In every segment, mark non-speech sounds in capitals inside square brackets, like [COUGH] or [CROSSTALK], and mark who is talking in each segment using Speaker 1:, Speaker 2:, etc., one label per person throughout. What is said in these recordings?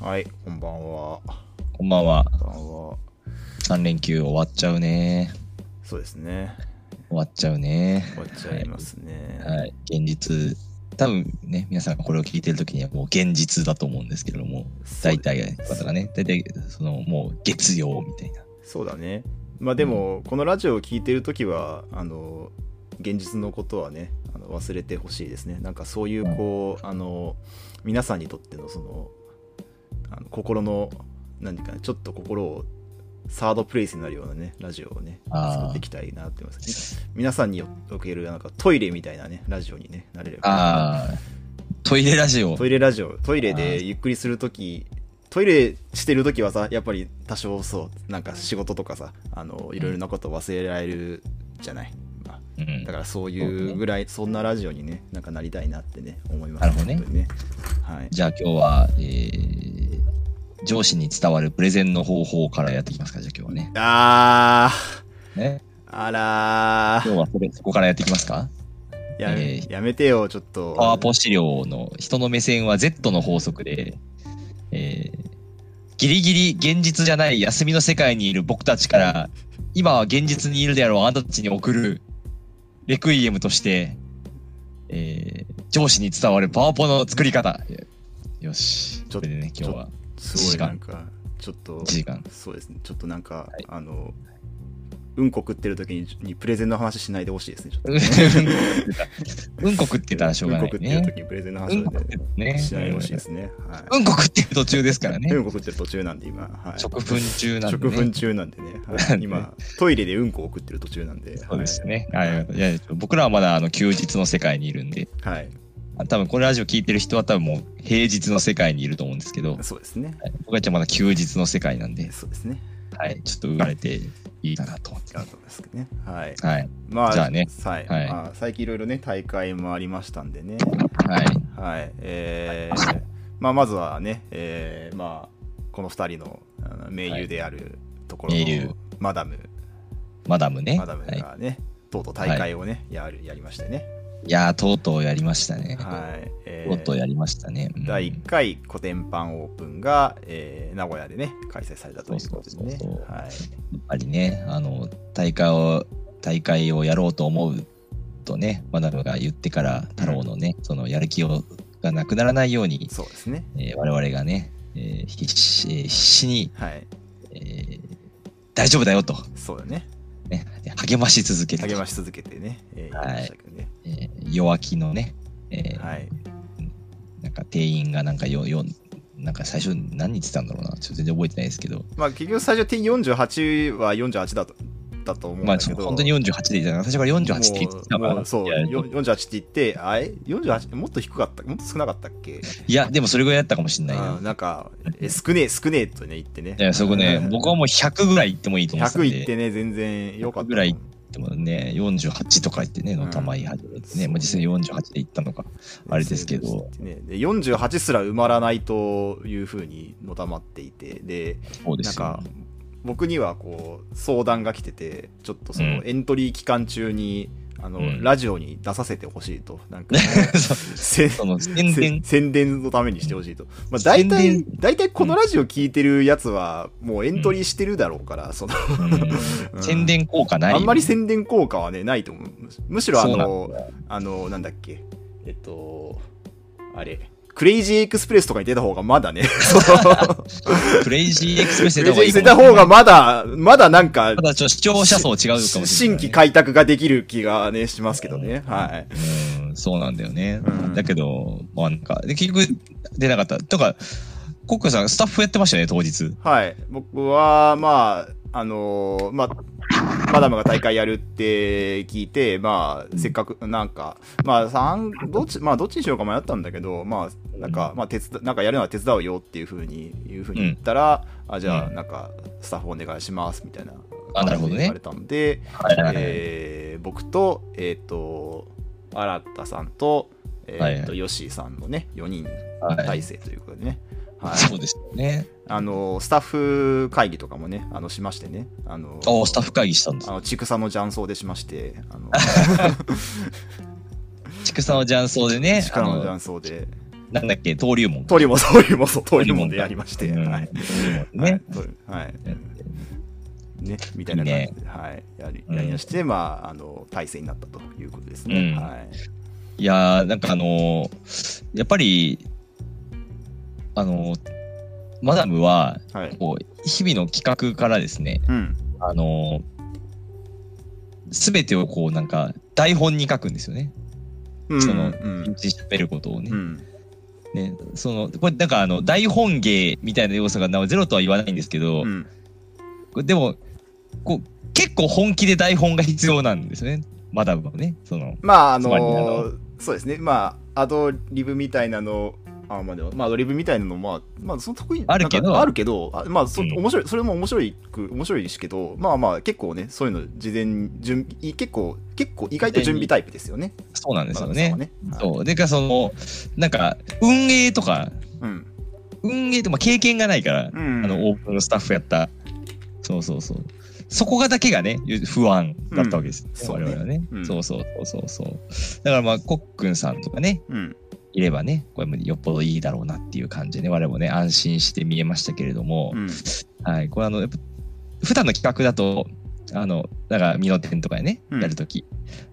Speaker 1: はい、こんばんは。
Speaker 2: こんばんは。
Speaker 1: こんばんは。
Speaker 2: 3連休終わっちゃうね。
Speaker 1: そうですね。
Speaker 2: 終わっちゃうね。
Speaker 1: 終わっちゃいますね。
Speaker 2: はい。現実、多分ね、皆さんがこれを聞いてるときにはもう現実だと思うんですけれども、
Speaker 1: そう
Speaker 2: 大体の方がね、大体、その、もう月曜みたいな。
Speaker 1: そうだね。まあでも、このラジオを聞いてるときは、あの、現実のことはね、あの忘れてほしいですね。なんかそういう、こう、あの、皆さんにとっての、その、あの心の、何かね、ちょっと心を、サードプレイスになるようなね、ラジオをね、
Speaker 2: あー
Speaker 1: 作っていきたいなって思います。皆さんにおける、なんかトイレみたいなね、ラジオにね、なれれば。
Speaker 2: あー、トイレラジオ
Speaker 1: ト。イレラジオトイレでゆっくりするときトイレしてるときはさやっぱり多少そうなんか仕事とかさあのいろいろなこと忘れられるじゃない、まあ
Speaker 2: うん
Speaker 1: だ。からそういうぐらいそんなラジオにねなんかなりたいなってね思います
Speaker 2: なるほどね
Speaker 1: 本当にねはい
Speaker 2: じゃあ今日は、えー、上司に伝わるプレゼンの方法からやっていきますか、じゃあ今日はね。
Speaker 1: あ
Speaker 2: ね。
Speaker 1: ーあらー
Speaker 2: 今日はそれ、そこからやっていきますか
Speaker 1: やめ
Speaker 2: えー
Speaker 1: やめてよちょっと
Speaker 2: パワーポ資料の人の目線は Z の法則で、えーギリギリ現実じゃない休みの世界にいる僕たちから、今は現実にいるであろうあなたたちに送るレクイエムとして、えー上司に伝わるパワポの作り方。よし。
Speaker 1: ちょ
Speaker 2: これでね、今日は
Speaker 1: すごいなんかちょっと
Speaker 2: 1時 [LAUGHS] 間。
Speaker 1: そうですねちょっとなんか、
Speaker 2: い
Speaker 1: あのうんこ食ってるときににプレゼンの話しないでほしいですねちょっと
Speaker 2: う
Speaker 1: ね
Speaker 2: んうんこ食ってたらしょうがない
Speaker 1: うんこ食ってる
Speaker 2: ね。
Speaker 1: 時にプレゼンの
Speaker 2: う
Speaker 1: 話
Speaker 2: んこ
Speaker 1: を
Speaker 2: 食って
Speaker 1: ね
Speaker 2: たね。
Speaker 1: しないでほしいですね。は
Speaker 2: うんこ食ってる途中ですから
Speaker 1: い。う
Speaker 2: ね。
Speaker 1: んこ食ってる途中なんで今、はい、
Speaker 2: 食粉中なんで、
Speaker 1: 食
Speaker 2: ね。
Speaker 1: 分中なんでね、は
Speaker 2: なん
Speaker 1: い、
Speaker 2: で [LAUGHS]
Speaker 1: 今トイレでうんこを食ってる途中なんで、
Speaker 2: そうですね。
Speaker 1: は
Speaker 2: はいい、いや僕らはまだあの休日の世界にいるんで、
Speaker 1: はい、はい
Speaker 2: あ多分これラジオ聞いてる人は多分もう平日の世界にいると思うんですけど、はい
Speaker 1: そうですね、
Speaker 2: 僕たちはまだ休日の世界なんで、
Speaker 1: そうですね、
Speaker 2: はい、ちょっと生まれていいかなと思って
Speaker 1: あ。りがとうございますね、はい、
Speaker 2: はい、
Speaker 1: まあ
Speaker 2: じゃあね、
Speaker 1: はい、
Speaker 2: はい
Speaker 1: まあ最近いろいろね大会もありましたんでね、
Speaker 2: はい、
Speaker 1: はい、えー、まあまずはね、えー、まあこの二人のあの盟友であるところの、
Speaker 2: 盟友
Speaker 1: マダム、
Speaker 2: マダムね。
Speaker 1: マダム
Speaker 2: はい、
Speaker 1: がね、とうとう大会をね、やるやりましてね、
Speaker 2: いやー、とうとうやりましたね。
Speaker 1: はい、え
Speaker 2: とうとうやりましたね。うん
Speaker 1: 第1回古典パンオープンが、えー名古屋でね開催されたということでね
Speaker 2: そうそうそうそう
Speaker 1: はい
Speaker 2: やっぱりね、あの、大会を、大会をやろうと思うとね、マダムが言ってから太郎のね、そのやる気をがなくならないように、
Speaker 1: そうですね
Speaker 2: えー我々がね、えー必死えー必死に、
Speaker 1: はい
Speaker 2: えー大丈夫だよと、
Speaker 1: そうだね
Speaker 2: ね、励まし続ける
Speaker 1: 励
Speaker 2: と、
Speaker 1: まし続けてね、えー
Speaker 2: はい
Speaker 1: やりましたけどね
Speaker 2: えー弱気のね、えー
Speaker 1: はい
Speaker 2: なんか店員がなんかよよなんか最初何言ってたんだろうなちょっと全然覚えてないですけど、
Speaker 1: まあ結局最初 T48 は48だとだと思うん
Speaker 2: まあ
Speaker 1: だ
Speaker 2: ち
Speaker 1: け
Speaker 2: ょっ
Speaker 1: ど
Speaker 2: と本当に48でいいじゃない最初から48って言ってたか
Speaker 1: も
Speaker 2: ら
Speaker 1: うそう
Speaker 2: いや
Speaker 1: よ48って言ってあえ48もっと低かったもっと少なかったっけ
Speaker 2: いやでもそれぐらいだったかもしれない
Speaker 1: あ
Speaker 2: よ
Speaker 1: ーなんかえ少ねえ少ねえとね言ってね
Speaker 2: いやそこね
Speaker 1: うん
Speaker 2: 僕はもう100ぐらい行ってもいいと思ってたん
Speaker 1: 100
Speaker 2: で
Speaker 1: いってね全然よかった
Speaker 2: ぐらいでもね48とか言ってねのたまい始めてね、
Speaker 1: うん
Speaker 2: まあ、実際に48で行ったのかあれですけど、
Speaker 1: ね、で48すら埋まらないというふうにのたまっていてで
Speaker 2: そうで
Speaker 1: なん
Speaker 2: すよ
Speaker 1: か僕にはこう相談が来ててちょっとそうの
Speaker 2: ん
Speaker 1: エントリー期間中に、あの
Speaker 2: うん
Speaker 1: ラジオに出させてほしいとなん
Speaker 2: [LAUGHS]
Speaker 1: か
Speaker 2: そう
Speaker 1: せ
Speaker 2: その宣伝
Speaker 1: せ宣伝のためにしてほしいと、まあ、大
Speaker 2: 宣伝
Speaker 1: 体大体このラジオ聞いてるやつはもうエントリーしてるだろうから、その
Speaker 2: うん宣伝効果ない
Speaker 1: あんまり
Speaker 2: 宣
Speaker 1: 宣伝効果はね、ないと思う。むしむしろ、あ
Speaker 2: そ
Speaker 1: の、あの、なんだっけ、えっと、あれ、クレイジーエクスプレスとかに出た方がま
Speaker 2: [LAUGHS]
Speaker 1: だね、その
Speaker 2: クレイジーエクスプレス
Speaker 1: ク
Speaker 2: で
Speaker 1: レイジーエクスプレスに出
Speaker 2: た
Speaker 1: た
Speaker 2: 方が
Speaker 1: 方
Speaker 2: いいか
Speaker 1: が
Speaker 2: も
Speaker 1: まだ、まだなんか
Speaker 2: た、だちょっと視聴者層違うかもしれない
Speaker 1: 新規開拓ができる気がね、しますけどね。はい。
Speaker 2: うんそうなんだよね、
Speaker 1: うん
Speaker 2: だけどまあなんかで結局出なかったとかコックさんスタッフやってましたよね当日
Speaker 1: はい。僕は、まあ、あのーまあ、マダムが大会やるって聞いて、まあ、せっかく、なんか、まあ、三、どっち、まあ、どっちにしようか迷ったんだけど、まあ、なんか、まあ、手伝、なんかやるのは手伝うよっていうふうに、いうふうに言ったら、あ、じゃあ、
Speaker 2: うん
Speaker 1: なんか、スタッフお願いします、みたいな。
Speaker 2: あなるほどね
Speaker 1: 言われたんで、
Speaker 2: はいはいはい
Speaker 1: えー僕と、えっ、と、新田さんと、えっ、
Speaker 2: はいは
Speaker 1: と、
Speaker 2: い
Speaker 1: ヨッシーさんのね、4人
Speaker 2: はい
Speaker 1: 体制ということでね。はい
Speaker 2: そうですよね
Speaker 1: あのスタッフ会議とかもね、あのしましてね、あの
Speaker 2: おスタッフ会議したんです
Speaker 1: あのちくさの雀荘でしまして、あ
Speaker 2: [LAUGHS]
Speaker 1: の
Speaker 2: 畜産の雀荘でね
Speaker 1: ちく
Speaker 2: あ
Speaker 1: さの
Speaker 2: の
Speaker 1: 雀荘で、
Speaker 2: なんだっけ、登竜門。
Speaker 1: 登竜門、登竜門、そう、登竜門でやりまして、
Speaker 2: うん
Speaker 1: はい。
Speaker 2: 登竜門
Speaker 1: はい
Speaker 2: ね。。
Speaker 1: そうはい。ね、みたいな感じで、はい。やり、やりまして、まあ、あの、体制になったということですね。
Speaker 2: うん
Speaker 1: はい。
Speaker 2: いやー、なんかあのーやっぱり、あのーマダムは、
Speaker 1: はい。
Speaker 2: こう、日々の企画からですね、
Speaker 1: うん。
Speaker 2: あのすべてをこう、なんか、台本に書くんですよね。
Speaker 1: うん
Speaker 2: その
Speaker 1: うん
Speaker 2: 認知しべることをね。
Speaker 1: うん。
Speaker 2: ね、その、これなんかあの、台本芸みたいな要素がなゼロとは言わないんですけど、
Speaker 1: うん。
Speaker 2: これでも、こう、結構本気で台本が必要なんですよね。マダムはね。その、
Speaker 1: まあ、あ
Speaker 2: つまりあ
Speaker 1: の
Speaker 2: の、
Speaker 1: そうですね。まあ、アドリブみたいなの、あまあ、でもまあ、アドリブみたいなのも、まあ、まあ、その得意
Speaker 2: あるけど
Speaker 1: なんかあるけど、あまあ、そ
Speaker 2: うん
Speaker 1: 面白い、それも面白いく、面白いですけど、まあまあ、結構ね、そういうの、事前、準備、結構、結構、意外と準備タイプですよね。
Speaker 2: そうなんですよ
Speaker 1: 真鍋さん
Speaker 2: ね
Speaker 1: は。ね。はい
Speaker 2: そう。でか、その、なんか、運営とか、
Speaker 1: うん。
Speaker 2: 運営とか、まあ、経験がないから、
Speaker 1: うん。
Speaker 2: あの、オープンスタッフやった。そうそうそう。そこがだけがね、ゆ不安だったわけですよ
Speaker 1: うんそう
Speaker 2: ね、
Speaker 1: ね
Speaker 2: 我々はね、
Speaker 1: うん
Speaker 2: そうそうそうそうそう。だからまあ、コックンさんとかね、
Speaker 1: うん。
Speaker 2: いればね、これもよっぽどいいだろうなっていう感じでね、我々もね、安心して見えましたけれども、
Speaker 1: うん。
Speaker 2: はい、これあの、やっぱ普段の企画だと、あの、だから、身の点とかでね、
Speaker 1: うん
Speaker 2: やるとき、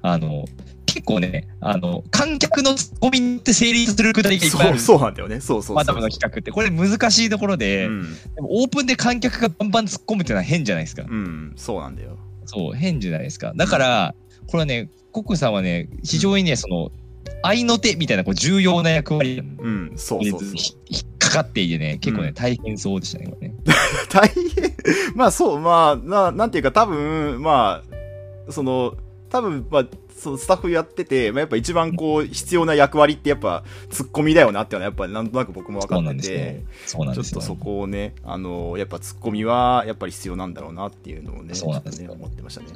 Speaker 2: あの、結構ね、あの、観客のツッコミによって成立するくだりがいっぱい
Speaker 1: そ
Speaker 2: ある
Speaker 1: う、。そうなんだよね。そうそうそう。
Speaker 2: マダムの企画って、これ難しいところで、
Speaker 1: うん。
Speaker 2: でもオープンで観客がバンバン突っ込むっていうのは変じゃないですか。
Speaker 1: うん。そうなんだよ。
Speaker 2: そう、変じゃないですか。だから、これはね、コックさんはね、非常にね、その、愛の手みたいなこう重要な役割が
Speaker 1: うん。そうそうそう。
Speaker 2: ひ引っかかっていてね、結構
Speaker 1: う
Speaker 2: ね、
Speaker 1: ん
Speaker 2: 大変そうでしたね、これね。
Speaker 1: 大変 [LAUGHS] まあそうまあななんていうか多分まあその多分まあそのスタッフやってて、まあ、やっぱ一番こう必要な役割ってやっぱツッコミだよなっていうのはやっぱなんとなく僕も分
Speaker 2: そう
Speaker 1: か
Speaker 2: な
Speaker 1: っ
Speaker 2: ん
Speaker 1: て
Speaker 2: です
Speaker 1: て、
Speaker 2: よ。そうなん
Speaker 1: ちょっ
Speaker 2: です
Speaker 1: と
Speaker 2: よ。
Speaker 1: そこをねあのやっぱツッコミはやっぱり必要なんだろうなっていうのをね
Speaker 2: そうなんです
Speaker 1: ちょっ
Speaker 2: よ
Speaker 1: とね思ってましたね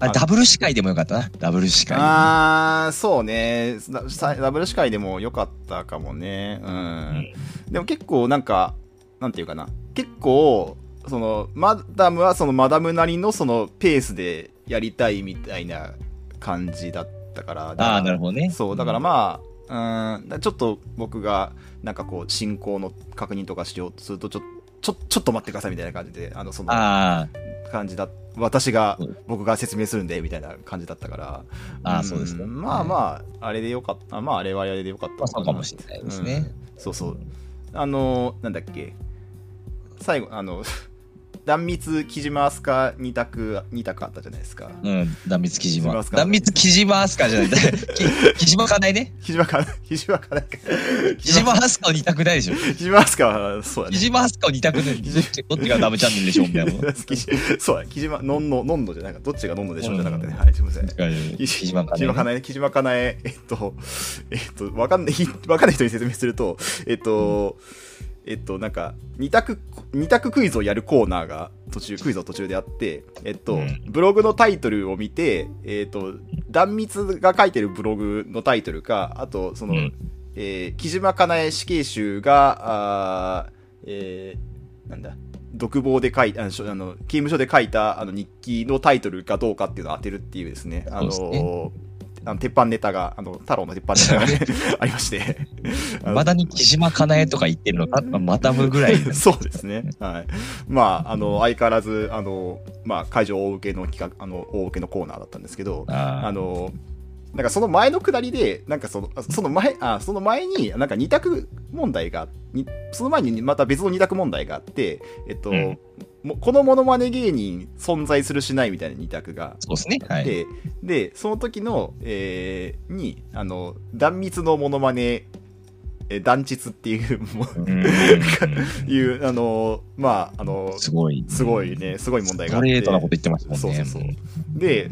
Speaker 2: あれ、ダブル司会でもよかったな。ダブル司会。
Speaker 1: ああそうねダさダブル司会でも良かったかもねうん、でも結構なんかなんていうかな結構そのマダムはそのマダムなりのそのペースでやりたいみたいな感じだったから
Speaker 2: ああ、なるほどね。
Speaker 1: そうだからまあうんだちょっと僕がなんかこう進行の確認とかしようとするとちょちょちょっと待ってくださいみたいな感じであのその
Speaker 2: ああ、
Speaker 1: 感じだ私が
Speaker 2: うん
Speaker 1: 僕が説明するんでみたいな感じだったから
Speaker 2: あー
Speaker 1: ん
Speaker 2: そうですね
Speaker 1: まあまああれでよかったまああれはあれでよかった
Speaker 2: まあそうかもし
Speaker 1: れ
Speaker 2: れないですね。
Speaker 1: そうそうあのなんだっけ最後あの [LAUGHS] 断密木島飛鳥二択二択あったじゃないですか
Speaker 2: うん、断密木
Speaker 1: 木島明
Speaker 2: 島。
Speaker 1: 日香
Speaker 2: 断密木島明日香じゃ
Speaker 1: [LAUGHS]
Speaker 2: ない。き木島かないね。
Speaker 1: 木島か木島かなん [LAUGHS] か
Speaker 2: 木島明日香を二択ないでしょ。
Speaker 1: 木島飛鳥はそうだ
Speaker 2: 木
Speaker 1: ね
Speaker 2: 島明日香を二択で、どっちどっちがダブチャンネルでしょみたいなもん。
Speaker 1: [LAUGHS] 木島そうだ木島のんののんのじゃないかどっちがのんのでしょうじゃなかったね
Speaker 2: うん
Speaker 1: はいすいません
Speaker 2: 木島
Speaker 1: [LAUGHS]
Speaker 2: か
Speaker 1: 木島か
Speaker 2: ね。
Speaker 1: なえ、木島かなえ、えっと、えっと、わかんない、わかんない人に説明すると、えっと、えっと、なんか、二択、二択クイズをやるコーナーが途中、クイズの途中であって、えっと、
Speaker 2: うん
Speaker 1: ブログのタイトルを見て、えっと、断密が書いてるブログのタイトルか、あと、その、
Speaker 2: うん
Speaker 1: えー木島かなえ死刑囚が、あーえーなんだ、独房で書いた、あのしょあの刑務所で書いたあの日記のタイトルかどうかっていうのを当てるっていうですね、あの
Speaker 2: そうです
Speaker 1: あの鉄板ネタが、あの太郎の鉄板ネタが、
Speaker 2: [LAUGHS]
Speaker 1: ね、ありまして、あの
Speaker 2: まだに木島かなえとか言ってるのか、またむぐらい。
Speaker 1: [LAUGHS] そうですね、はい、まあ、あの相変わらず、あのまあ、会場大受けの企画、あの大受けのコーナーだったんですけど、あ
Speaker 2: あ
Speaker 1: の、なんかその前のくだりで、なんかその、あその前、あ、その前に、なんか二択問題が、にその前にまた別の二択問題があって、えっと、
Speaker 2: うん
Speaker 1: もこのモノマネ芸人存在するしないみたいな二択が
Speaker 2: あ、そうですね。
Speaker 1: あ
Speaker 2: は
Speaker 1: っ
Speaker 2: い。
Speaker 1: て、で、その時の、えーに、あの、断密のモノマネ、えー断膣っていう、 [LAUGHS] も
Speaker 2: う
Speaker 1: う、
Speaker 2: ーん
Speaker 1: いう、あの、まあ、あの、
Speaker 2: すごい。
Speaker 1: すごいね、すごい問題
Speaker 2: ス
Speaker 1: があっ
Speaker 2: ト
Speaker 1: て。
Speaker 2: レートなこと言ってましたもんね。
Speaker 1: そうそうそうで、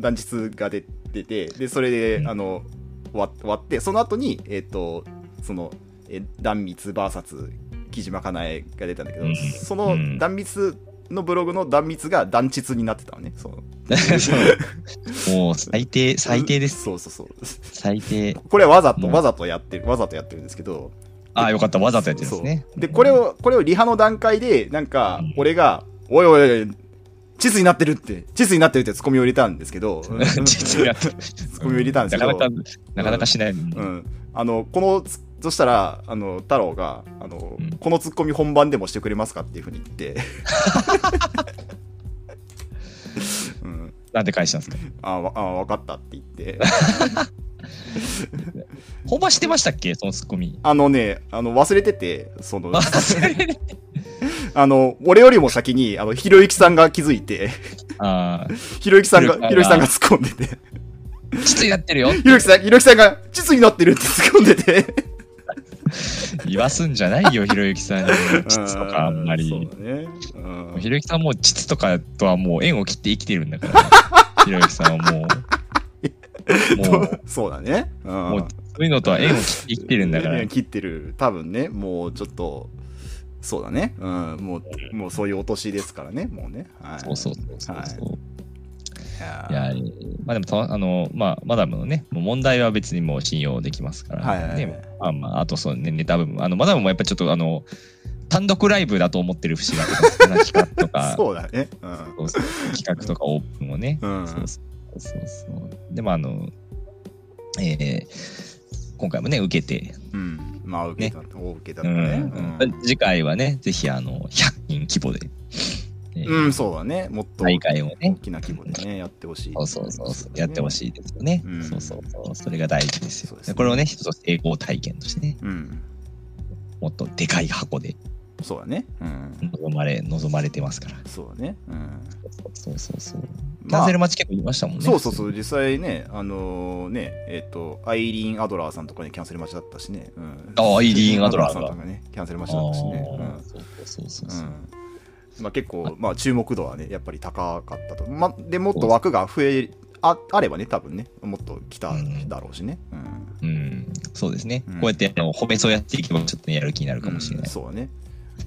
Speaker 1: 断日が出てて、で、それで、
Speaker 2: うん
Speaker 1: あの、割割って、その後に、えっ、と、その、え断密 VS 木島かなえが出たんだけど、
Speaker 2: うん
Speaker 1: そうの
Speaker 2: ん
Speaker 1: 断密のブログの断密が断日になってたのね。そう
Speaker 2: そうもう最低、最低です。。
Speaker 1: そうそうそう。
Speaker 2: 最低。
Speaker 1: [LAUGHS] これはわざと、
Speaker 2: うん
Speaker 1: わざとやってる、わざとやってるんですけど、
Speaker 2: ああ、よかった。わざとやってるんですね。
Speaker 1: で、これ
Speaker 2: [LAUGHS]
Speaker 1: を、これをリハの段階で、なんか
Speaker 2: うん、
Speaker 1: 俺が、おいおいおい、地図になってるって、地図になってるってツッコミを入れたんですけ
Speaker 2: [LAUGHS]
Speaker 1: ど、ツ
Speaker 2: 実は
Speaker 1: ッコミを入れたんですけど、
Speaker 2: なかなか、なかなかしない。
Speaker 1: うん、あのこのツそしたらあの太郎があの、
Speaker 2: うん
Speaker 1: このツッコミ本番でもしてくれますかっていうふうに言って、うん、
Speaker 2: なんて返したんですか
Speaker 1: あわあ分かったって言って
Speaker 2: ほんましてましたっけそのツッコミ。
Speaker 1: あのねあの忘れててそ
Speaker 2: [LAUGHS]
Speaker 1: の
Speaker 2: 忘れて
Speaker 1: あの俺よりも先にあのひろゆきさんが気づいて
Speaker 2: ああ、
Speaker 1: ひろゆきさんが
Speaker 2: ひ
Speaker 1: ひ
Speaker 2: ろ
Speaker 1: ろ
Speaker 2: ゆ
Speaker 1: ゆき
Speaker 2: きさ
Speaker 1: さ
Speaker 2: ん
Speaker 1: ん
Speaker 2: が
Speaker 1: が突っ込んでて
Speaker 2: ちょっとやってるよ。
Speaker 1: ひろゆきさんひろゆきさんが実になってるって突っ込んで
Speaker 2: [LAUGHS]
Speaker 1: て
Speaker 2: 言わすんじゃないよ、 [LAUGHS] ひろゆきさんに。質とかあんま
Speaker 1: う
Speaker 2: り
Speaker 1: そ。うだね、うん
Speaker 2: ひろゆきさんも膣とかとはもう縁を切って生きてるんだ
Speaker 1: [LAUGHS]
Speaker 2: から。ひろゆきさんはもう。もう、
Speaker 1: そうだね、うん
Speaker 2: もうそういうのとは縁を切って生きてるんだから
Speaker 1: ね。切ってる多分ねもうちょっとそうだね、うん、もうもうそういうお年ですからねもうね、はい、
Speaker 2: そうそうそうそうそう。
Speaker 1: いや
Speaker 2: いや、えーまあでもた、あの、まあ、マダムのね、もう問題は別にもう信用できますから、ね。
Speaker 1: はいはいはい
Speaker 2: まあまあ、あとそうね、ネタ部分。あの、マダムもやっぱちょっと、あの、単独ライブだと思ってる節があるから、そんな企画とか
Speaker 1: [LAUGHS] 、そうだねうん
Speaker 2: そうそう企画とかオープンをね。
Speaker 1: うん
Speaker 2: そうそうそうそう。でも、あの、えー今回もね、受けて、
Speaker 1: うんまあ受けたと、大受けた
Speaker 2: う
Speaker 1: と
Speaker 2: ん
Speaker 1: ねうん、
Speaker 2: 次回はね、ぜひ、あの、100人規模で、えー
Speaker 1: うんそうだねもっと
Speaker 2: 大会を
Speaker 1: 大
Speaker 2: ね
Speaker 1: きな規模でねやってほしい
Speaker 2: そうそうそうそう、やってほ
Speaker 1: い
Speaker 2: しいですよね。
Speaker 1: うん
Speaker 2: そうそうそう、それが大事ですよ。
Speaker 1: そうですね
Speaker 2: これをね、一つ成功体験としてね、
Speaker 1: うん
Speaker 2: もっとでかい箱で
Speaker 1: そうだねうん
Speaker 2: 望まれ、望まれてますから。
Speaker 1: そうだねうん
Speaker 2: そうそうそう。キ
Speaker 1: ま
Speaker 2: ャ
Speaker 1: あ
Speaker 2: ンセル待ち結構いましたもんね。
Speaker 1: そうそうそう、実際ね、あのね、えっ、と、アイリーン・アドラーさんとかね、キャンセル待ちだったしね。うん、
Speaker 2: あアイリーンアドラーが
Speaker 1: さんとかね、キャンセル
Speaker 2: あ
Speaker 1: 待ちだったしね。
Speaker 2: ーそうそうそ
Speaker 1: う
Speaker 2: う
Speaker 1: ん。う
Speaker 2: そうん
Speaker 1: まあ、結構、まあ、注目度はね、やっぱり高かったと。まあ、でもっと枠が増え、ああればね、多分ね、もっと来ただろうしね。うん。
Speaker 2: うん、そうですね。
Speaker 1: うん
Speaker 2: こうやってあの褒めそうやっていけば、ちょっとね、やる気になるかもしれな
Speaker 1: う
Speaker 2: い。
Speaker 1: んそうだね。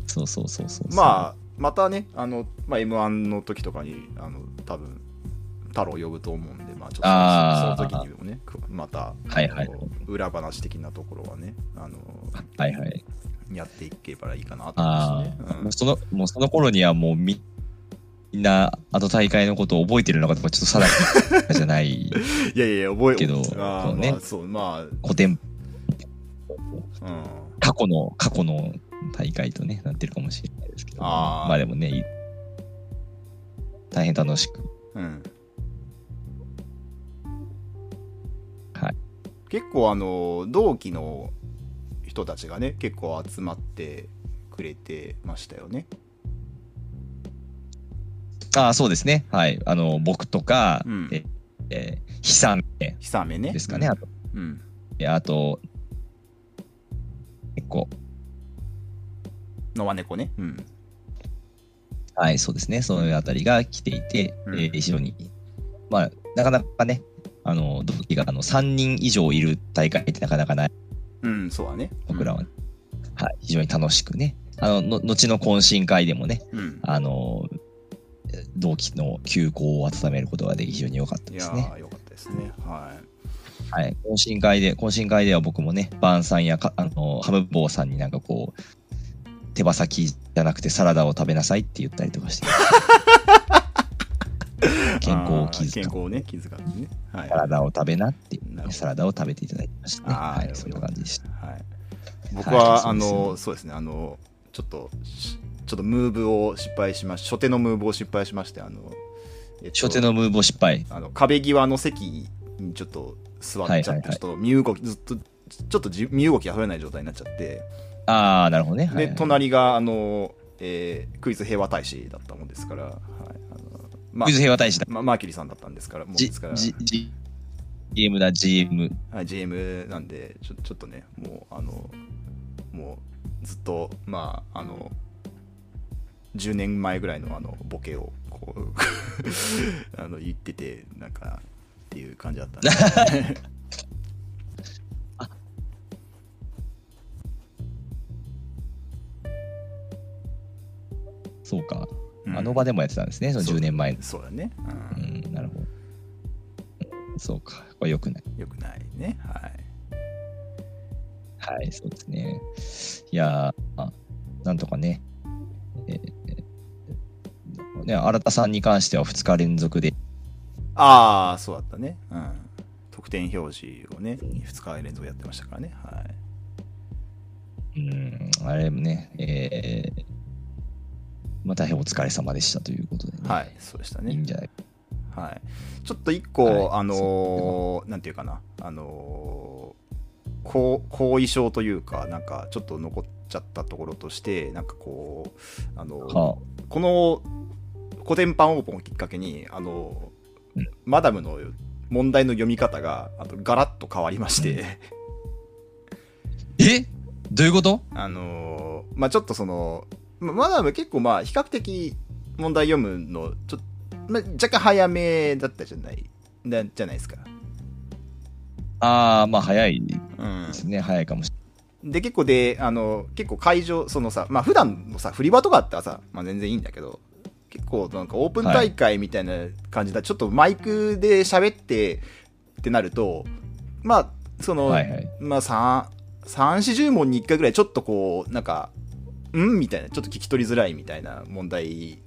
Speaker 2: そうそうそうそう。
Speaker 1: まあ、またね、あの、まあ、M1 の時とかに、あの、多分太郎呼ぶと思うんで、まあ、ちょっと
Speaker 2: あー
Speaker 1: その時にもね、くまた、
Speaker 2: はいはい
Speaker 1: あの裏話的なところはね、あの、
Speaker 2: あ、はいはい。
Speaker 1: やっていけばいいかなと思
Speaker 2: あ
Speaker 1: います
Speaker 2: あ、
Speaker 1: ね。
Speaker 2: もうその、もうその頃にはもうみ、みんな、あの大会のことを覚えてるのかとか、ちょっと定かじ
Speaker 1: [LAUGHS]
Speaker 2: ゃない。
Speaker 1: うんいやいや、覚え
Speaker 2: けど
Speaker 1: あ
Speaker 2: そ
Speaker 1: ー
Speaker 2: うね
Speaker 1: まあそう、ま
Speaker 2: 古典
Speaker 1: あ、うん。
Speaker 2: 過去の過去の大会とねなってるかもしれないですけど
Speaker 1: あー
Speaker 2: まあでもねい大変楽しく
Speaker 1: うん
Speaker 2: はい
Speaker 1: 結構あの同期の人たちがね結構集まってくれてましたよね。
Speaker 2: ああそうですねはいあの僕とか、
Speaker 1: うん
Speaker 2: ええー、ひさめ
Speaker 1: 久雨ね。
Speaker 2: ですかね、あと
Speaker 1: うん。
Speaker 2: えあと結構
Speaker 1: 野間猫ね。うん。
Speaker 2: はいそうですねそのあたりが来ていて、
Speaker 1: うん
Speaker 2: えー非常にまあなかなかねあの同期があの3人以上いる大会ってなかなかない
Speaker 1: うん、そうだね。
Speaker 2: 僕らは、はい非常に楽しくねあのの後の懇親会でもね
Speaker 1: うん。
Speaker 2: あの、同期の休校を温めることができ非常に良かった
Speaker 1: い
Speaker 2: で
Speaker 1: や
Speaker 2: すね。
Speaker 1: ー、よかったですね。はい。
Speaker 2: はい。懇親会で、懇親会では僕もね、バーンさんやかあのハムボーさんになんかこう、手羽先じゃなくてサラダを食べなさいって言ったりと
Speaker 1: [LAUGHS]
Speaker 2: かして。健康を気遣
Speaker 1: あー健
Speaker 2: う
Speaker 1: 康をね、気遣ってね。はい。
Speaker 2: 体を食べなっていう
Speaker 1: なるほど
Speaker 2: サラダを食べていただきましたね。
Speaker 1: あー
Speaker 2: はい、そんな感じでした。
Speaker 1: はい、僕は、
Speaker 2: そう
Speaker 1: あ
Speaker 2: ですね
Speaker 1: のそうですねあのちょっとしちょっとムーブを失敗しまし初手のムーブを失敗しましてあの、えっと
Speaker 2: 初手のムーブを失敗。
Speaker 1: あの壁際の席にちょっと座っちゃって、
Speaker 2: はいはいはい
Speaker 1: ちょっと身動きずっとちょっとじ身動きが取れない状態になっちゃって
Speaker 2: ああ、なるほどね。はい
Speaker 1: で
Speaker 2: はい
Speaker 1: 隣があの、えークイズ平和大使だったもんですから、はいあのまあ
Speaker 2: クイズ平和大使だ。
Speaker 1: まあ、マーキュリーさんだったんですからもう
Speaker 2: じ
Speaker 1: ですから、
Speaker 2: じじ GM だ、GM。
Speaker 1: はい、GM なんでちょちょっとねもうあのもうずっとまああの10年前ぐらいのあのボケをこう [LAUGHS] あの言っててなんかっていう感じだ
Speaker 2: [LAUGHS]
Speaker 1: ったんで
Speaker 2: そうか。
Speaker 1: うん
Speaker 2: あの場でもやってたんですね、その
Speaker 1: そう
Speaker 2: 10年前の。
Speaker 1: そうだね、
Speaker 2: う、
Speaker 1: うん
Speaker 2: なるほど。そうか、これ良くない。
Speaker 1: ん、よくないねはい
Speaker 2: はい、そうですね。いやー、あなんとかね、えーえーね、新田さんに関しては2日連続で、
Speaker 1: ああそうだったねうん得点表示をね2日連続やってましたからねはい
Speaker 2: うん、あれもね、えー、まあ大変お疲れ様でしたということで、ね、
Speaker 1: はい、そうでした
Speaker 2: いい
Speaker 1: ね
Speaker 2: ん。じゃない
Speaker 1: はい、ちょっと一個、
Speaker 2: はい
Speaker 1: あのーなんていうかな、あのー後後遺症というか、なんかちょっと残っちゃったところとして、なんかこう、あのー
Speaker 2: か。
Speaker 1: この古典版オープンをきっかけに、あのー
Speaker 2: うん
Speaker 1: マダムの問題の読み方があとガラッと変わりまして。
Speaker 2: えどういうこと
Speaker 1: [LAUGHS] あのーまあちょっとその、まマダム結構まあ比較的問題読むの、ちょっと、まあ、若干早めだったじゃない、なじゃないですか。
Speaker 2: ああ、まあ早いで
Speaker 1: うん
Speaker 2: すね。早いかもしれ
Speaker 1: で、結構で、あの、結構会場、そのさ、まあ普段のさ、振り場とかあったらさ、まあ全然いいんだけど、結構なんかオープン大会みたいな感じだ、ちょっとマイクで喋ってってなると、まあ、その、
Speaker 2: ない。はいはい。
Speaker 1: まあ3、三四十問に1回ぐらいちょっとこう、なんか、んみたいな、ちょっと聞き取りづらいみたいな問題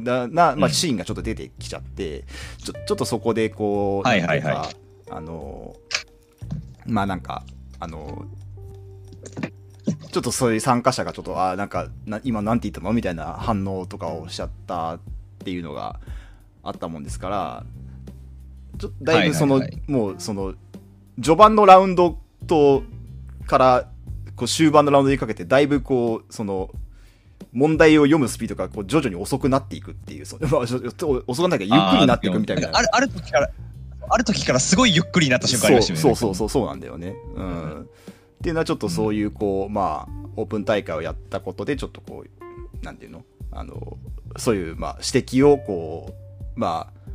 Speaker 1: だな、まあ
Speaker 2: うん
Speaker 1: シーンがちょっと出てきちゃって、ちょちょっとそこでこう、
Speaker 2: はいはいはい
Speaker 1: なんてうかあの、まあなんか、あの、 [LAUGHS] ちょっとそういう参加者がちょっと、あーなんか、な今なんて言ったのみたいな反応とかをしちゃったっていうのがあったもんですから、ちょっとだいぶその、
Speaker 2: はいはいは
Speaker 1: もうその、序盤のラウンドとからこう終盤のラウンドにかけてだいぶこうその問題を読むスピードがこう徐々に遅くなっていくっていうその、 [LAUGHS] まあ、ちょちょ遅くなきゃゆっくりになっていくみたいな
Speaker 2: あーでもんかある、ある時から、ある時からすごいゆっくりになった瞬間あり
Speaker 1: そ
Speaker 2: ま
Speaker 1: う
Speaker 2: したよね。
Speaker 1: そうそうそうそうなんだよね、うん
Speaker 2: うん
Speaker 1: っていうのはちょっとそういうこうまあオープン大会をやったことでちょっとこうなんていうのあのそういうまあ指摘をこうまあ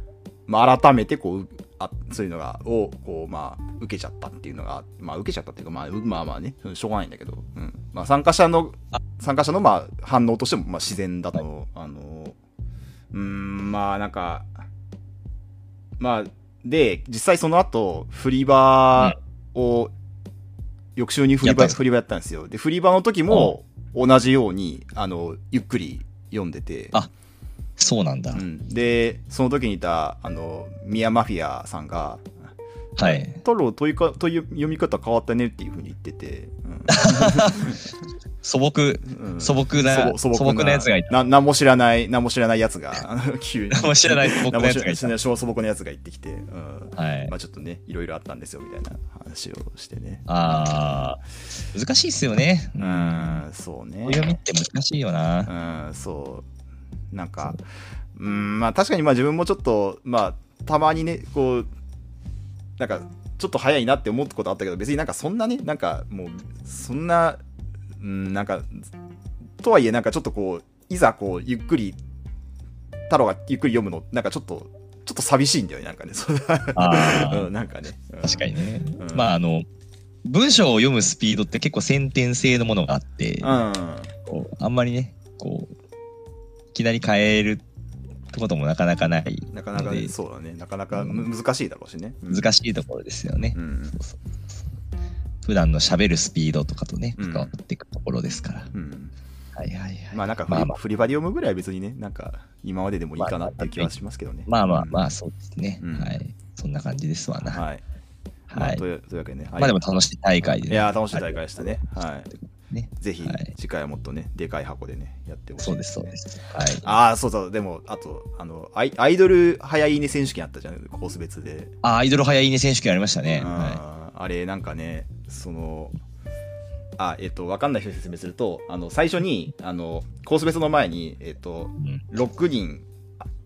Speaker 1: まあ、改めてこううあそういうのがをこう、まあ、受けちゃったっていうのが、まあ、受けちゃったっていうか、まあ、うまあまあねしょうがないんだけど、うんまあ、参加者の参加者のまあ反応としてもまあ自然だと、あのうーんまあなんかまあで実際その後振り場を、翌週に振り
Speaker 2: やった
Speaker 1: 場
Speaker 2: んです
Speaker 1: 振り場やったんですよで振り場の時も同じようにあのゆっくり読んでて
Speaker 2: あそうなんだ。
Speaker 1: うん、でその時にいたあのミヤマフィアさんが
Speaker 2: はい
Speaker 1: 「。太郎というかという読み方変わったね」っていうふうに言ってて、
Speaker 2: 素朴、
Speaker 1: うんうん
Speaker 2: 素朴な、
Speaker 1: 素
Speaker 2: 素
Speaker 1: 朴
Speaker 2: 朴なやつ
Speaker 1: [LAUGHS]
Speaker 2: がいた。
Speaker 1: な何も知らない何も知らないやつがあの
Speaker 2: [LAUGHS]
Speaker 1: 急に
Speaker 2: 何も知らない素
Speaker 1: 何
Speaker 2: 朴な
Speaker 1: も
Speaker 2: や
Speaker 1: 知
Speaker 2: つ
Speaker 1: ら
Speaker 2: がいた。
Speaker 1: ない素朴なやつが言ってきて、うん
Speaker 2: はい
Speaker 1: ま。あ、ちょっとねいろいろあったんですよみたいな話をしてね
Speaker 2: ああ、難しいっすよね。
Speaker 1: う。んそうね
Speaker 2: お読みって難しいよな。
Speaker 1: [LAUGHS] うん、そう。なんか、うん、まあ確かにまあ自分もちょっと、まあたまにね、こう、なんかちょっと早いなって思ったことあったけど、別になんかそんなね、なんかもう、そんな、うん、なんか、とはいえなんかちょっとこう、いざこう、ゆっくり、太郎がゆっくり読むの、なんかちょっと、ちょっと寂しいんだよね、なんかね。そう
Speaker 2: あー
Speaker 1: うん、 [LAUGHS] なんかね。うん
Speaker 2: 確かにね。
Speaker 1: うん
Speaker 2: まあ、あの、文章を読むスピードって結構先天性のものがあって、
Speaker 1: うん。
Speaker 2: こうあんまりね、こう、いきなり変えるってこともなかなかないので、
Speaker 1: なかなか、ね、そうだね。なかなかむ難しいだろうしね。うん
Speaker 2: 難しいところですよね。
Speaker 1: うん
Speaker 2: そうそう普段の喋るスピードとかとね、
Speaker 1: うん
Speaker 2: 関わっていくところですから。
Speaker 1: うん
Speaker 2: はいはいはい。
Speaker 1: まあなんかフリ,、
Speaker 2: まあまあ
Speaker 1: フリバリ読むぐらいは別にね、なんか今まででもいいかなっていう気はしますけどね。
Speaker 2: まあまあまあ、そうですね。
Speaker 1: うん
Speaker 2: はい。そんな感じですわな。
Speaker 1: は
Speaker 2: はい。
Speaker 1: い。まあというというわけでね。はい
Speaker 2: まあでも楽しい大会で、
Speaker 1: いやー楽しい大会でしたね。は
Speaker 2: ね。
Speaker 1: い。ぜひ
Speaker 2: はい
Speaker 1: 次回はもっとね、でかい箱でね、やってほしい、
Speaker 2: そうです、そうで。す。はい。
Speaker 1: ああ、そうそう、でも、あと、あの、アイアイドル早いね選手権あったじゃん、コース別で。
Speaker 2: あ、アイドル早いね選手権ありましたね。
Speaker 1: うん
Speaker 2: は
Speaker 1: あれ、なんかね、その、あ、えっと、わかんない人に説明すると、あの、最初に、あの、コース別の前に、えっと、
Speaker 2: い。うん
Speaker 1: 6人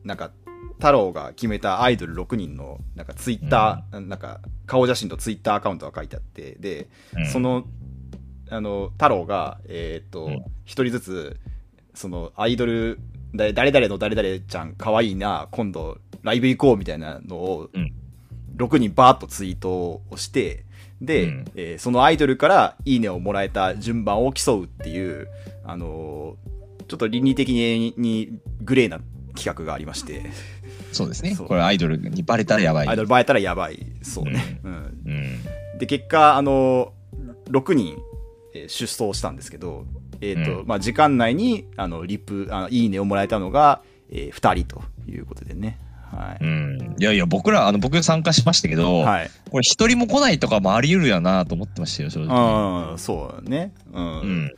Speaker 1: なんか太郎が決めたアイドル6人のなんかツイッター、なんか顔写真とツイッターアカウントが書いてあってで、
Speaker 2: うん
Speaker 1: そのあの太郎がえーっと、
Speaker 2: うん
Speaker 1: 一人ずつそのアイドルだ誰々の誰々ちゃん可愛いな今度ライブ行こうみたいなのを
Speaker 2: うん
Speaker 1: 6人バーッとツイートをしてで、
Speaker 2: うん
Speaker 1: えーそのアイドルからいいねをもらえた順番を競うっていうあのーちょっと倫理的ににグレーな企画がありまして
Speaker 2: そうですね。
Speaker 1: そう
Speaker 2: これアイドルにバレたらやばい。
Speaker 1: アイドル映えたらやばいそうね、うん
Speaker 2: うん。
Speaker 1: で結果あの6人、えー出走したんですけど、えーと
Speaker 2: うん
Speaker 1: まあ、時間内にあのリプあのいいねをもらえたのが、え2人ということでねは
Speaker 2: うん。いやいや、僕ら、あの、僕参加しましたけ
Speaker 1: い。
Speaker 2: ど、
Speaker 1: はい。
Speaker 2: これ一人も来ないとかもあり得るやなと思ってましたよ、正直。
Speaker 1: ああ、そうだね。うん。
Speaker 2: うん。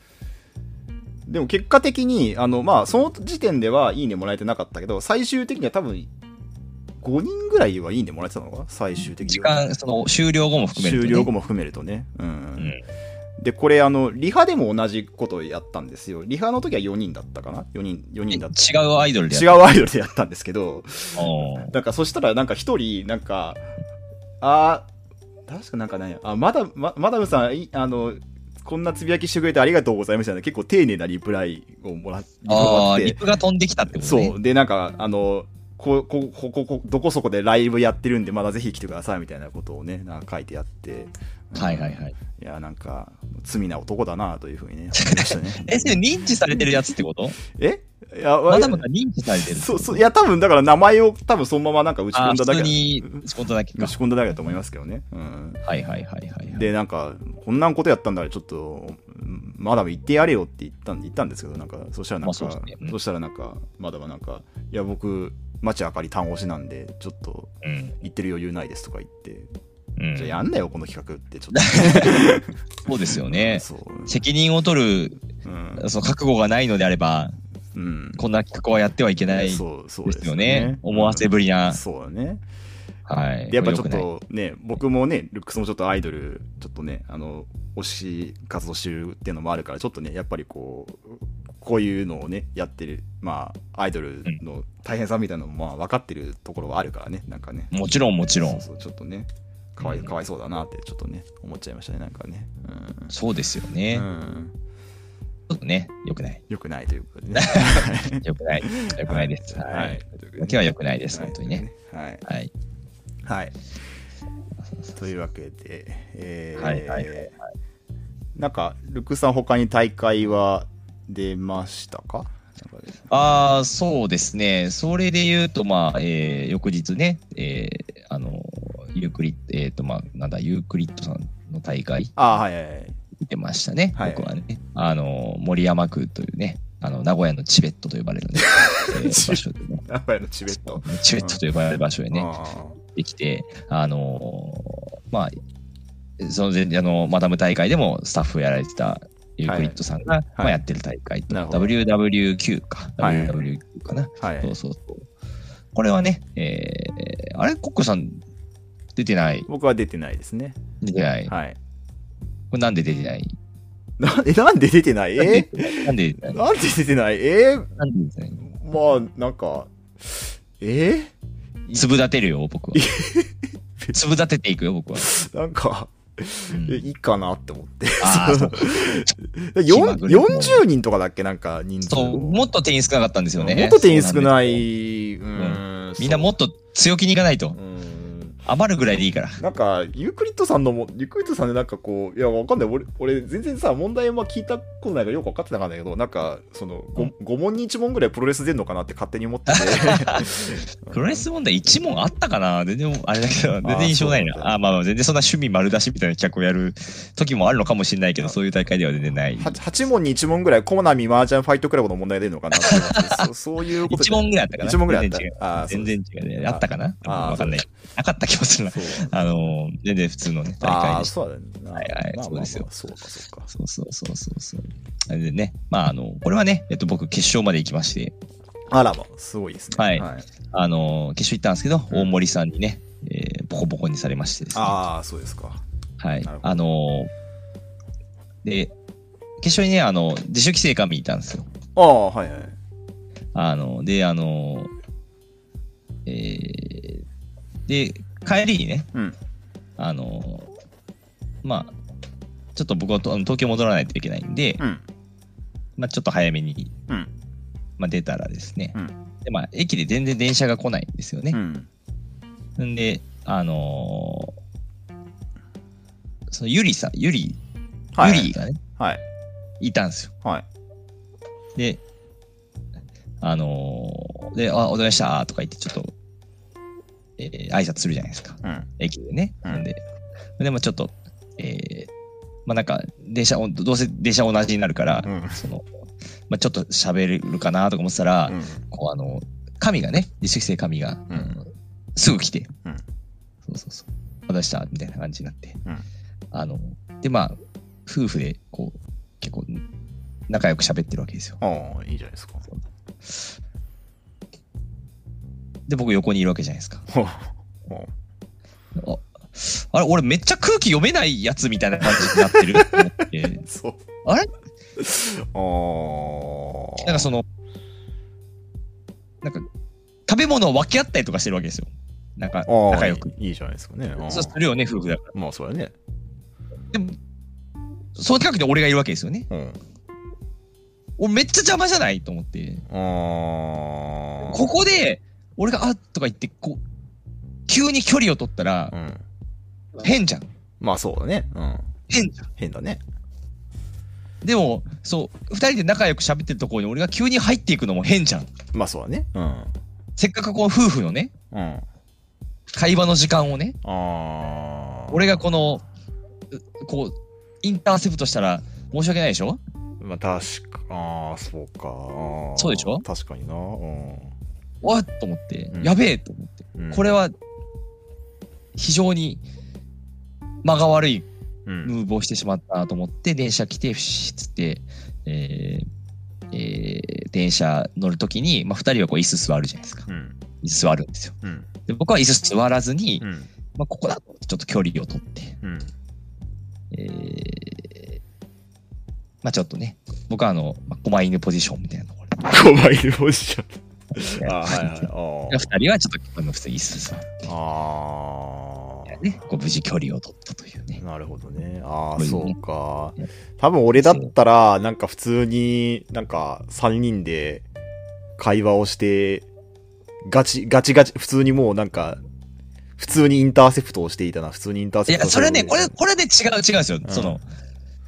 Speaker 1: でも結果的に、あの、まあ、その時点ではいいねもらえてなかったけど、最終的には多分、5人ぐらいはいいねもらえてたのかな最終的に。
Speaker 2: 時間、その、終了後も含めると、
Speaker 1: 終
Speaker 2: ね。
Speaker 1: 了後も含めるとね。うん。
Speaker 2: うん。
Speaker 1: で、これ、あの、リハでも同じことをやったんですよ。リハの時は4人だったかな ?4 人、4人だった。
Speaker 2: 違うアイドルで
Speaker 1: 違
Speaker 2: う。
Speaker 1: うアイドルでやったんですけど、
Speaker 2: おー
Speaker 1: なんかそしたらなんか一人なんかあー確かなんかねあマダママダムさんいあのこんなつぶやきしてくれてありがとうございましたね結構丁寧なリプライをもらリプ
Speaker 2: あ
Speaker 1: もら
Speaker 2: あ、
Speaker 1: っ
Speaker 2: リ
Speaker 1: て
Speaker 2: プが飛んできたってことね。
Speaker 1: そうでなんかあのこここここどこそこでライブやってるんでまだぜひ来てくださいみたいなことをねなんか書いてあって
Speaker 2: はいはいはい。
Speaker 1: いやなんか罪な男だなというふうにね思いました
Speaker 2: [LAUGHS]
Speaker 1: ね
Speaker 2: え、それ認知されてるやつっ
Speaker 1: [LAUGHS]
Speaker 2: てこと
Speaker 1: えいや
Speaker 2: まだまだ認知されてる。
Speaker 1: そうそういや多分だから名前を多分そのままなんか打ち
Speaker 2: あ
Speaker 1: 込
Speaker 2: あ、
Speaker 1: ん
Speaker 2: 普
Speaker 1: だだけだ
Speaker 2: 通に仕事だけ
Speaker 1: 打
Speaker 2: か。
Speaker 1: ち込んだだけだと思いますけどねうん
Speaker 2: はいはいはいはい。
Speaker 1: でなんかこんなんことやったんだからちょっとうんマダム言ってやれよって言ったん言ったんですけどなんかそしたらなんか、
Speaker 2: まあそうですねうん
Speaker 1: そしたらなんかマダムはなんか「いや僕町あかり単語しなんでちょっと
Speaker 2: うん。
Speaker 1: 言ってる余裕ないです」とか言って
Speaker 2: う
Speaker 1: 「じゃあ
Speaker 2: ん。
Speaker 1: やんなよこの企画」ってちょっと。
Speaker 2: そうですよね [LAUGHS]
Speaker 1: そう
Speaker 2: 責任を取る、
Speaker 1: うん、
Speaker 2: その覚悟がないのであれば、
Speaker 1: うん、
Speaker 2: [LAUGHS] こんな企画はやってはいけないで
Speaker 1: そうそうです
Speaker 2: よね。思わせぶりな。
Speaker 1: そうだね
Speaker 2: はい。
Speaker 1: でやっぱちょっ
Speaker 2: これ良くな
Speaker 1: と
Speaker 2: い。
Speaker 1: ね僕もねルックスもちょっとアイドルちょっとねあの推し活動してるっていうのもあるからちょっとねやっぱりこうこういうのをねやってるまあアイドルの大変さみたいなのもまあ分かってるところはあるからねなんかね
Speaker 2: もちろんもちろ。
Speaker 1: そうんそうちょっとねかわい
Speaker 2: うん
Speaker 1: かわいそうだなってちょっとね思っちゃいましたねなんかねうん
Speaker 2: そうですよね。
Speaker 1: う
Speaker 2: ち
Speaker 1: ん
Speaker 2: ょっとね、良くない。
Speaker 1: よくないということでね
Speaker 2: 良くない。 [LAUGHS] 良くないです。
Speaker 1: は
Speaker 2: はい
Speaker 1: とい
Speaker 2: い。
Speaker 1: うことでね
Speaker 2: だけは良くないです、本当にね。
Speaker 1: はい
Speaker 2: はい。
Speaker 1: はい。というわけで、えー
Speaker 2: はいはいはいは
Speaker 1: なんか、ルックさん、他に大会は出ましたかなんか
Speaker 2: ああ、そうですね。それで言うと、まあ、えー翌日ね、えーあの、ユークリッド、えっ、と、まあ、なんだ、ユークリッドさんの大会
Speaker 1: あーはいはいはい。
Speaker 2: 見てましたね、
Speaker 1: はい
Speaker 2: 僕はね。あの、森山区というね、あの、名古屋のチベットと呼ばれる
Speaker 1: [LAUGHS]
Speaker 2: ね、えー場所でね。
Speaker 1: 名古屋のチベット。
Speaker 2: チベットと呼ばれる場所でね、
Speaker 1: あー
Speaker 2: できて、あのーまあ、その前あの、マダム大会でもスタッフやられてたユークリッドさんが、まあ、やってる大会と、
Speaker 1: なるほど
Speaker 2: WWQ か、
Speaker 1: はい
Speaker 2: WWQ かな。
Speaker 1: はい。
Speaker 2: そうそうそう。これはね、えー、あれコックさん、出てない。
Speaker 1: 僕は出てないですね。
Speaker 2: 出てない。こ
Speaker 1: はい。
Speaker 2: れなんで出てない
Speaker 1: な [LAUGHS] えなんで出てないえ
Speaker 2: なんで出てない
Speaker 1: なんで出てないえー
Speaker 2: なんで出てない
Speaker 1: まあ、なんか、え
Speaker 2: 粒立てるよ、
Speaker 1: [LAUGHS]
Speaker 2: 僕は。粒立てていくよ、僕は。
Speaker 1: ーなんか、
Speaker 2: うん
Speaker 1: えいいかなって思って。
Speaker 2: ああ、そう
Speaker 1: よん
Speaker 2: 気まぐれも
Speaker 1: 40人とかだっけなんか、人数。
Speaker 2: そう、もっと店員少なかったんですよね。
Speaker 1: もっと店員少
Speaker 2: い。
Speaker 1: ない。うん
Speaker 2: みんなもっと強気にいかないと
Speaker 1: う。ん
Speaker 2: 余るぐらいでいいから。
Speaker 1: なんか、ユークリッドさんのも、ユークリッドさんでなんかこう、いや、わかんない。俺、俺全然さ、問題は聞いたことないからよくわかってなかったんだけど、なんか、その、
Speaker 2: う
Speaker 1: 5, 問に1問ぐらいプロレス出んのかなって勝手に思って
Speaker 2: [LAUGHS]
Speaker 1: て。
Speaker 2: プロレス問題1問あったかな全然、あれだけど、全
Speaker 1: あー
Speaker 2: 然印象ない
Speaker 1: そうなん
Speaker 2: な。
Speaker 1: だ
Speaker 2: あーまあまあ、全然そんな趣味丸出しみたいな企画をやる時もあるのかもしれないけど、そういう大会では全然ない。
Speaker 1: 8, 問に1問ぐらい、コナミマージャンファイトクラブの問題出んのかなって思ってそそういうこと
Speaker 2: 一問ぐらいあったかな
Speaker 1: 1問ぐらい
Speaker 2: 全然違う
Speaker 1: あった。あーそう
Speaker 2: 全然違うね。
Speaker 1: あ
Speaker 2: あったかな
Speaker 1: あー
Speaker 2: わかんない
Speaker 1: そ。
Speaker 2: なかった気もするな。
Speaker 1: そう
Speaker 2: あのー、全然普通のね、大
Speaker 1: あ
Speaker 2: 会
Speaker 1: あ、
Speaker 2: でした。
Speaker 1: そうだね。な
Speaker 2: はいはい
Speaker 1: まあまあまあ
Speaker 2: そうですよ
Speaker 1: そうか、そうか。
Speaker 2: そうそうそうそうそう。あれでね、まああの、これはね、えっと僕決勝まで行きまして、
Speaker 1: あらま、すごいですね。
Speaker 2: はい
Speaker 1: はい、
Speaker 2: あのー、決勝行ったんですけど、
Speaker 1: うん
Speaker 2: 大森さんにね、えーボコボコにされましてですね。は
Speaker 1: ああ、そうですか。
Speaker 2: い
Speaker 1: なるほ。ど
Speaker 2: あのー、で、決勝にね、あの、自主規制官見にいたんですよ。
Speaker 1: ああ、はいはい。
Speaker 2: あの、で、あのー、えー、で、帰りにね、
Speaker 1: うん。
Speaker 2: あのまあ、ちょっと僕はとあの東京戻らないといけないんで、
Speaker 1: うん。
Speaker 2: まあ、ちょっと早めに、
Speaker 1: うん。
Speaker 2: まあ、出たらですね、
Speaker 1: うん
Speaker 2: でまあ、駅で全然電車が来ないんですよ
Speaker 1: う
Speaker 2: ね。
Speaker 1: ん。
Speaker 2: んで、あのーそのゆりさん、ゆり、
Speaker 1: はい
Speaker 2: ゆりがね、
Speaker 1: はい。
Speaker 2: いたんですよ。
Speaker 1: はい。
Speaker 2: で、あのーで、あ、お疲れ様でしたとか言って、ちょっと、えー挨拶するじゃないですか。
Speaker 1: うん。
Speaker 2: 駅でね。
Speaker 1: うん
Speaker 2: なんで、でもちょっと、えーまあなんか、電車、どうせ電車同じになるから、
Speaker 1: うん
Speaker 2: その、まあちょっと喋るかなとか思ってたら、こうあの、神がね、自主規制神が、
Speaker 1: うん
Speaker 2: すぐ来て、
Speaker 1: うん
Speaker 2: そうそうそう、私したみたいな感じになって、
Speaker 1: うん
Speaker 2: あの、で、まあ、夫婦で、こう、結構、仲良く喋ってるわけですよ。
Speaker 1: ああ、いいじゃないですか。
Speaker 2: で、僕横にいるわけじゃないですか。
Speaker 1: ほうほ
Speaker 2: ああれ、俺めっちゃ空気読めないやつみたいな感じになってると
Speaker 1: [LAUGHS]
Speaker 2: 思って
Speaker 1: うそう。
Speaker 2: あれ
Speaker 1: ああ。
Speaker 2: なんかその、なんか、食べ物を分け合ったりとかしてるわけですよ。なんか、
Speaker 1: ああ
Speaker 2: 仲良く。
Speaker 1: いいいいじゃないですかね。ああ
Speaker 2: そうするよね、夫婦だから。
Speaker 1: まあ、そうやね。
Speaker 2: でも、そう近くに俺がいるわけですよね。
Speaker 1: うん。
Speaker 2: 俺めっちゃ邪魔じゃないと思って。
Speaker 1: ああ。
Speaker 2: ここで、俺が、あとか言って、こう、急に距離を取ったら
Speaker 1: う、ん。
Speaker 2: 変じゃん。
Speaker 1: まあ、そうだね。うん。
Speaker 2: 変じゃん。
Speaker 1: 変だね。
Speaker 2: でも、そう、二人で仲良く喋ってるところに俺が急に入っていくのも変じゃん。
Speaker 1: まあ、そうだね。うん。
Speaker 2: せっかくこう、夫婦のね、
Speaker 1: うん。あ
Speaker 2: 会話の時間をね、
Speaker 1: あ。
Speaker 2: 俺がこの、うこう、インターセプトしたら申し訳ないでしょ
Speaker 1: まあ、確か、ああ、そうか。ああ
Speaker 2: そうでしょ
Speaker 1: 確かにな。うん。
Speaker 2: わっと思って、
Speaker 1: うん
Speaker 2: やべえと思って。
Speaker 1: うん
Speaker 2: これ、は、非常に間が悪い
Speaker 1: うん。
Speaker 2: ムーブをしてしまったなと思って、電車来て、ふしっつって、えーえー電車乗るときに、まあ、二人はこう椅子座るじゃないですか。
Speaker 1: うん。
Speaker 2: 椅子座るんですよ。
Speaker 1: うん。
Speaker 2: で僕は椅子座らずに、
Speaker 1: うん。
Speaker 2: まあ、ここだとちょっと距離を取って、
Speaker 1: うん。
Speaker 2: えーまあちょっとね、僕はあの、まあ、狛犬ポジションみたいなところで [LAUGHS]
Speaker 1: 5倍で落ちちゃった。ああ、はい
Speaker 2: で
Speaker 1: はい。ああ
Speaker 2: 二人はちょっとあの普通に椅子座って、
Speaker 1: ああ、
Speaker 2: ね、こう無事距離を取ったというね。
Speaker 1: なるほどね。ああ、
Speaker 2: そう
Speaker 1: そ
Speaker 2: いう
Speaker 1: うか
Speaker 2: ね。
Speaker 1: 多分俺だったら、なんか普通になんか3人で会話をして、ガチ、ガチガチ、普通にもうなんか、普通にインターセプトをしていたな、普通にインター
Speaker 2: い
Speaker 1: セプ
Speaker 2: や、
Speaker 1: トを
Speaker 2: それはね、
Speaker 1: して
Speaker 2: こ
Speaker 1: い
Speaker 2: れ、
Speaker 1: た
Speaker 2: これで違う、違うんですよ。
Speaker 1: ん
Speaker 2: その、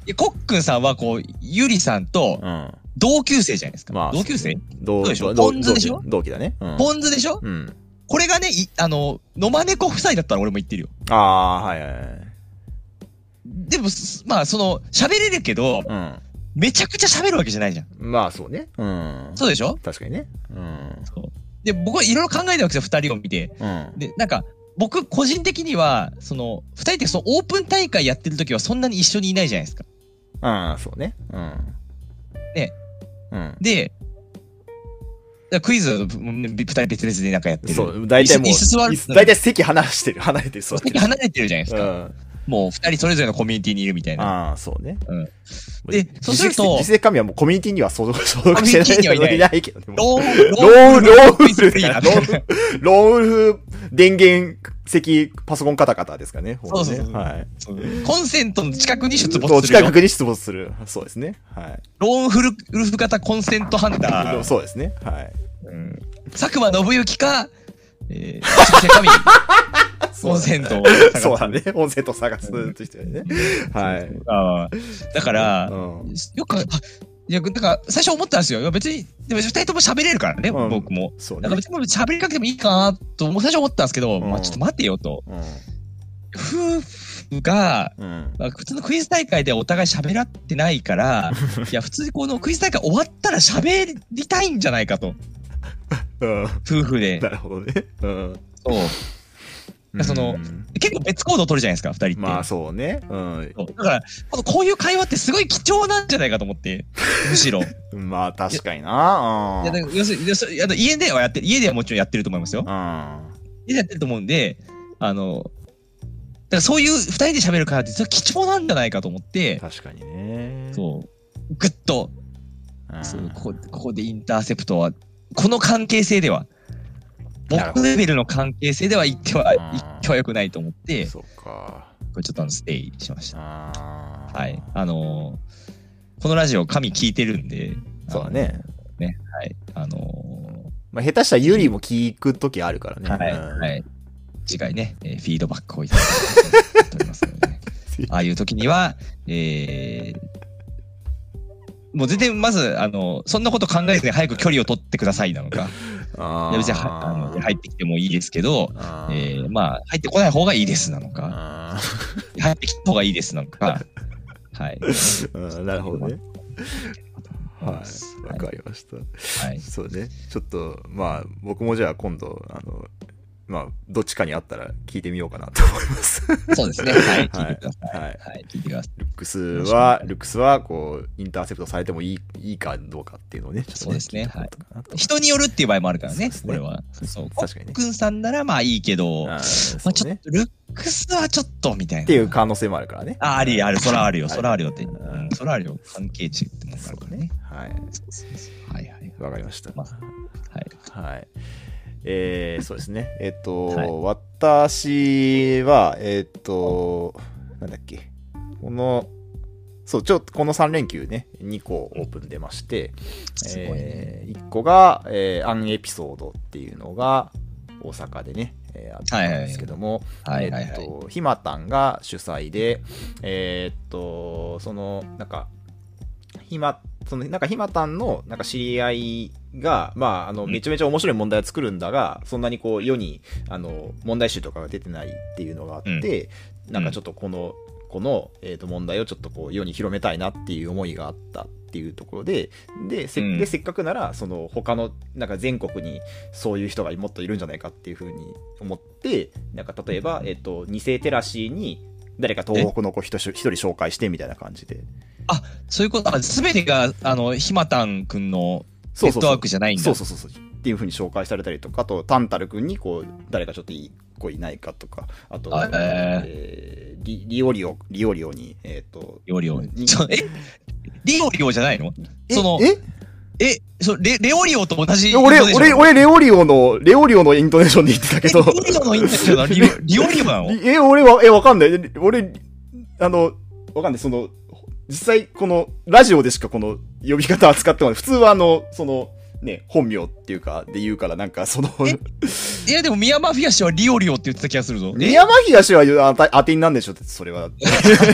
Speaker 2: いやコックンさんはこう、ゆりさんと
Speaker 1: うん。
Speaker 2: 同級生じゃないですか。
Speaker 1: まあ
Speaker 2: 同級生
Speaker 1: 同
Speaker 2: そうでしょ
Speaker 1: 同
Speaker 2: ポン酢でしょ
Speaker 1: 同期同期だね。うん。
Speaker 2: ポン酢でしょ
Speaker 1: うん。
Speaker 2: これがね、いあの、野間猫夫妻だったら俺も言ってるよ。
Speaker 1: ああ、はいはいはい。
Speaker 2: でも、すまあ、その、喋れるけど、
Speaker 1: うん。
Speaker 2: めちゃくちゃ喋るわけじゃないじゃん。
Speaker 1: まあそうね。うん。
Speaker 2: そうでしょ
Speaker 1: 確かにね。うん。
Speaker 2: で、僕はいろいろ考えたわけですよ、二人を見て。
Speaker 1: うん。
Speaker 2: で、なんか、僕個人的には、その、二人ってそのオープン大会やってる時はそんなに一緒にいないじゃないですか。
Speaker 1: ああ、そうね。うん。
Speaker 2: ね。
Speaker 1: うん。
Speaker 2: で、だからクイズはうん二人別々でなんかやってる。
Speaker 1: そう、大体もう、
Speaker 2: 椅子座る
Speaker 1: 椅子大体席離してる、離れてる、座って
Speaker 2: 席
Speaker 1: る。
Speaker 2: 離れてるじゃないです
Speaker 1: う
Speaker 2: か。
Speaker 1: ん。
Speaker 2: もう二人それぞれのコミュニティにいるみたいな。
Speaker 1: ああ、そうね。
Speaker 2: うん
Speaker 1: もう
Speaker 2: でそうすると
Speaker 1: 実績実績神はもうコミュニティには所属所属してない
Speaker 2: コミュニティにはいない
Speaker 1: ないけどね。もう
Speaker 2: ロー、
Speaker 1: ロール、ロ
Speaker 2: クイ
Speaker 1: ー
Speaker 2: ズ
Speaker 1: ル
Speaker 2: フリーだ
Speaker 1: ロール、ロール電源席パソコンカタカタですかね。ほんとね
Speaker 2: そうそうそう
Speaker 1: はい。
Speaker 2: コンセントの近くに出
Speaker 1: そ
Speaker 2: 没
Speaker 1: う
Speaker 2: するよ
Speaker 1: 近。くに出没する。そうですね。はい。
Speaker 2: ローンフルウルフ型コンセントハンタ
Speaker 1: でも
Speaker 2: ー。
Speaker 1: そうですね。はい。
Speaker 2: うん佐久間信行か、えー、関
Speaker 1: [LAUGHS]
Speaker 2: 神、コンセントを探す。
Speaker 1: そうだね。音声と探すとしてね。はい。
Speaker 2: あーだから
Speaker 1: う、ん。
Speaker 2: よく、あいや、だから、最初思ったんですよ。いや別に、でも二人とも喋れるからね、
Speaker 1: うん
Speaker 2: 僕も。
Speaker 1: そう
Speaker 2: だ
Speaker 1: ね
Speaker 2: から。別に喋りかけてもいいかなと、もう最初思ったんですけど、
Speaker 1: ん
Speaker 2: まあちょっと待てよと。
Speaker 1: うん。
Speaker 2: 夫婦が、
Speaker 1: うん。
Speaker 2: まあ普通のクイズ大会でお互い喋らってないから、
Speaker 1: [LAUGHS]
Speaker 2: いや、普通にこのクイズ大会終わったら喋りたいんじゃないかと。
Speaker 1: うん。
Speaker 2: 夫
Speaker 1: [LAUGHS]
Speaker 2: 婦で。
Speaker 1: なるほどね。うん。
Speaker 2: そうその
Speaker 1: うん
Speaker 2: 結構別行動を取るじゃないですか、二人って。
Speaker 1: まあそうね。うん。
Speaker 2: そうだから、このこういう会話ってすごい貴重なんじゃないかと思って、
Speaker 1: [LAUGHS]
Speaker 2: むしろ。い
Speaker 1: まあ確かにな。
Speaker 2: やだ
Speaker 1: う
Speaker 2: から要するに要するにあの家ではやってる、家ではもちろんやってると思いますよ。
Speaker 1: ん。
Speaker 2: 家でやってると思うんで、あの、だからそういう二人で喋る会話ってそれ貴重なんじゃないかと思って、
Speaker 1: 確かにね。
Speaker 2: そう、ぐっと、
Speaker 1: うん。
Speaker 2: そうここここでインターセプトは、この関係性では、
Speaker 1: なるほ
Speaker 2: 僕
Speaker 1: ど
Speaker 2: レベルの関係性では言っては、
Speaker 1: うん
Speaker 2: 言っては良くないと思って、
Speaker 1: そうか。
Speaker 2: これちょっとあのステイしました。
Speaker 1: あー
Speaker 2: はい。あのーこのラジオ、神聞いてるんで。
Speaker 1: そうだね。
Speaker 2: はい。あの
Speaker 1: まあ下手したらユリも聞くときあるからね。
Speaker 2: ーはい。
Speaker 1: うん
Speaker 2: はい。次回ね、えーフィードバックをいただきたいと思いますの
Speaker 1: [LAUGHS]
Speaker 2: で、ね、ああいう時には、えーもう全然まず、あの、そんなこと考えずに早く距離を取ってくださいなのか、
Speaker 1: あー
Speaker 2: いや別にはあの入ってきてもいいですけど、
Speaker 1: あー
Speaker 2: えーまあ、入ってこない方がいいですなのか、
Speaker 1: あ
Speaker 2: 入ってきた方がいいですな
Speaker 1: [LAUGHS]
Speaker 2: のか、はい。
Speaker 1: ーうんなるほ
Speaker 2: [LAUGHS]
Speaker 1: どね。はい。わかりました。
Speaker 2: はい。
Speaker 1: そうね。ちょっと、まあ、僕もじゃあ今度、あの、まあ、どっちかにあったら聞いてみようかなと思います。
Speaker 2: そうですね。はい。
Speaker 1: はい
Speaker 2: 聞いてください。
Speaker 1: はい
Speaker 2: はい。聞いてください。
Speaker 1: ルックスは、ルックスは、こう、インターセプトされてもいいいいかどうかっていうのをね、ちょっとね
Speaker 2: そうですね
Speaker 1: 聞いてもらおうかなと
Speaker 2: 人によるっていう場合もあるから
Speaker 1: そう
Speaker 2: ね
Speaker 1: で、すね
Speaker 2: これは。そう。
Speaker 1: 確かにね
Speaker 2: コックンさんならまあいいけど、
Speaker 1: あ
Speaker 2: ま
Speaker 1: ー
Speaker 2: あ
Speaker 1: そ
Speaker 2: ち
Speaker 1: う
Speaker 2: ょっ
Speaker 1: ね。
Speaker 2: とルックスはちょっとみたいな。
Speaker 1: っていう可能性もあるからね。
Speaker 2: あ、あり、ある、そらあるよ、
Speaker 1: はい
Speaker 2: そらあるよって。
Speaker 1: ん
Speaker 2: うんそらあるよ、関係値ってもんがあ
Speaker 1: そ
Speaker 2: るか
Speaker 1: う
Speaker 2: ら
Speaker 1: ね
Speaker 2: ね。。
Speaker 1: はい。
Speaker 2: そうそうそうはいはい。
Speaker 1: わかりました。
Speaker 2: まはい。
Speaker 1: はい。えーそうですね。えっ、と、
Speaker 2: はい
Speaker 1: 私は、えっ、と、なんだっけ。この、そう、ちょっとこの3連休ね、2個オープン出まして、
Speaker 2: すごいね。
Speaker 1: え1個が、えーアンエピソードっていうのが、大阪でね、えーあったんですけども、
Speaker 2: はいはいは
Speaker 1: え
Speaker 2: い。
Speaker 1: っと、ひまたんが主催で、えーっと、その、なんか、ひま、その、なんかひまたんの、なんか知り合いが、まあ、あの、
Speaker 2: うん
Speaker 1: めちゃめちゃ面白い問題を作るんだが、そんなにこう、世に、あの、問題集とかが出てないっていうのがあって、なんかちょっとこの、この、えーっと、問題をちょっとこう、世に広めたいなっていう思いがあったっていうところで、で、せ,、
Speaker 2: うん
Speaker 1: でせっかくなら、その、他の、なんか全国にそういう人がもっといるんじゃないかっていうふうに思って、なんか例えば、えっと、二世テラシーに誰か東北の子一人一人紹介してみたいな感じで。
Speaker 2: そういうこと、あ、すべてが、あの、ひまたんくんの
Speaker 1: そ
Speaker 2: ネ
Speaker 1: うそう
Speaker 2: ット
Speaker 1: そ
Speaker 2: ワー
Speaker 1: う。
Speaker 2: クじゃないんだ。
Speaker 1: そうそうそうそう。っていうふうに紹介されたりとか、あと、タンタル君に、こう、誰かちょっといい子いないかとか、あと、
Speaker 2: あ
Speaker 1: えーリリオリオ、リオリオに、えっ、と、
Speaker 2: 料理を。
Speaker 1: に
Speaker 2: ちょ、えリオリオじゃないのその、
Speaker 1: え
Speaker 2: え、そうレ、レオリオと同じ
Speaker 1: え俺、
Speaker 2: イントネーシ
Speaker 1: 俺、
Speaker 2: ョン
Speaker 1: 俺、レオリオの、レオリオのイントネーションで言ってたけど。
Speaker 2: えリオリオのインタビューなの
Speaker 1: [LAUGHS]
Speaker 2: リオリオリオなの
Speaker 1: え、俺は、え、わかんない。俺、あの、わかんない。その、実際、この、ラジオでしかこの呼び方は使ってもない。普通は、あの、その、ね、本名っていうか、で言うから、なんか、その、 [LAUGHS]
Speaker 2: えいや、でも、ミヤマフィア氏はリオリオって言ってた気がするぞ。
Speaker 1: 宮間東はあた当てになんでしょって、それは。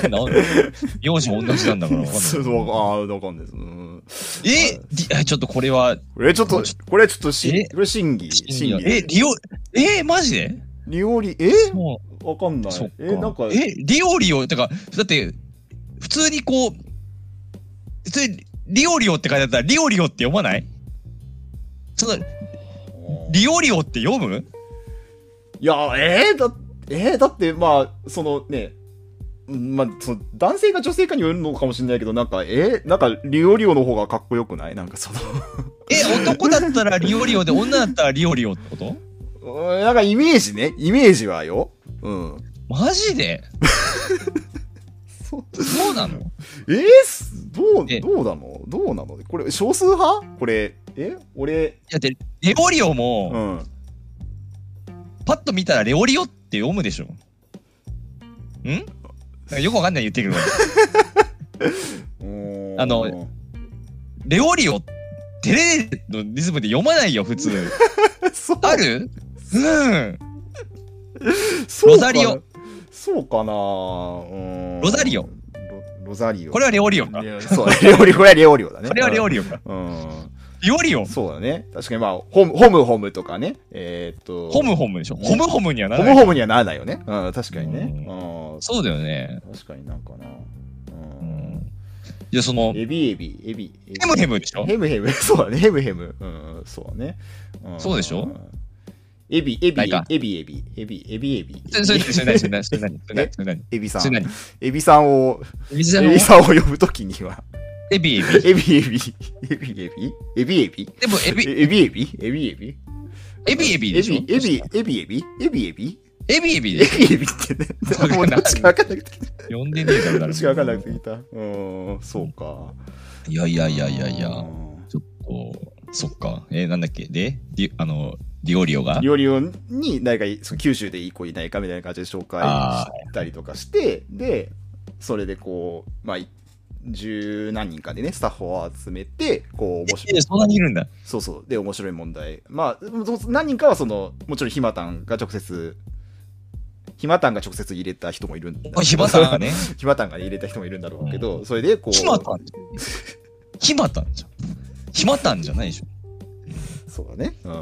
Speaker 2: えなんで
Speaker 1: [LAUGHS]
Speaker 2: 名字も同じなんだからわかん
Speaker 1: そう
Speaker 2: ない。
Speaker 1: あーわかんないです。うん
Speaker 2: えリあちょっとこれは、
Speaker 1: これちょっと、これちょっとし
Speaker 2: え、
Speaker 1: これ審議、審議。
Speaker 2: え、リオ、えマジで
Speaker 1: リオリ、え
Speaker 2: もう
Speaker 1: わかんな
Speaker 2: そっ
Speaker 1: い
Speaker 2: か。。
Speaker 1: え、なんか、
Speaker 2: え、リオリオ、だから、だって、普通にこう、普通にリオリオって書いてあったら、リオリオって読まないその、リオリオって読む
Speaker 1: いや、えー、だ、えー、だって、まあ、そのね、うんまあ、その男性か女性かによるのかもしれないけど、なんか、えー、なんか、リオリオの方がかっこよくないなんかそ
Speaker 2: え、男だったらリオリオで、女だったらリオリオってこと
Speaker 1: の、 [LAUGHS] うんなんかイメージね、イメージはよ。うん。
Speaker 2: マ
Speaker 1: [LAUGHS]
Speaker 2: ジで
Speaker 1: そう
Speaker 2: そうなの
Speaker 1: えー、すどう、
Speaker 2: え
Speaker 1: どうなのどうなのこれ、少数派これ、え俺、
Speaker 2: だって、レオリオも、
Speaker 1: うん。
Speaker 2: パッと見たらレオリオって読むでしょ。んなんかよくわかんない言ってるけど、
Speaker 1: [LAUGHS] うー [LAUGHS] ん
Speaker 2: あのレオリオ、テレレのリズムで読まないよ、
Speaker 1: [LAUGHS]
Speaker 2: 普通。
Speaker 1: そう
Speaker 2: あるうん。
Speaker 1: そうかな
Speaker 2: ロザリオ。
Speaker 1: そうかなうん
Speaker 2: ロザリオ
Speaker 1: ロ。ロザリオ。
Speaker 2: これはレオリオか
Speaker 1: い。やそう、 [LAUGHS] 料理、これは料理だね。
Speaker 2: これはレオ
Speaker 1: 理。
Speaker 2: リオか。
Speaker 1: うん。
Speaker 2: レオリオ、
Speaker 1: そうだね。確かにまあ、ホム、ホムホムとかね。えーっと。
Speaker 2: ホムホムでしょ。ホムホムにはな
Speaker 1: ホ
Speaker 2: ら
Speaker 1: ム
Speaker 2: ない。
Speaker 1: ホムにはならないよね。うん、確かにね。う
Speaker 2: そうだよね。
Speaker 1: ん。確かになんかな。
Speaker 2: う
Speaker 1: うん。
Speaker 2: ん。いや、その、
Speaker 1: エビエビ、エビ。エビ
Speaker 2: ヘムヘムでしょ
Speaker 1: ヘムヘム。 [LAUGHS] そうだね。ヘムヘム。うん、そうだね。ん
Speaker 2: そうでしょ
Speaker 1: エビ、エビ
Speaker 2: ないか、
Speaker 1: エビ、エビ、エビ、エビ、エビ。
Speaker 2: それ、それ、それ何、それ何、それ何、それ何、それ何、
Speaker 1: エビさ
Speaker 2: それ
Speaker 1: ん。
Speaker 2: 何、
Speaker 1: エビさんを、
Speaker 2: 水
Speaker 1: エ
Speaker 2: じゃの
Speaker 1: ビさんを呼ぶときには、
Speaker 2: エビエビ。
Speaker 1: エビ、エビ、エビ、エビ、エビ、エビ、
Speaker 2: でも、エビ、
Speaker 1: エビ、エビ、エビ、エビ。
Speaker 2: エビエビでしょ
Speaker 1: エビ、エビ、エビ、エビ、エビ、
Speaker 2: エビエビ
Speaker 1: エ
Speaker 2: でし
Speaker 1: ビ、エビってね。もうなんかわかんなくてきた。
Speaker 2: ょ。呼んでねえだろ、
Speaker 1: [LAUGHS]
Speaker 2: 誰
Speaker 1: し
Speaker 2: も
Speaker 1: かわかんなくてきた。うーん、そうか。
Speaker 2: いやいやいやいやいうや。
Speaker 1: ん
Speaker 2: ちょっと、そっか。えーなんだっけで、リあの、リオリオが
Speaker 1: 料理をに、誰かい、その九州でいい子いないかみたいな感じで紹介したりとかして、で、それでこう、まあ、十何人かでね、スタッフを集めて、こう、面白い
Speaker 2: え。そんなにいるんだ。
Speaker 1: そうそう。で、面白い問題。まあ、そ何人かはその、もちろんひまたんが直接、ひまたんが直接入れた人もいるんだ
Speaker 2: あ、ひまたんがね。
Speaker 1: [LAUGHS] ひまたんが入れた人もいるんだろうけど、それでこう。
Speaker 2: ひまたんひまたんじゃん。ひまたんじゃないでしょ。
Speaker 1: そうだね。うん。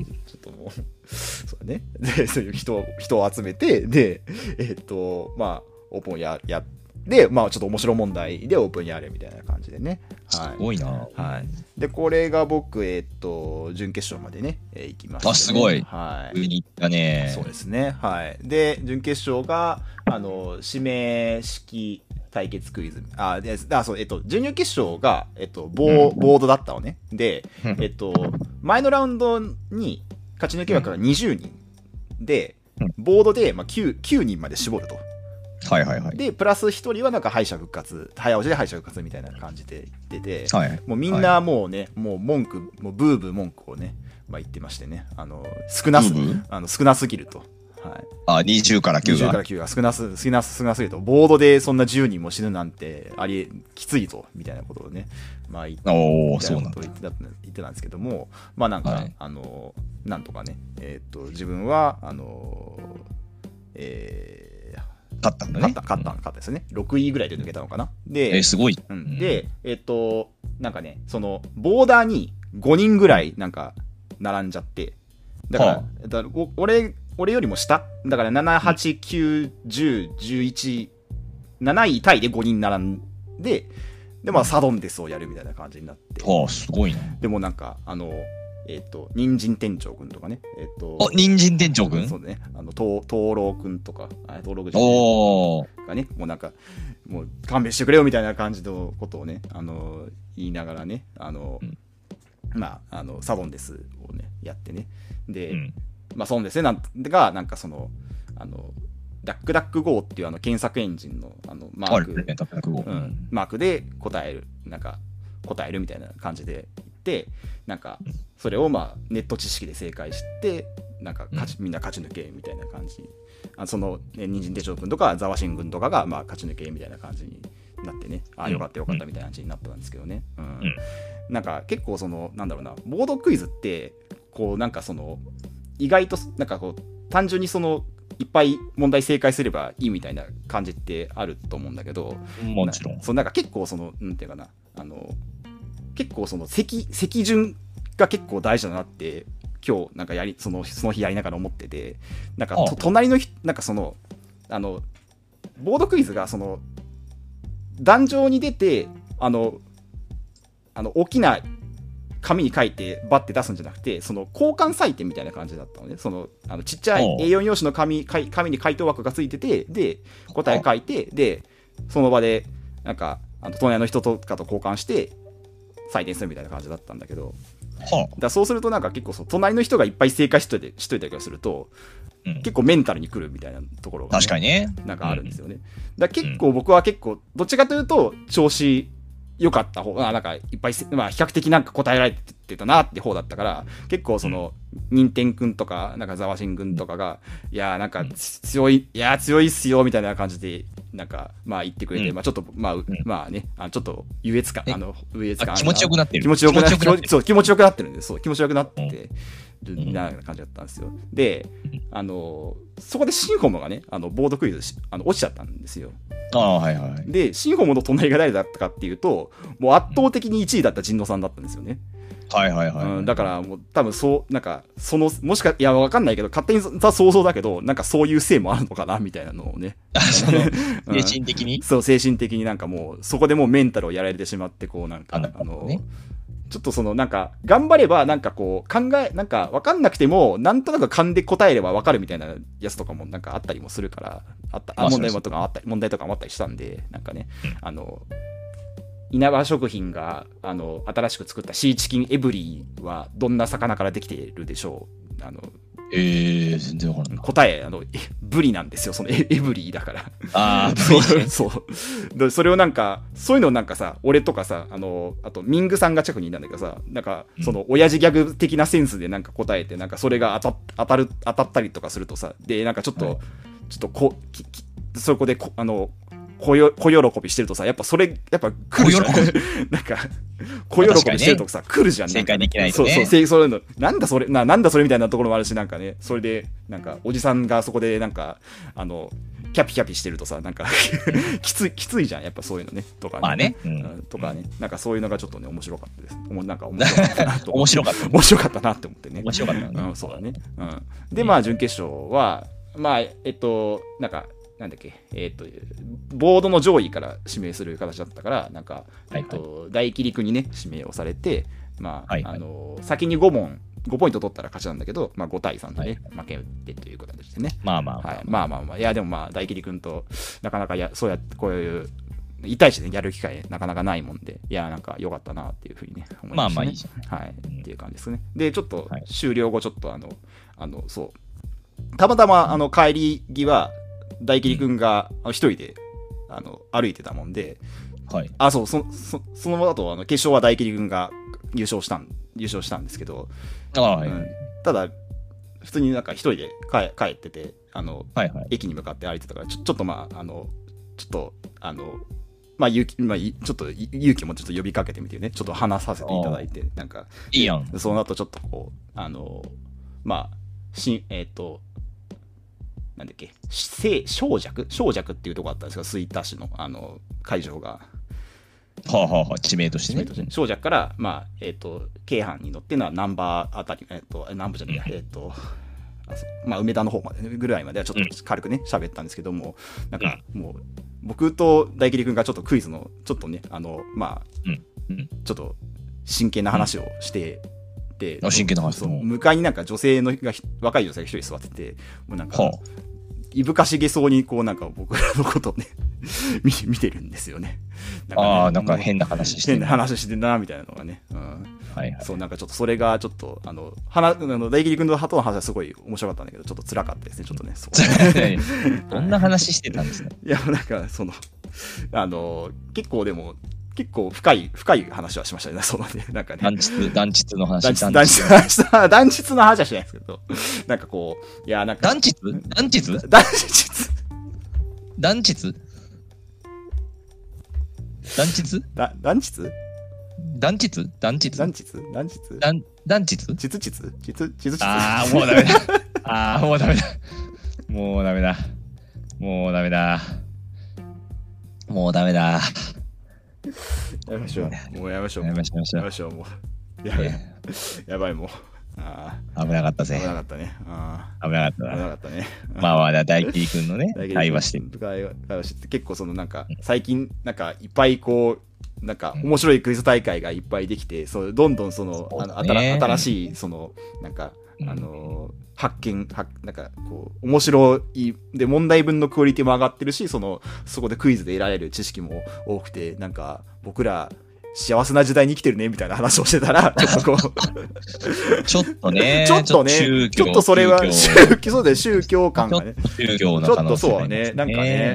Speaker 2: ん
Speaker 1: ちょっともう、 [LAUGHS] そうだね。で、そういう人を、人を集めて、で、えっと、まあ、オープンをや、や、で、まあ、ちょっと面白問題でオープンにあるみたいな感じでね。
Speaker 2: す
Speaker 1: はい。
Speaker 2: ごいな。
Speaker 1: はい。で、これが僕、えーっと、準決勝までね、えー行きました、ね。
Speaker 2: あすごい
Speaker 1: はい。
Speaker 2: 上に行ったね。
Speaker 1: そうですね。はい。で、準決勝が、あの、指名式対決クイズ。あ、で、あ、そう、えっと、準々決勝が、えっと、ボーボードだったのね。で、えっと、前のラウンドに勝ち抜け枠が20人で
Speaker 2: うん、
Speaker 1: ボードで、まあ、9, 9人まで絞ると。
Speaker 2: [LAUGHS] はいはいはい。
Speaker 1: で、プラス1人はなんか敗者復活、早押しで敗者復活みたいな感じで出て、
Speaker 2: はい。
Speaker 1: もうみんなもうね、もう文句、もうブーブー文句をね、まあ、言ってましてね、あの、少なす
Speaker 2: ブーブー、
Speaker 1: あの少なすぎると。はい、
Speaker 2: あ、20から9
Speaker 1: 20か
Speaker 2: が。
Speaker 1: ら9が少なす少なす少なすぎると、ボードでそんな10人も死ぬなんて、ありえ、きついぞ、みたいなことをね、まあ言って
Speaker 2: お
Speaker 1: み
Speaker 2: お
Speaker 1: たい
Speaker 2: そう
Speaker 1: な
Speaker 2: な
Speaker 1: こ
Speaker 2: ん
Speaker 1: と
Speaker 2: だ
Speaker 1: を。言ってた言ってたんですけども、まあなんか、
Speaker 2: はい
Speaker 1: あの、なんとかね、えーっと、自分は、あの、えー
Speaker 2: 勝ったんだね。
Speaker 1: 勝った、勝った、勝ったですね。6位ぐらいで抜けたのかな。
Speaker 2: うん。え
Speaker 1: で
Speaker 2: ー、、すごい。
Speaker 1: うん、で、えっと、なんかね、その、ボーダーに5人ぐらい、なんか、並んじゃって、だから、
Speaker 2: は
Speaker 1: だからお俺、俺よりも下だから、7、8、9、10、11、7位タイで5人並んで、で、まあ、サドンデスをやるみたいな感じになって、
Speaker 2: はあ、すごいな。
Speaker 1: でもなんか、あの、えっと、人参店長くんとかね、えっと、
Speaker 2: あ、人参店長く
Speaker 1: そ
Speaker 2: ん
Speaker 1: うね、あの、灯灯籠くんとか、あ灯籠くんじゃない
Speaker 2: おお
Speaker 1: がね、もうなんか、もう勘弁してくれよみたいな感じのことをね、あの言いながらね、あの、
Speaker 2: うん
Speaker 1: まあ、あの、サドンデスをね、やってね。で、
Speaker 2: うん。
Speaker 1: まあ、そうですね、なんが、なんかその、あの、ダックダック GO っていうあの検索エンジンのあのマー
Speaker 2: ある
Speaker 1: ク、
Speaker 2: ね、たくご。う
Speaker 1: うん
Speaker 2: ん。
Speaker 1: マークで答える、なんか、答えるみたいな感じで言って、なんか、それをまあ、ネット知識で正解して、なんか勝ち、みんな勝ち抜けみたいな感じ。あその、ね、人参手帳君とか、ざわしん君とかが、まあ、勝ち抜けみたいな感じになってね、あ
Speaker 2: う
Speaker 1: あ、
Speaker 2: ん
Speaker 1: よかったよかったみたいな感じになったんですけどね。うん。
Speaker 2: ん
Speaker 1: なんか、結構その、なんだろうな、ボードクイズって、こう、なんかその、意外と、なんかこう、単純にその、いっぱい問題正解すればいいみたいな感じってあると思うんだけど、
Speaker 2: もちろん。
Speaker 1: そうなんか結構そのなんていうかなあの結構その席席順が結構大事だなって今日なんかやりそのその日やりながら思っててなんかと
Speaker 2: ああ
Speaker 1: 隣の人なんかそのあのボードクイズがその壇上に出てあのあの大きな紙に書いてバッて出すんじゃなくてその交換採点みたいな感じだったのねそのあのちっちゃい
Speaker 2: おう
Speaker 1: A4 用紙の紙かい紙に回答枠がついててで答え書いてでその場でなんかあの隣の人とかと交換して採点するみたいな感じだったんだけど
Speaker 2: は
Speaker 1: だそうするとなんか結構そう隣の人がいっぱい正解しといてしといたりとかすると
Speaker 2: あ。うん。
Speaker 1: 結構メンタルにくるみたいなところがね、
Speaker 2: 確かにね。
Speaker 1: なんかあるんですよね。だから結構僕は結構どっちかというと調子良かった方あなんかいっぱいせ、まあ、比較的なんか答えられてたなって方だったから結構その任天君とかなんかざわしん君とかがいやーなんか
Speaker 2: うん
Speaker 1: 強いいやー強いっすよみたいな感じでなんかまあ言ってくれて、
Speaker 2: うん
Speaker 1: まあちょっとまあ、うまあねあのちょっと優越感
Speaker 2: え
Speaker 1: あの優越
Speaker 2: あ
Speaker 1: 感
Speaker 2: 気持ちよくなってる。
Speaker 1: 気持ちよくなって
Speaker 2: 気持ちよくなってる。
Speaker 1: そう気持ちよくなってるんですそう気持ちよくなってる
Speaker 2: ん
Speaker 1: みたいな感じだったんですよで
Speaker 2: うん
Speaker 1: あのそこでシンホモがねあのボードクイズしあの落ちちゃったんですよ
Speaker 2: ああ、はいはいはい。
Speaker 1: でシンホモの隣が誰だったかっていうともう圧倒的に1位だった神野さんだったんですよね、
Speaker 2: はいはいはい。
Speaker 1: うん、だからもう多分そうなんかそのもしかいやわかんないけど勝手にさ想像だけどなんかそういうせいもあるのかなみたいなのをね、
Speaker 2: ら、その、
Speaker 1: [LAUGHS] うん
Speaker 2: 精神的に。
Speaker 1: そう、精神的になんかもう、そこでもうメンタルをやられてしまって、こうなんか、
Speaker 2: あな
Speaker 1: あ
Speaker 2: るほど
Speaker 1: の
Speaker 2: ね、
Speaker 1: ちょっとそのなんか、頑張ればなんかこう、考え、なんか分かんなくても、なんとなく勘で答えれば分かるみたいなやつとかもなんかあったりもするから、あった、
Speaker 2: ま
Speaker 1: あ
Speaker 2: あ
Speaker 1: 問題
Speaker 2: そ
Speaker 1: も
Speaker 2: う
Speaker 1: とかあったり、問題とかもあったりしたんで、なんかね
Speaker 2: うん、
Speaker 1: あの、稲葉食品が、あの、新しく作ったシーチキンエブリーは、どんな魚からできているでしょうあの、
Speaker 2: ええー、全然わからない。
Speaker 1: 答え、あの、えブリなんですよ、そのエエブリーだから。
Speaker 2: あ
Speaker 1: [LAUGHS]
Speaker 2: あ、
Speaker 1: そう
Speaker 2: [LAUGHS]
Speaker 1: そうでそれをなんかそういうのをなんかさ俺とかさあのあとミングさんが近くにいたんだけどさなんか
Speaker 2: うん
Speaker 1: その親父ギャグ的なセンスでなんか答えてなんかそれが当た当たる当たったりとかするとさでなんかちょっと、
Speaker 2: はい
Speaker 1: ちょっとこききそこでこあの小よ小喜びしてるとさやっぱそれやっぱ来るじゃん
Speaker 2: 小喜
Speaker 1: [LAUGHS] なんか小喜びしてるとさ、来るじゃんんか
Speaker 2: 正解できないとね
Speaker 1: そうそうせいそういうのなんだそれななんだそれみたいなところもあるしなんかねそれでなんかおじさんがそこでなんかあのキャピキャピしてるとさなんか [LAUGHS] きついきついじゃんやっぱそういうのねとかね,、
Speaker 2: まあねう
Speaker 1: うんんとかねなんかそういうのがちょっとね面白かったですおもなんか面白かったなと [LAUGHS] 思っ
Speaker 2: 面
Speaker 1: て
Speaker 2: 白かった。
Speaker 1: 面白かったなって思ってね
Speaker 2: 面白かった
Speaker 1: う
Speaker 2: ね
Speaker 1: ん、そうだね、うん、でまあ準決勝はまあえっとなんかなんだっけ、えーっと、ボードの上位から指名する形だったから、なんか、
Speaker 2: はい
Speaker 1: えっと、大切り君にね、指名をされて、まあ、
Speaker 2: はいはい
Speaker 1: あの、先に5問、5ポイント取ったら勝ちなんだけど、まあ、5対3でね、負けてということでしてね。
Speaker 2: まあまあ、
Speaker 1: はい、まあまあまあ、いや、でもまあ、大切り君となかなかや、そうやって、こういう、一対一でやる機会、なかなかないもんで、いや、なんか良かったなっていうふうにね、思い
Speaker 2: ま
Speaker 1: ました、ね。
Speaker 2: あまあいいじゃん。
Speaker 1: はい、
Speaker 2: うん
Speaker 1: っていう感じですね。で、ちょっと
Speaker 2: はい
Speaker 1: 終了後、ちょっとあの、あの、そう、たまたま、あの、帰り際、大切り君があの一人で、あの、歩いてたもんで、
Speaker 2: はい。
Speaker 1: あ、そう、そそその後、あの、決勝は大切り君が優勝したん、優勝したんですけど、
Speaker 2: ああはい、
Speaker 1: う
Speaker 2: は
Speaker 1: ん
Speaker 2: い
Speaker 1: ただ、普通になんか一人で帰帰ってて、あの、
Speaker 2: はいはい。
Speaker 1: 駅に向かって歩いてたから、ちょちょっとまあ、あの、ちょっと、あの、まあ、勇気、まあ、いちょっとい勇気もちょっと呼びかけてみてね、ちょっと話させていただいて、なんか、
Speaker 2: いいやん。
Speaker 1: その後ちょっとこう、あの、まあ、しえっ、と、なんだっけ、聖、小弱小弱っていうとこあったんですが、吹田市の、あの、会場が。
Speaker 2: はあ、はあはあ、地名としてね。
Speaker 1: 小弱から、まあ、えっ、と、京阪に乗ってのは南波あたり、えっ、と、南部じゃない、えっ、と、あそうまあ、梅田の方までぐらいまではちょっと軽くね、喋ったんですけども、なんかもう、僕と大切君がちょっとクイズの、ちょっとね、あの、まあ、
Speaker 2: うんうん
Speaker 1: ちょっと真剣な話をして、で
Speaker 2: あ真剣な話
Speaker 1: そう
Speaker 2: うん
Speaker 1: 向かいになんか女性のがひ若い女性が一人座っててもうなんか、
Speaker 2: はあ。
Speaker 1: いぶかしげそうにこうなんか僕らのことをね [LAUGHS] 見見てるんですよねね
Speaker 2: ああ、なんか
Speaker 1: もう
Speaker 2: 変な話して
Speaker 1: 変な
Speaker 2: る。
Speaker 1: [LAUGHS] 話してんなみたいなのがね、うん、
Speaker 2: はいはい。
Speaker 1: そうなんかちょっとそれがちょっとあの話あの大喜利君の鳩の話はすごい面白かったんだけどちょっと辛かったですねちょっとねそう
Speaker 2: [LAUGHS] [LAUGHS] どんな話してたんですか
Speaker 1: いやなんかそのあの結構でも結構深い深い話はしましたね [LAUGHS] そうねなんかね
Speaker 2: 団地、団地の話。
Speaker 1: 断日、断日、断 [LAUGHS] 日、断日の話はしないですけど、なんかこう、いや、なんか、
Speaker 2: 団地団地
Speaker 1: 断日、
Speaker 2: 団地団地
Speaker 1: だ断日
Speaker 2: 団地団地
Speaker 1: 断日断日
Speaker 2: 団団地
Speaker 1: ちつちつちつちつちつ
Speaker 2: ああ、もうダメ [LAUGHS] だ。ああ、もうダメだ。もうダメだ。もうダメだ。もうダメだ。
Speaker 1: やめましょう。もうやめましょう。
Speaker 2: や
Speaker 1: や
Speaker 2: めましょうやめましょ
Speaker 1: め
Speaker 2: う
Speaker 1: ましょう、もう。やばい、
Speaker 2: ね
Speaker 1: やばい、もう。あ
Speaker 2: 危なかった
Speaker 1: あ、危
Speaker 2: ぜ
Speaker 1: な。かったね。あ
Speaker 2: 危なかった
Speaker 1: あ、危な
Speaker 2: な。
Speaker 1: かった
Speaker 2: [LAUGHS]
Speaker 1: ね。
Speaker 2: まあまあ、大輝くんのね
Speaker 1: だけ、ど
Speaker 2: 会話して。
Speaker 1: 会話会話してて結構そのなんか最近なんかいっぱいこうなんか面白いクイズ大会がいっぱいできてそうどんどんそのあの
Speaker 2: そうだね
Speaker 1: 新新しいそのなんか
Speaker 2: うん
Speaker 1: あのー発見発なんかこう面白いで問題文のクオリティも上がってるしそのそこでクイズで得られる知識も多くてなんか僕ら幸せな時代に生きてるねみたいな話をしてたら、ちょっとこう、
Speaker 2: ちょっとね、
Speaker 1: [LAUGHS] ちょっとね、
Speaker 2: 宗
Speaker 1: ち
Speaker 2: 教
Speaker 1: ょっとそれは
Speaker 2: 宗
Speaker 1: [LAUGHS] 宗教、そうだよ宗教感がね、
Speaker 2: 教
Speaker 1: ちょ
Speaker 2: の可
Speaker 1: っと
Speaker 2: 能性
Speaker 1: そ
Speaker 2: があ
Speaker 1: う
Speaker 2: りま
Speaker 1: ね、
Speaker 2: す
Speaker 1: なんかね、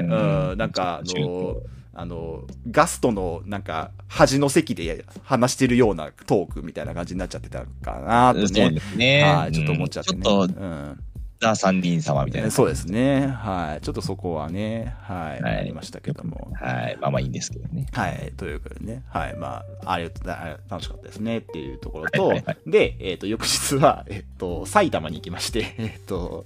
Speaker 1: うん、なんかあ
Speaker 2: 宗
Speaker 1: の
Speaker 2: 教、
Speaker 1: あの、ガストのなんか、端の席で話してるようなトークみたいな感じになっちゃってたかなと
Speaker 2: そう
Speaker 1: ね。
Speaker 2: ですね。
Speaker 1: はい、ちょっと思っちゃってね。
Speaker 2: うんちょっと、
Speaker 1: うん
Speaker 2: ザ・三輪様みたいな。
Speaker 1: そうですね。はい。ちょっとそこはね、はい、
Speaker 2: はい
Speaker 1: ありましたけども。
Speaker 2: はい。まあまあいいんですけどね。
Speaker 1: はい、ということでね、はい、まあ、あれ、あ楽しかったですねっていうところと、
Speaker 2: はいはいは
Speaker 1: で、えっ、と、翌日は、えっ、と、埼玉に行きまして、 [LAUGHS] えっ、と、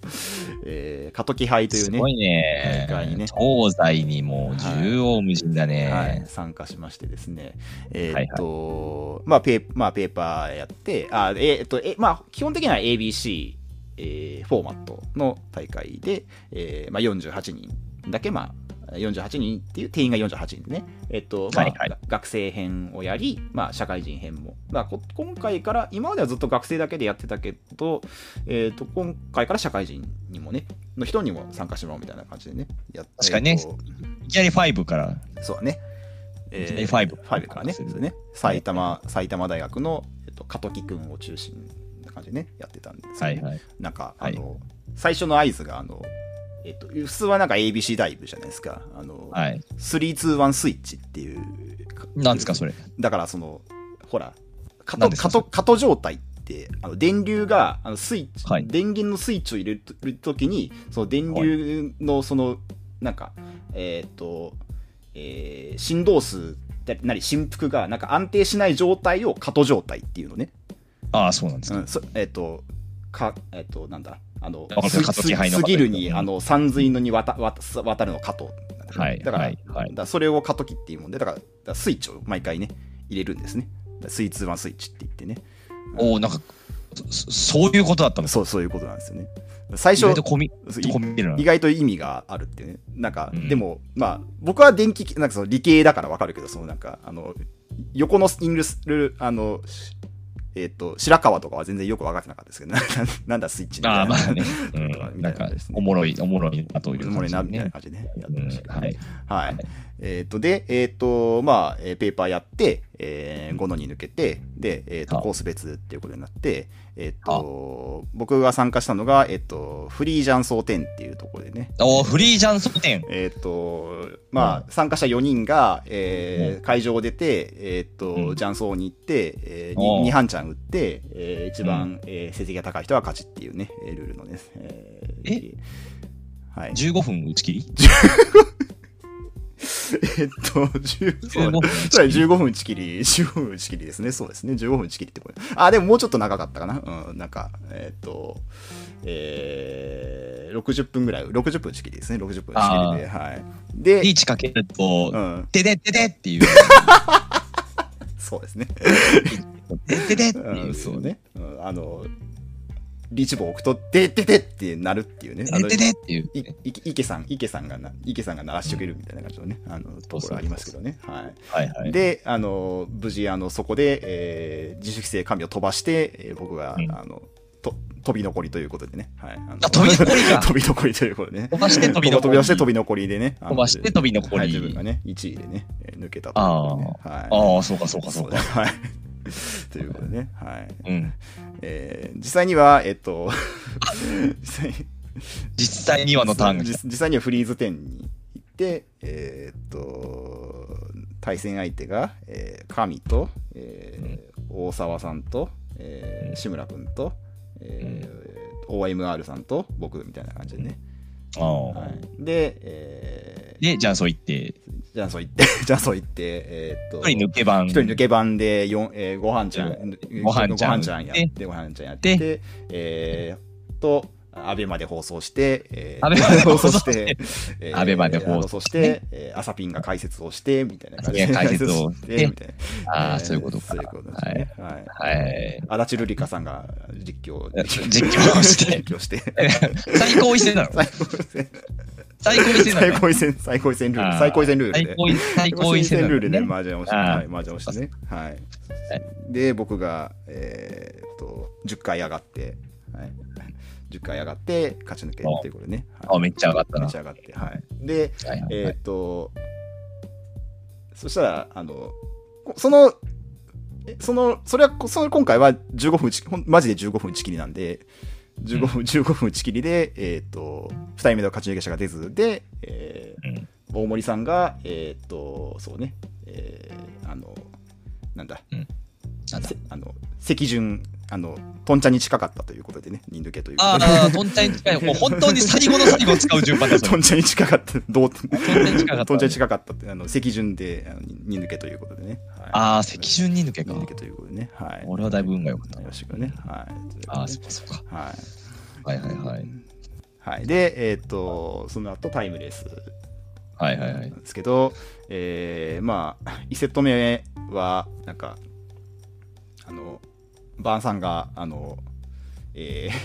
Speaker 1: えー、カトキ杯という
Speaker 2: す
Speaker 1: ね、
Speaker 2: ごいね
Speaker 1: 大会にね
Speaker 2: 東西にもう縦横無尽だ
Speaker 1: はい
Speaker 2: ね、。
Speaker 1: 参加しましてですね、えーっと、まあペー、まあ、ペーパーやって、あえーっとえまあ、基本的には ABC、えーフォーマットの大会で、えーまあ、48人だけ、まあ、48人っていう定員が48人でね、えーっとまあ
Speaker 2: はいはい
Speaker 1: が学生編をやり、まあ、社会人編も、まあ、こ今回から、今まではずっと学生だけでやってたけど、えーっと今回から社会人にもね、の人にも参加してもらおうみたいな感じでね、やっ
Speaker 2: 確かにね
Speaker 1: えーっと
Speaker 2: いきなり5から。
Speaker 1: そうだね。
Speaker 2: えー
Speaker 1: 5
Speaker 2: 5
Speaker 1: からね。そうですね。埼玉、埼玉大学の、えっと、加時くんを中心な感じでね、やってたんですけど
Speaker 2: は
Speaker 1: ね
Speaker 2: いはい。
Speaker 1: なんか、
Speaker 2: は
Speaker 1: あ
Speaker 2: い
Speaker 1: の、最初の合図が、あの、えっと、普通はなんか ABC ダイブじゃないですか。あの、
Speaker 2: はい。
Speaker 1: 321スイッチっていう。
Speaker 2: なんですか、それ。
Speaker 1: だからその、ほら、加
Speaker 2: 何
Speaker 1: ト
Speaker 2: ですか
Speaker 1: 加ト加ト状態って、あの電流があのスイッチ、
Speaker 2: はい
Speaker 1: 電源のスイッチを入れるときに、その電流のその、なんか、えっ、と、えー振動数でなり振幅がなんか安定しない状態を加ト状態っていうのね。
Speaker 2: ああ、そうなんです
Speaker 1: う
Speaker 2: か。
Speaker 1: ん、そえっ、と、か、えっ、と、なんだ、あの
Speaker 2: わか、る
Speaker 1: す
Speaker 2: 加藤
Speaker 1: す
Speaker 2: 気配の
Speaker 1: すぎるに、
Speaker 2: うん
Speaker 1: あの、三髄のに渡渡す渡るの加藤。
Speaker 2: はい
Speaker 1: だから、
Speaker 2: はいはい
Speaker 1: だからそれを加藤っていうもんで、だから、だからスイッチを毎回ね、入れるんですね。だからスイーツワンスイッチって言ってね。
Speaker 2: おお、なんか、そそういうことだったんです
Speaker 1: そう、そういうことなんですよね。最
Speaker 2: 意外
Speaker 1: 初
Speaker 2: と込み、
Speaker 1: そう
Speaker 2: 込み入るな
Speaker 1: 意。外と意味があるってね。なんか、
Speaker 2: うん
Speaker 1: でも、まあ、僕は電気系、なんかその理系だからわかるけど、そのなんか、あの、横のイングルスル、あの、しえっ、と、白川とかは全然よく分かってなかったですけど、な [LAUGHS] ななんだスイッチみたいな
Speaker 2: ああ、まあね。
Speaker 1: う
Speaker 2: う
Speaker 1: [LAUGHS]
Speaker 2: んん、なんか、おもろい、おもろいなという
Speaker 1: お
Speaker 2: 感じ、ね。
Speaker 1: もろいな、みたいな感じでね。やってましたけど
Speaker 2: うんはい。
Speaker 1: はい。えっ、と、で、えっ、と、まあ、えーペーパーやって、え5のに抜けて、で、えっ、と、
Speaker 2: はあ
Speaker 1: コース別っていうことになって、えっ、と、僕が参加したのが、えっ、と、フリージャン総点っていうところでね、
Speaker 2: おーフリージャンソ店。
Speaker 1: えっ、と、まあ、参加者4人が、えー
Speaker 2: う
Speaker 1: 会場を出て、えっ、と、
Speaker 2: うん
Speaker 1: ジャンソーに行って、えー、
Speaker 2: おう
Speaker 1: に2半ちゃん打って、えー一
Speaker 2: う
Speaker 1: 番、えー成績が高い人は勝ちっていうね、えールールのね、えーはい。
Speaker 2: 15分打ち切り
Speaker 1: [LAUGHS] えっと、15
Speaker 2: ?15
Speaker 1: 分
Speaker 2: 分。。
Speaker 1: そう15分打ち切り、15分打ち切りですね。そうですね。15分打ち切りってこれ。あ、でももうちょっと長かったかな。うん、なんか、えっと、えー、60分ぐらい、60分打ち切りですね。60分打ち切りで。はい。で、
Speaker 2: リーチかけると
Speaker 1: う、ん、
Speaker 2: ででででっていう。
Speaker 1: そうですね。
Speaker 2: でででって
Speaker 1: う
Speaker 2: い
Speaker 1: ん、
Speaker 2: う。
Speaker 1: そう。ね。うんあの、リーチ棒を置くと、でででってなるっていうね。あ
Speaker 2: で
Speaker 1: の
Speaker 2: ででっていう。
Speaker 1: いい池さん、池さんがな、池さんが鳴らしてくれるみたいな感じのね、あの、ところありますけどね。はい。
Speaker 2: はいはい。
Speaker 1: で、あの、無事、あの、そこで、えー自主規制神を飛ばして、えー僕が、
Speaker 2: うん
Speaker 1: あの、と、飛び残りということでね。はい。あの
Speaker 2: あ飛び残りか
Speaker 1: [LAUGHS] 飛び残りということでね。
Speaker 2: 飛ばして飛び残り
Speaker 1: 飛び出して飛び残りでね。あの
Speaker 2: 飛ばして飛び残り
Speaker 1: はい自分がね、1位でね、えー抜けたということでね。はい。
Speaker 2: ああ、そうかそうかそう
Speaker 1: で
Speaker 2: か。
Speaker 1: すはい。 [LAUGHS] ということでね。はい。
Speaker 2: うん。
Speaker 1: えー実際には、えっ
Speaker 2: [LAUGHS]
Speaker 1: と、実際に、
Speaker 2: 実際にはのターンが来た
Speaker 1: 実実際にはフリーズ店に行って、えーっと、対戦相手が、えー、神と、えー大沢さんと、えー志村君と、えー OMR さんと僕みたいな感じでね。
Speaker 2: ああ、
Speaker 1: はい、で、え
Speaker 2: で、じゃあそう言っ
Speaker 1: ー
Speaker 2: て、
Speaker 1: じゃあそう言って、 [LAUGHS] じゃあそう言って、えーっと、
Speaker 2: 一人抜け番。
Speaker 1: 一人抜け番で四えー、ご飯ちゃん、
Speaker 2: ご飯ちゃ
Speaker 1: ご
Speaker 2: ん
Speaker 1: 飯ちゃんやって、ご飯ちゃんやって、えー、と、アベマで放送して、えー、
Speaker 2: アベマで放送
Speaker 1: 放送し
Speaker 2: してて、
Speaker 1: え
Speaker 2: アベマで放
Speaker 1: 送
Speaker 2: 送
Speaker 1: し
Speaker 2: してて、
Speaker 1: えー、朝ピンが解説をして、みたいな感じで。
Speaker 2: 朝ピンが解説をして
Speaker 1: みたいな。
Speaker 2: ああ、
Speaker 1: えー
Speaker 2: そういうことか。
Speaker 1: そういうことですね。はい。
Speaker 2: はい。
Speaker 1: 足立瑠璃香さんが実況、
Speaker 2: 実況して
Speaker 1: 実況して。
Speaker 2: 最高位戦な
Speaker 1: [LAUGHS]
Speaker 2: の
Speaker 1: 最高位戦、
Speaker 2: 最高位戦なの
Speaker 1: 最高位戦、最高位戦ルール、最高位戦ルールで
Speaker 2: 最。高位最
Speaker 1: 戦ルールで
Speaker 2: 高位戦なのね
Speaker 1: 麻雀をして、
Speaker 2: ああ
Speaker 1: はい、麻雀をしてね。はい。で、僕が、えーっと、10回上がって、はい。10回上がって、勝ち抜けっていうことね。はい
Speaker 2: あめっちゃ上がったな
Speaker 1: めっちゃ上がって、はい。で、
Speaker 2: はいはい
Speaker 1: えーっと、そしたら、あの、こその、えその、それは、こその今回は15分打ち、ほんマジで15分打ち切りなんで、15分、15分打ち切りで、えーっと、2人目の勝ち抜け者が出ず、で、えー
Speaker 2: うん
Speaker 1: 大森さんが、えーっと、そうね、えーあの、なんだ、
Speaker 2: なんだ
Speaker 1: せあの、赤順、あの、とんちゃんに近かったということでね、人抜けということで。
Speaker 2: ああ、トンチャに近い。もう本当に最後の最後を使う順
Speaker 1: [LAUGHS]
Speaker 2: 番だそ
Speaker 1: と
Speaker 2: れ
Speaker 1: んちゃんに近かった、どう、とん
Speaker 2: トンチャに近かったね
Speaker 1: ちゃんに近かったって、あの、赤順で、あの人抜けということでね。はい
Speaker 2: ああ、赤順に抜けか
Speaker 1: 人。抜けということでね。はい。
Speaker 2: 俺はだいぶ運が良かった
Speaker 1: よろしくね。はい。
Speaker 2: ああ、そうかそうか。
Speaker 1: はい。
Speaker 2: はいはいはい。
Speaker 1: はい。で、えーっと、その後タイムレース
Speaker 2: はいはいはい
Speaker 1: な。んですけど、えー、まあ、1セット [LAUGHS] 目は、なんか、あの、バーンさんが、あの、えー [LAUGHS]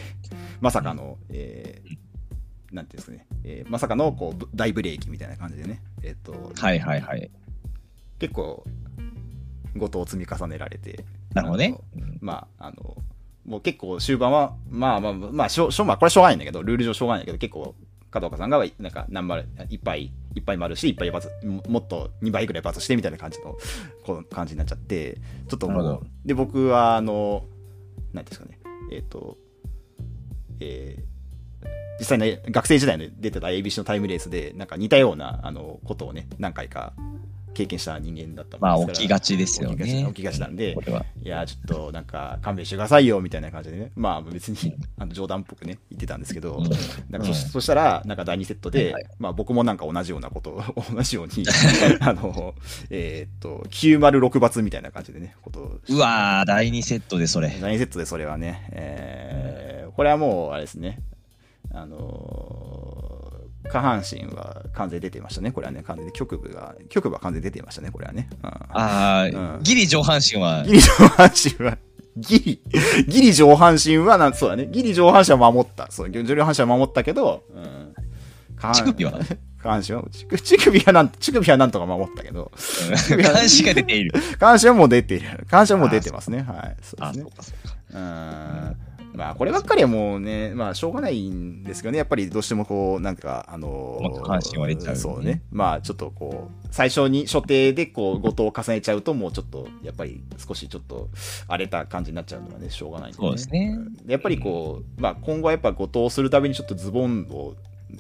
Speaker 1: まさかの、えーなんていうんですかね、えーまさかのこうぶ大ブレーキみたいな感じでね、えっ、と、
Speaker 2: はいはいはい。
Speaker 1: 結構、ごとを積み重ねられて、
Speaker 2: なるほどね。うん
Speaker 1: まあ、あの、もう結構終盤は、まあまあ、まあ、しょしょまあ、これはしょうがないんだけど、ルール上しょうがないんだけど、結構、片岡さんが、なんか、何丸、いっぱい、いっぱい丸して、いっぱい罰、ももっと2倍ぐらい罰してみたいな感じの、この感じになっちゃって、ちょっと
Speaker 2: なる
Speaker 1: も
Speaker 2: ほ
Speaker 1: う、で、僕は、あの、なんていうんですかね、えっ、と、えー実際ね、学生時代に出てた ABC のタイムレースで、なんか似たような、あの、ことをね、何回か経験した人間だった
Speaker 2: まあ、
Speaker 1: もん
Speaker 2: 起
Speaker 1: です
Speaker 2: き
Speaker 1: から
Speaker 2: がちですよ
Speaker 1: 起きがち
Speaker 2: ね。
Speaker 1: 起きがちなんで
Speaker 2: これは。
Speaker 1: いやーちょっとなんか勘弁してくださいよみたいな感じでねまあ別にあの冗談っぽくね言ってたんですけど、
Speaker 2: うん
Speaker 1: なんかそ,、
Speaker 2: うん
Speaker 1: そしたらなんか第2セットで、
Speaker 2: はい
Speaker 1: まあ、僕もなんか同じようなこと [LAUGHS] を同じようにあのえーっと906罰みたいな感じでねことを
Speaker 2: うわー、第2セットでそれ。
Speaker 1: 第2セットでそれはね、えーこれはもうあれですねあのー下半身は完全に出てましたね。これはね、完全に局部が、局部は完全に出てましたね、これはね。うん
Speaker 2: ああ、
Speaker 1: うん [LAUGHS]
Speaker 2: ギリ上半身は
Speaker 1: ギリシャの話はギリ、ギリ上半身はなん、そうだね。ギリ上半身は守った。そう、上半身は守ったけど、うん。下半
Speaker 2: 乳首は、
Speaker 1: 下半身は、乳首乳首はなん、乳首はなんとか守ったけど、首は
Speaker 2: 監視が出
Speaker 1: [LAUGHS]
Speaker 2: ている。
Speaker 1: 下半身はもう出ている。下半身はもう出てますね。はい。そうで
Speaker 2: あ、
Speaker 1: すね
Speaker 2: そう。かそうか。
Speaker 1: うーんまあこればっかりはもうね、まあしょうがないんですけどね、やっぱりどうしてもこう、なんか、あのー
Speaker 2: まあ下半身は出ちゃうよね
Speaker 1: そうね。まあちょっとこう、最初に所定でこう、ごとを重ねちゃうと、もうちょっと、やっぱり少しちょっと荒れた感じになっちゃうのはね、しょうがないんで、
Speaker 2: そうですね
Speaker 1: うんやっぱりこう、まあ今後はやっぱごとをするためにちょっとズボンを、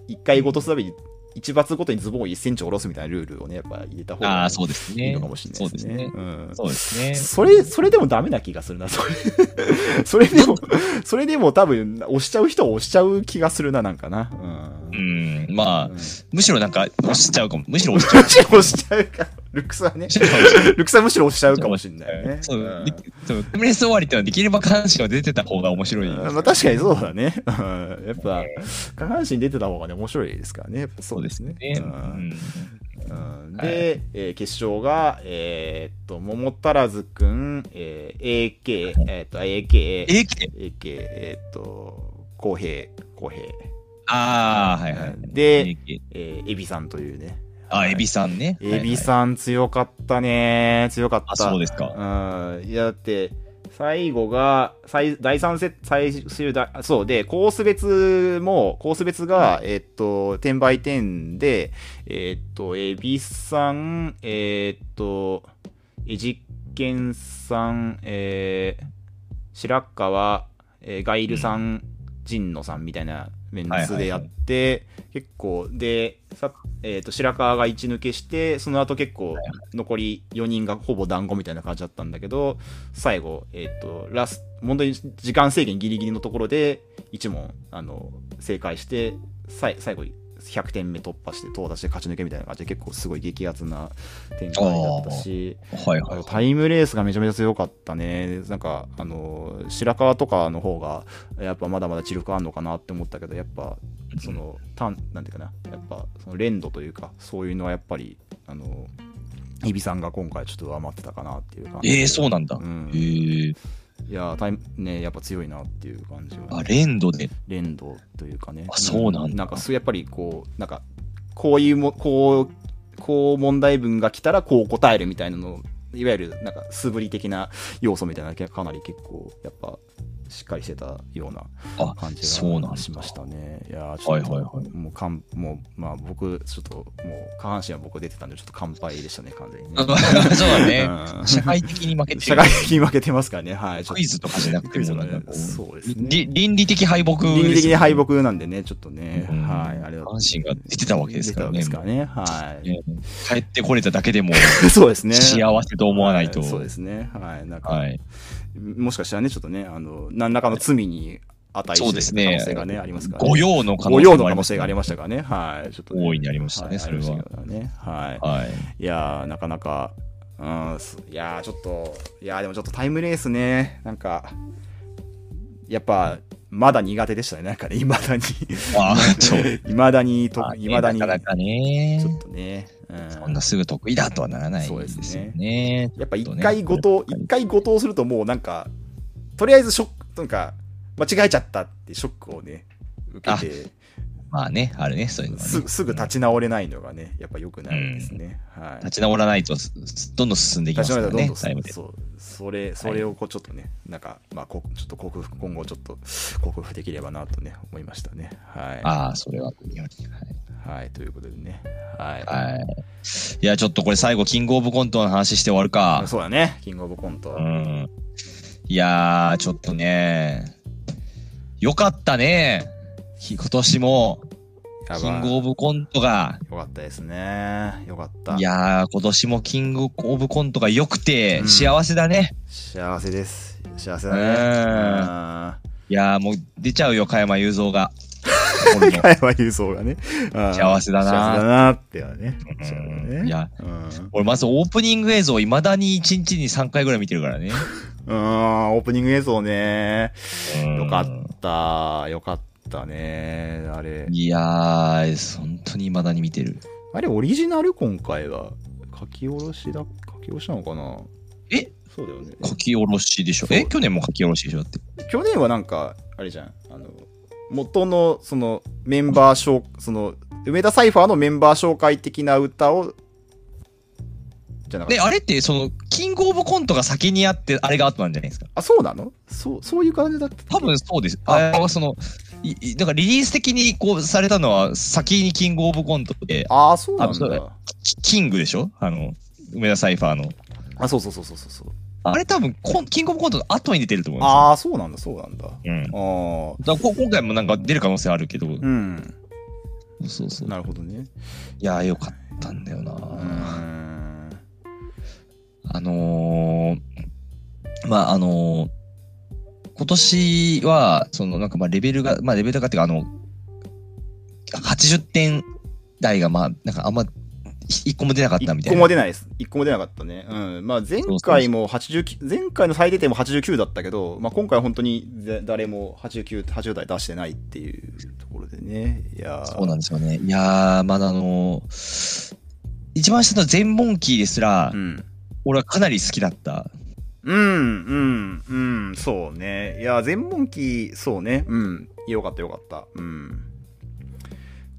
Speaker 1: 一回ごとするために、一罰ごとにズボンを1センチ下ろすみたいなルールをね、やっぱ入れた方
Speaker 2: あ
Speaker 1: が
Speaker 2: あ、そうですね。
Speaker 1: いいのかもしれないですね。
Speaker 2: そうですね。
Speaker 1: うん
Speaker 2: そうですね。
Speaker 1: それ、それでもダメな気がするな、それ。 [LAUGHS] それ
Speaker 2: [LAUGHS]
Speaker 1: でも、それでも多分、押しちゃう人は押しちゃう気がするな、なんかな。うん。
Speaker 2: うん、まあ
Speaker 1: うん、
Speaker 2: むしろなんか、押しちゃうかも。むしろ押しちゃ
Speaker 1: むしろ押しちゃうか。ルックスはね
Speaker 2: [LAUGHS] う。し。か
Speaker 1: [LAUGHS]
Speaker 2: もしれない
Speaker 1: ルックスはむしろ押しちゃうかもしれないね。
Speaker 2: そうう、
Speaker 1: ん
Speaker 2: でそう、フェミレス終わりってのはできれば監視が出てた方が面白い。
Speaker 1: まあ確かにそうだね。うんやっぱ、下半身出てた方がね、面白いですからね。やっぱそうですね。
Speaker 2: ね。う
Speaker 1: うん
Speaker 2: ん。
Speaker 1: うん
Speaker 2: はい
Speaker 1: で、えー決勝が、えーっと、桃太らずくん、えー AK、えーっと、AKA、
Speaker 2: え、け
Speaker 1: AK、えーっと、公平、公平、
Speaker 2: ああ、はいはい。
Speaker 1: で、
Speaker 2: えけ
Speaker 1: えーエビさんというね。
Speaker 2: あ、エビさんね。
Speaker 1: エビさん強かったね。強かった。
Speaker 2: あ、そうですか。
Speaker 1: うん。いや、だって、最後が、最第3セット、最終だ、そうで、コース別も、コース別が、えっと、10 by 10で、えっと、エビさん、えっと、エジッケンさん、えー、白川、えーガイルさん、神野さんみたいなメンツでやって、結構、で、さえー、と白川が1抜けして、その後結構、残り4人がほぼ団子みたいな感じだったんだけど、最後、えっ、と、ラス、本当に時間制限ギリギリのところで、1問、あの、正解して、さい最後、100点目突破して、到達して勝ち抜けみたいな感じで、結構すごい激アツな展開だったし、
Speaker 2: はいはいはい。
Speaker 1: タイムレースがめちゃめちゃ強かったね。なんか、あの、白川とかの方が、やっぱまだまだ知力あんのかなって思ったけど、やっぱ、その、たんなんていうかな、やっぱ、その連動というか、そういうのはやっぱり、あの、日比さんが今回ちょっと上回ってたかなっていう感じ。
Speaker 2: ええ、そうなんだ
Speaker 1: う。ん
Speaker 2: ええ。
Speaker 1: いや、タイム、ね、やっぱ強いなっていう感じは、
Speaker 2: あ、レンドで。
Speaker 1: 連動というかね。
Speaker 2: あそうなんだ
Speaker 1: なんか、そうやっぱりこう、なんか、こういうも、こう、こう問題文が来たらこう答えるみたいなのを、いわゆるなんか素振り的な要素みたいなのがかなり結構、やっぱ、しっかりしてたような
Speaker 2: あ、
Speaker 1: 感じ
Speaker 2: そうなんだ
Speaker 1: がしましたね。いやーちょっと、
Speaker 2: はいはいは
Speaker 1: もうかん、もう、まあ僕、ちょっと、もう下半身は僕出てたんで、ちょっと乾杯でしたね、完全にね。
Speaker 2: [LAUGHS] そうだね。
Speaker 1: うん
Speaker 2: 社会的に負けてる。
Speaker 1: 社会的に負けてますからね、はい。ちょっと
Speaker 2: クイズとかじゃなくて
Speaker 1: クイズと
Speaker 2: も
Speaker 1: かじゃなん
Speaker 2: な
Speaker 1: く
Speaker 2: か
Speaker 1: て
Speaker 2: こう
Speaker 1: そうですね。
Speaker 2: り倫理的敗北。
Speaker 1: 倫理的に敗。北なんでね、ちょっとね、
Speaker 2: うん
Speaker 1: はい、あれだ
Speaker 2: 阪神が出てたわけですからね
Speaker 1: 出てたわけですからね、はい。
Speaker 2: ね帰ってこれただけでも
Speaker 1: そうですね。
Speaker 2: 幸せと思わないと。
Speaker 1: はいそうですね。はい、なんか、
Speaker 2: はい。
Speaker 1: もしかしたらね、ちょっとね、あの、何らかの罪に値
Speaker 2: そうです
Speaker 1: してる可
Speaker 2: ね
Speaker 1: 能性がね、ありますから、ね。
Speaker 2: 御用の可能
Speaker 1: ご用の可能性があり
Speaker 2: ま
Speaker 1: ましたからね。はい。ちょっと、ね、
Speaker 2: 大いにありましたね
Speaker 1: い
Speaker 2: それは
Speaker 1: ありましたからね。はい。
Speaker 2: す。はい。
Speaker 1: いやー、なかなか、うん、すいやー、ちょっと、いやー、でもちょっとタイムレースね、なんか、やっぱ、まだ苦手でしたね、なんかね、いまだに、
Speaker 2: まあ、ちょ
Speaker 1: [LAUGHS]
Speaker 2: っ
Speaker 1: いまだにと、いまだに、ち
Speaker 2: なかなかね
Speaker 1: ょっとね、うん
Speaker 2: そんなすぐ得意だとはならない
Speaker 1: そうで
Speaker 2: です
Speaker 1: ね
Speaker 2: すよね。
Speaker 1: やっぱ
Speaker 2: ちょ
Speaker 1: 一
Speaker 2: とね
Speaker 1: 回誤答、一回誤答するともうなんか、とりあえずショック、なんか、間違えちゃったってショックをね、受けて、
Speaker 2: まあね、あるね、そういうのはね
Speaker 1: すすぐ立ち直れないのがね、やっぱ良くないですね。はい。
Speaker 2: 立ち直らないと、すどんどん進んでいきま
Speaker 1: 立
Speaker 2: す
Speaker 1: ち
Speaker 2: か
Speaker 1: 直
Speaker 2: ら
Speaker 1: りがどんど
Speaker 2: ね
Speaker 1: ん、
Speaker 2: タイムで。
Speaker 1: そうそれそれをこうちょっとね、なんか、まあ、こちょっと克服、今後ちょっと克服できればなとね、思いましたね。は
Speaker 2: ああ、それは。はい
Speaker 1: い。はい、ということでね。はい。
Speaker 2: はい。いや、ちょっとこれ最後、キングオブコントの話して終わるか。
Speaker 1: そうだね、キングオブコント。
Speaker 2: うん。いやー、ちょっとね、よかったね。ひ今年も、
Speaker 1: やばい
Speaker 2: キングオブコントが、
Speaker 1: よかったですね。よかった。
Speaker 2: いやー、今年もキングオブコントが良く
Speaker 1: う
Speaker 2: て、
Speaker 1: ん
Speaker 2: 幸せだね。
Speaker 1: 幸せです。幸せだ
Speaker 2: う
Speaker 1: ね。
Speaker 2: いやー、もう出ちゃうよ、加山雄
Speaker 1: [LAUGHS]
Speaker 2: 三が。俺も
Speaker 1: 加山雄三がね。うん
Speaker 2: 幸せだな
Speaker 1: 幸せだなってはね。
Speaker 2: うん
Speaker 1: そうだね
Speaker 2: いや、
Speaker 1: うん。
Speaker 2: 俺まずオープニング映像、いまだに1日に3回ぐらい見てるからね。
Speaker 1: うん、オープニング映像ね。
Speaker 2: うん
Speaker 1: よかった。よかったね。あれ。
Speaker 2: いやー、本当にいまだに見てる。
Speaker 1: あれ、オリジナル今回は。書き下ろしだ、書き下ろしなのかな
Speaker 2: え
Speaker 3: そうだよね。
Speaker 2: 書き下ろしでしょ。え、去年も書き下ろしでしょだって。
Speaker 1: 去年はなんか、あれじゃん、あの、元の、その、メンバー紹その、梅田サイファーのメンバー紹介的な歌を、じゃなかっ
Speaker 2: で、
Speaker 1: た。
Speaker 2: あれって、その、キングオブコントが先にあって、あれが後なんじゃないですか。
Speaker 1: あ、そうなのそう、そういう感じだったっけ
Speaker 2: 多分そうです。あれはその、いいだからリリース的にこうされたのは、先にキングオブコントで、
Speaker 1: ああ、そうなん
Speaker 2: あそうだ
Speaker 1: だ。
Speaker 2: キキングでしょあの、梅田サイファーの。
Speaker 1: あ、そうそうそうそうそうそう。
Speaker 2: あれ多分コン、キングオブコントの後に出てると思うんですよ。
Speaker 1: ああ、そうなんだ、そうなんだ。あ
Speaker 2: うん。だか
Speaker 1: あ。
Speaker 2: らこ今回もなんか出る可能性あるけど、
Speaker 1: うん。
Speaker 2: そうそう。
Speaker 1: なるほどね。
Speaker 2: いやー、よかったんだよな。
Speaker 1: うーん。
Speaker 2: あのー、まあ、あのー今年は、その、なんか、まあ、レベルが、まあ、レベルがっていうか、あの、80点台が、まあ、なんか、あんま、一個も出なかったみ
Speaker 1: 一
Speaker 2: たい
Speaker 1: 個
Speaker 2: な
Speaker 1: も。出ないです。一個も出なかったね。うん。まあ前回も89、前回の最低点も89だったけど、まあ今回は本当にぜ誰も89、80台出してないっていうところでね。いやー
Speaker 2: そうなんですよね。いやー、まだあのー一番下の全モンキーですら、
Speaker 1: うん。
Speaker 2: 俺はかなり好きだった。
Speaker 1: うん、うん、うん、そうね。いやー、全問記、そうね。うん。よかったよかった。うん。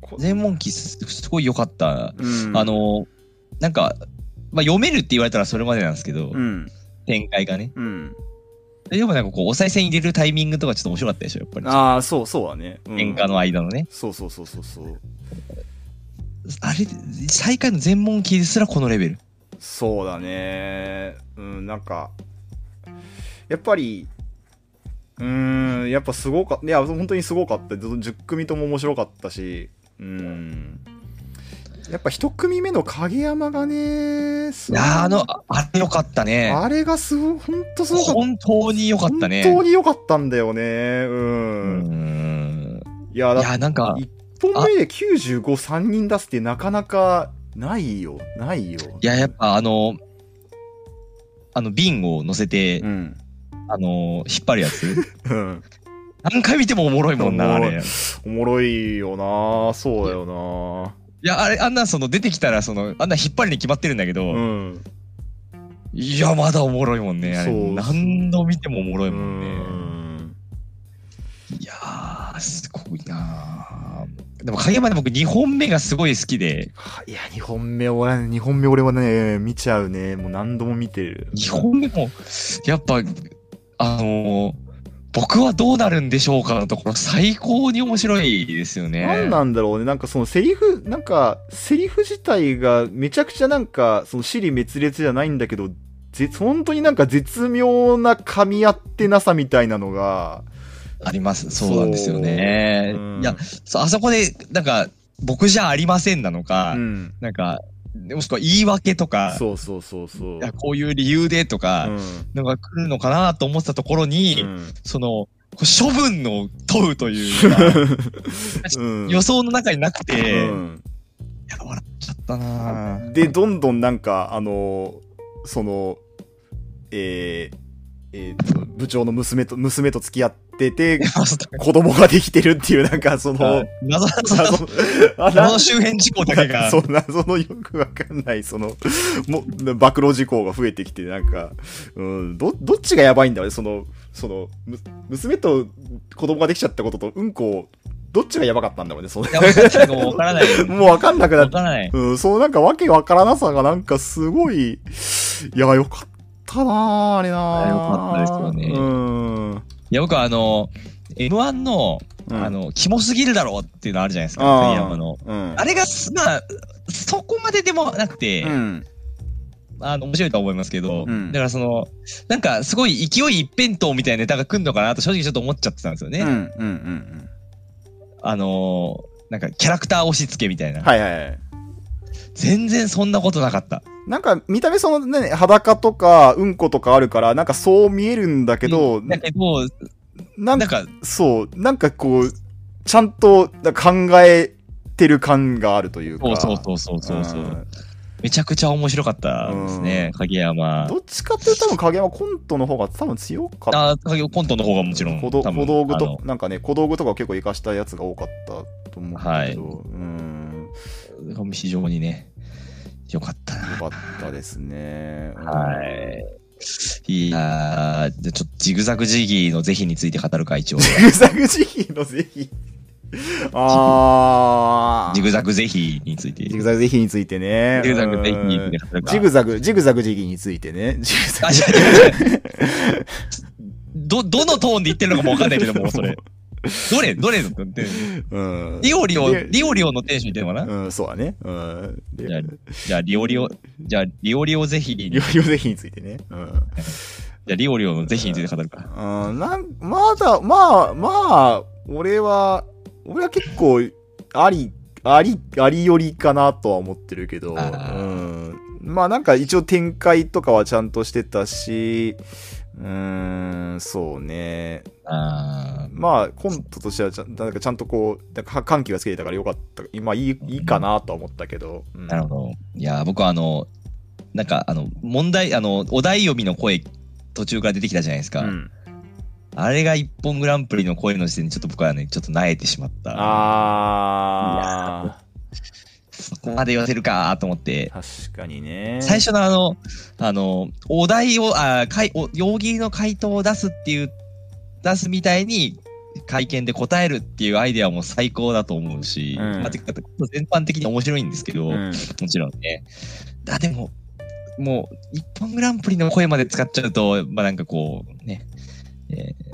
Speaker 1: こ
Speaker 2: 全モンキーすすごい良かった。
Speaker 1: うん、
Speaker 2: あ、のーなんか、まあ、読めるって言われたらそれまでなんですけど、
Speaker 1: うん、
Speaker 2: 展開がね。
Speaker 1: うん。
Speaker 2: でもなんかこう、お賽銭入れるタイミングとかちょっと面白かったでしょ、やっぱり。
Speaker 1: ああ、そうそうだね。うん
Speaker 2: 喧嘩の間のね。
Speaker 1: そうそうそうそうそう。
Speaker 2: あれ、最下位の全問キーですらこのレベル。
Speaker 1: そうだね。うん、なんか、やっぱり、うーん、やっぱすごかった。いや、本当にすごかった。ず10組とも面白かったし、うん。やっぱ一組目の影山がね、す
Speaker 2: い
Speaker 1: ごい
Speaker 2: やーあの、ああれよかったね。
Speaker 1: あれがすごい、本当すごかった。
Speaker 2: 本当によかったね。
Speaker 1: 本当に良かったんだよね。う。
Speaker 2: うんん。
Speaker 1: いや、
Speaker 2: い
Speaker 1: だ
Speaker 2: や、なんか、
Speaker 1: 1本目で95、3人出すってなかなかないよ。ないよ。
Speaker 2: いや、やっぱあの、あの、瓶を乗せて、
Speaker 1: うん。
Speaker 2: あの、引っ張るや
Speaker 1: [LAUGHS]
Speaker 2: つ。
Speaker 1: うん。
Speaker 2: 何回見てもおもろいもんな、あ
Speaker 1: おもろ
Speaker 2: れ。
Speaker 1: い
Speaker 2: い
Speaker 1: おもろいよなそうだよな
Speaker 2: や、あれ、あんなその、出てきたら、その、あんな引っ張りに決まってるんだけど、
Speaker 1: うん。
Speaker 2: いや、まだおもろいもんね。あれ
Speaker 1: そう
Speaker 2: 何度見てもおもろ
Speaker 1: う
Speaker 2: いもんね。
Speaker 1: ん。
Speaker 2: いやー、すごいなーでも、影山で僕、2本目がすごい好きで、
Speaker 1: いや、2本目俺、2本目俺はね、見ちゃうね。もう何度も見てる。
Speaker 2: 2本目も、やっぱ、あのー僕はどうなるんでしょうかのところ、最高に面白いですよね。
Speaker 1: 何なんだろうね。なんかそのセリフ、なんか、セリフ自体がめちゃくちゃなんか、その死に滅裂じゃないんだけど、ぜ本当になんか絶妙な噛み合ってなさみたいなのが、
Speaker 2: あります。そうなんですよね
Speaker 1: そうう。ん
Speaker 2: いや、そうあそこで、なんか、僕じゃありませんなのか、
Speaker 1: うん。
Speaker 2: なんか、もしくは言い訳とか、
Speaker 1: そうそうそうそう。
Speaker 2: いやこういう理由でとか、のが来るのかなと思ってたところに、
Speaker 1: うんうん
Speaker 2: その、こう処分の問うと
Speaker 1: [LAUGHS]
Speaker 2: いうか [LAUGHS]
Speaker 1: うん
Speaker 2: 予想の中になくて、
Speaker 1: うん
Speaker 2: いや笑っちゃった
Speaker 1: [LAUGHS]
Speaker 2: なぁ
Speaker 1: でどんどんなんかあのーそのえーえーと部長の娘と娘と付き合って
Speaker 2: [LAUGHS]
Speaker 1: て子供ができてるっていうなんかその
Speaker 2: 謎の、
Speaker 1: 謎あ
Speaker 2: 謎
Speaker 1: な
Speaker 2: の周辺事故だけ
Speaker 1: [LAUGHS]
Speaker 2: が、
Speaker 1: そう謎のよくわかんないそのも暴露事項が増えてきてなんか、うん、どどっちがやばいんだろうねそのそのむ娘と子供ができちゃったこととうんこどっちがやばかったんだろうねその
Speaker 2: いやばかったのもわからな
Speaker 1: [LAUGHS]
Speaker 2: い。
Speaker 1: もうわかんなくなっ
Speaker 2: わからない。
Speaker 1: うん、そのなんかわけわからなさがなんかすごい、いや、よかったなああれなあ
Speaker 2: あれよかったですよね
Speaker 1: うん。うん
Speaker 2: いや、僕はあの、M1 の、あ、の、キモすぎるだろうっていうのあるじゃないですか、
Speaker 1: あー
Speaker 2: 影山の。
Speaker 1: うん。
Speaker 2: あれがす、まあ、そこまででもなくて、
Speaker 1: うん。
Speaker 2: あの、面白いとは思いますけど、
Speaker 1: うん
Speaker 2: だからその、なんかすごい勢い一辺倒みたいなネタが来るのかなと正直ちょっと思っちゃってたんですよね。
Speaker 1: うん。うん。うん。
Speaker 2: あのーなんかキャラクター押し付けみたいな。
Speaker 1: はいはいはい。
Speaker 2: 全然そんなことなかった。
Speaker 1: なんか見た目そのね、裸とかうんことかあるから、なんかそう見えるんだけど、
Speaker 2: だけど、
Speaker 1: な
Speaker 2: なん
Speaker 1: ん
Speaker 2: か、
Speaker 1: そう、なんかこう、ちゃんとなんか考えてる感があるという
Speaker 2: そ
Speaker 1: か。
Speaker 2: うそうそうそうそうそう、
Speaker 1: ん
Speaker 2: めちゃくちゃ面白かったですね、影山。
Speaker 1: どっちかっていうと多分影山コントの方が多分強かった
Speaker 2: あ影コントの方がもちろん。
Speaker 1: 小道
Speaker 2: 多分
Speaker 1: 小道具
Speaker 2: あの
Speaker 1: となんかね小道具とかを結構生かしたやつが多かったと思うんだけど、うーん
Speaker 2: 非常にね、良かったな。 [LAUGHS]
Speaker 1: よかったですね。
Speaker 2: はい。いやー、じゃあちょっとジグザグジギーの是非について語るか、一応。
Speaker 1: グザグジギーのぜ
Speaker 2: [LAUGHS]
Speaker 1: ひ。ああ。
Speaker 2: ジグザグ是非について。
Speaker 1: ジグザグぜひについてね。
Speaker 2: ジグザグ是非について
Speaker 1: うんジグザグ、ジグザグジギーについてね。ジグザ
Speaker 2: あ、
Speaker 1: グ
Speaker 2: 違う違う違う。ど、どのトーンで言ってるのかもわかんないけども、それ。どれどれのって。
Speaker 1: うん。
Speaker 2: リオリオ、
Speaker 1: で
Speaker 2: リオリオのテンション言ってるのかな
Speaker 1: うん、そうだね。うん。で
Speaker 2: じゃあ、じゃあリオリオ、じゃあ、リオリオ是非に、じ
Speaker 1: 料
Speaker 2: ゃ
Speaker 1: 理をぜひについてね。うん。
Speaker 2: あリオリオの是非について語るか。
Speaker 1: うん、なんまだ、まあ、まあ、俺は、俺は結構、あり、あり、ありよりかなとは思ってるけど、う
Speaker 2: あー
Speaker 1: ん。まあなんか一応展開とかはちゃんとしてたし、うーん、そうね。
Speaker 2: あー
Speaker 1: まあコントとしてはちゃんなんかちゃんとこう、なんか緩急がつけてたからよかった。まあいいいいかなとは思ったけど。うん
Speaker 2: なるほど。いやー、僕はあの、なんか、あの、問題、あの、お題読みの声、途中から出てきたじゃないですか。
Speaker 1: うん
Speaker 2: あれが一本グランプリの声の時点で、ちょっと僕はね、ちょっと萎えてしまった。
Speaker 1: あ
Speaker 2: そこまで言わせるかーと思って。
Speaker 1: ー、確かにね。
Speaker 2: 最初のあの、あの、お題を、あかいお容疑の回答を出すっていう、出すみたいに、会見で答えるっていうアイデアも最高だと思うし、
Speaker 1: うん
Speaker 2: まあ、てか全般的に面白いんですけど、
Speaker 1: うん
Speaker 2: もちろんね。だでも、もう、一本グランプリの声まで使っちゃうと、まあなんかこう、ね、えー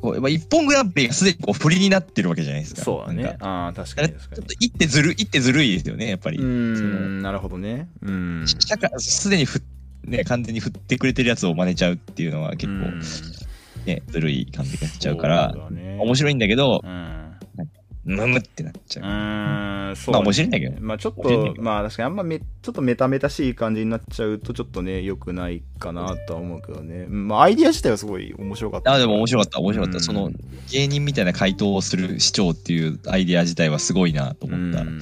Speaker 2: こうまあ、一本グランプリがすでにこう振りになってるわけじゃないですか。
Speaker 1: そうだ
Speaker 2: なん
Speaker 1: ね
Speaker 2: か。
Speaker 1: ああ、確かに確か
Speaker 2: ちょ
Speaker 1: に
Speaker 2: っ。と一手ずる、一手ずるいですよね、やっぱり。
Speaker 1: う
Speaker 2: その
Speaker 1: ーん、なるほどね。うん。
Speaker 2: 下からすでにふ、ね、完全に振ってくれてるやつを真似ちゃうっていうのは結構
Speaker 1: うん
Speaker 2: ね、ずるい感じになっちゃうから、、面
Speaker 1: 面
Speaker 2: 白いんだけど
Speaker 1: い。う、ん。
Speaker 2: むむってなっちゃ
Speaker 1: う
Speaker 2: う。
Speaker 1: ーん、そう
Speaker 2: ま
Speaker 1: だ
Speaker 2: あ
Speaker 1: ね。
Speaker 2: 面白いんだけどね。
Speaker 1: まあちょっ
Speaker 2: 面白いんだ
Speaker 1: と
Speaker 2: け、ど
Speaker 1: まあ確かにあんまめ、ちょっとメタメタしい感じになっちゃうと、ちょっとね、良くないかなとは思うけどね。うんまあアイディア自体はすごい面白かった。
Speaker 2: あ、でも面白かった、面白かっ
Speaker 1: う
Speaker 2: た。
Speaker 1: ん
Speaker 2: その、芸人みたいな回答をする市長っていうアイデア自体はすごいなと思った
Speaker 1: う。ん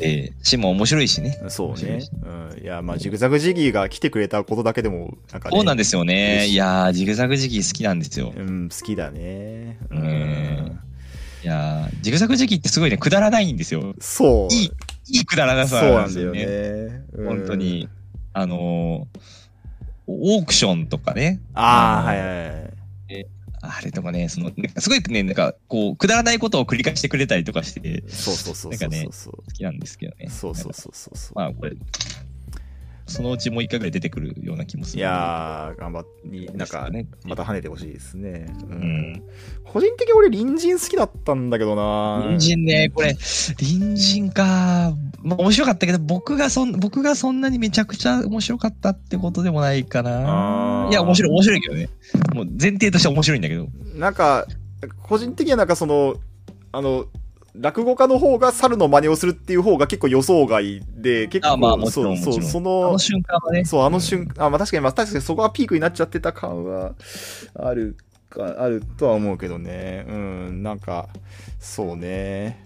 Speaker 2: で、しも面白いしね。
Speaker 1: そう
Speaker 2: 面白
Speaker 1: ね
Speaker 2: いし。
Speaker 1: うん。いや、まあジグザグジギーが来てくれたことだけでも、なんかね。
Speaker 2: そうなんですよ
Speaker 1: 嬉
Speaker 2: ね。
Speaker 1: しい
Speaker 2: いやー、ジグザグ時期好きなんですよ。
Speaker 1: うん、好きだね。う
Speaker 2: うん
Speaker 1: ん。
Speaker 2: いやー、ジグザグ時期ってすごいね、くだらないんですよ。
Speaker 1: そう。
Speaker 2: いい、いいくだらな
Speaker 1: そ
Speaker 2: さ
Speaker 1: う
Speaker 2: な
Speaker 1: なんん
Speaker 2: です
Speaker 1: だよ
Speaker 2: よね。
Speaker 1: ね。うん
Speaker 2: 本当に。。あのー、オークションとかね。
Speaker 1: ああ、はいはいはい。
Speaker 2: あれとかね、その、なんかすごいね、なんか、こう、くだらないことを繰り返してくれたりとかして、
Speaker 1: そうそうそう
Speaker 2: な
Speaker 1: そ
Speaker 2: ん
Speaker 1: う
Speaker 2: かね
Speaker 1: そうそう。
Speaker 2: 好きなんですけどね。
Speaker 1: そうそう
Speaker 2: なんか
Speaker 1: そうそうそう。
Speaker 2: まあ、これ、そのうちもう一回ぐらい出てくるような気もする。
Speaker 1: いやー、頑張っに、なんか、
Speaker 2: ね。
Speaker 1: また跳ねてほしいですね。う。
Speaker 2: うんん。
Speaker 1: 個人的に俺、隣人好きだったんだけどな
Speaker 2: 隣人ね、これ、隣人か。まあ、面白かったけど、僕がそん、僕がそんなにめちゃくちゃ面白かったってことでもないか
Speaker 1: あ
Speaker 2: な
Speaker 1: ー。
Speaker 2: いや、面白い、面白いけどね。もう前提としては面白いんだけど。
Speaker 1: なんか、個人的にはなんかその、あの、落語家の方が猿の真似をするっていう方が結構予想外で、結構、
Speaker 2: あまあもち
Speaker 1: そ
Speaker 2: ろ
Speaker 1: うんそう、
Speaker 2: もちろん
Speaker 1: そ
Speaker 2: あ
Speaker 1: の
Speaker 2: の、瞬間
Speaker 1: [LAUGHS]
Speaker 2: はね。
Speaker 1: そう、あの瞬間、あまあ、確かに、まあ、確かにそこがピークになっちゃってた感はあるか、あるとは思うけどね。うん、なんか、そうね。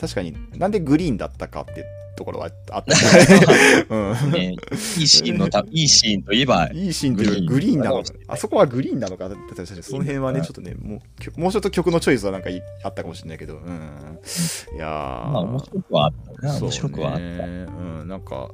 Speaker 1: 確かに、なんでグリーンだったかってところはあ [LAUGHS] った。うん。
Speaker 2: ね、いいシー
Speaker 1: [LAUGHS]
Speaker 2: ンのた、いいシーンといえば、
Speaker 1: いいシーンというよりグ
Speaker 2: グ
Speaker 1: リ
Speaker 2: リ
Speaker 1: ー
Speaker 2: ー
Speaker 1: ン
Speaker 2: ン
Speaker 1: なのか。あそこはグリーンなのか。確かにその辺はね、ちょっとね、もうきょ、もうちょっと曲のチョイスはなんかいあったかもしれないけど、うん。いやー。
Speaker 2: まあ面白くはあったな、面白くはあ
Speaker 1: う
Speaker 2: っ
Speaker 1: ね
Speaker 2: た。
Speaker 1: うん、なんか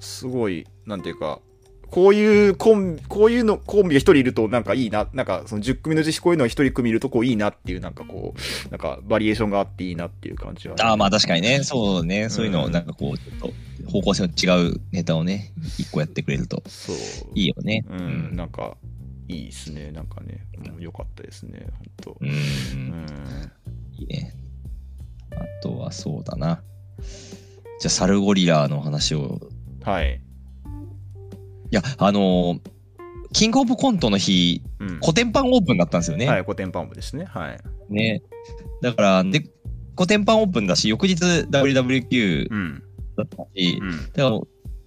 Speaker 1: すごいなんていうかこういうコンビこういうのコンビが一人いるとなんかいいななんかその10組のうちこういうのが一人組いるとこういいなっていうなんかこうなんかバリエーションがあっていいなっていう感じはね、
Speaker 2: ああ、まあ確かにね、そうね、そういうの
Speaker 1: う
Speaker 2: を
Speaker 1: ん
Speaker 2: なんかこう、ちょっと方向性の違うネタをね、一個やってくれると
Speaker 1: そう
Speaker 2: いいよね。
Speaker 1: うん、なんかいいですねなんかねうん良かったですね本当
Speaker 2: うん。うん、
Speaker 1: ん
Speaker 2: いいね。あとはそうだな。じゃあ、サルゴリラの話を。
Speaker 1: はい、
Speaker 2: いや、あのーキングオブコントの日、
Speaker 1: うん、
Speaker 2: 古典版オープンだったんですよね。
Speaker 1: はいコテンパンプですねはい
Speaker 2: ね。だから、で、古典版オープンだし、翌日 WWQ
Speaker 1: うん
Speaker 2: だったし
Speaker 1: う、ん
Speaker 2: だから、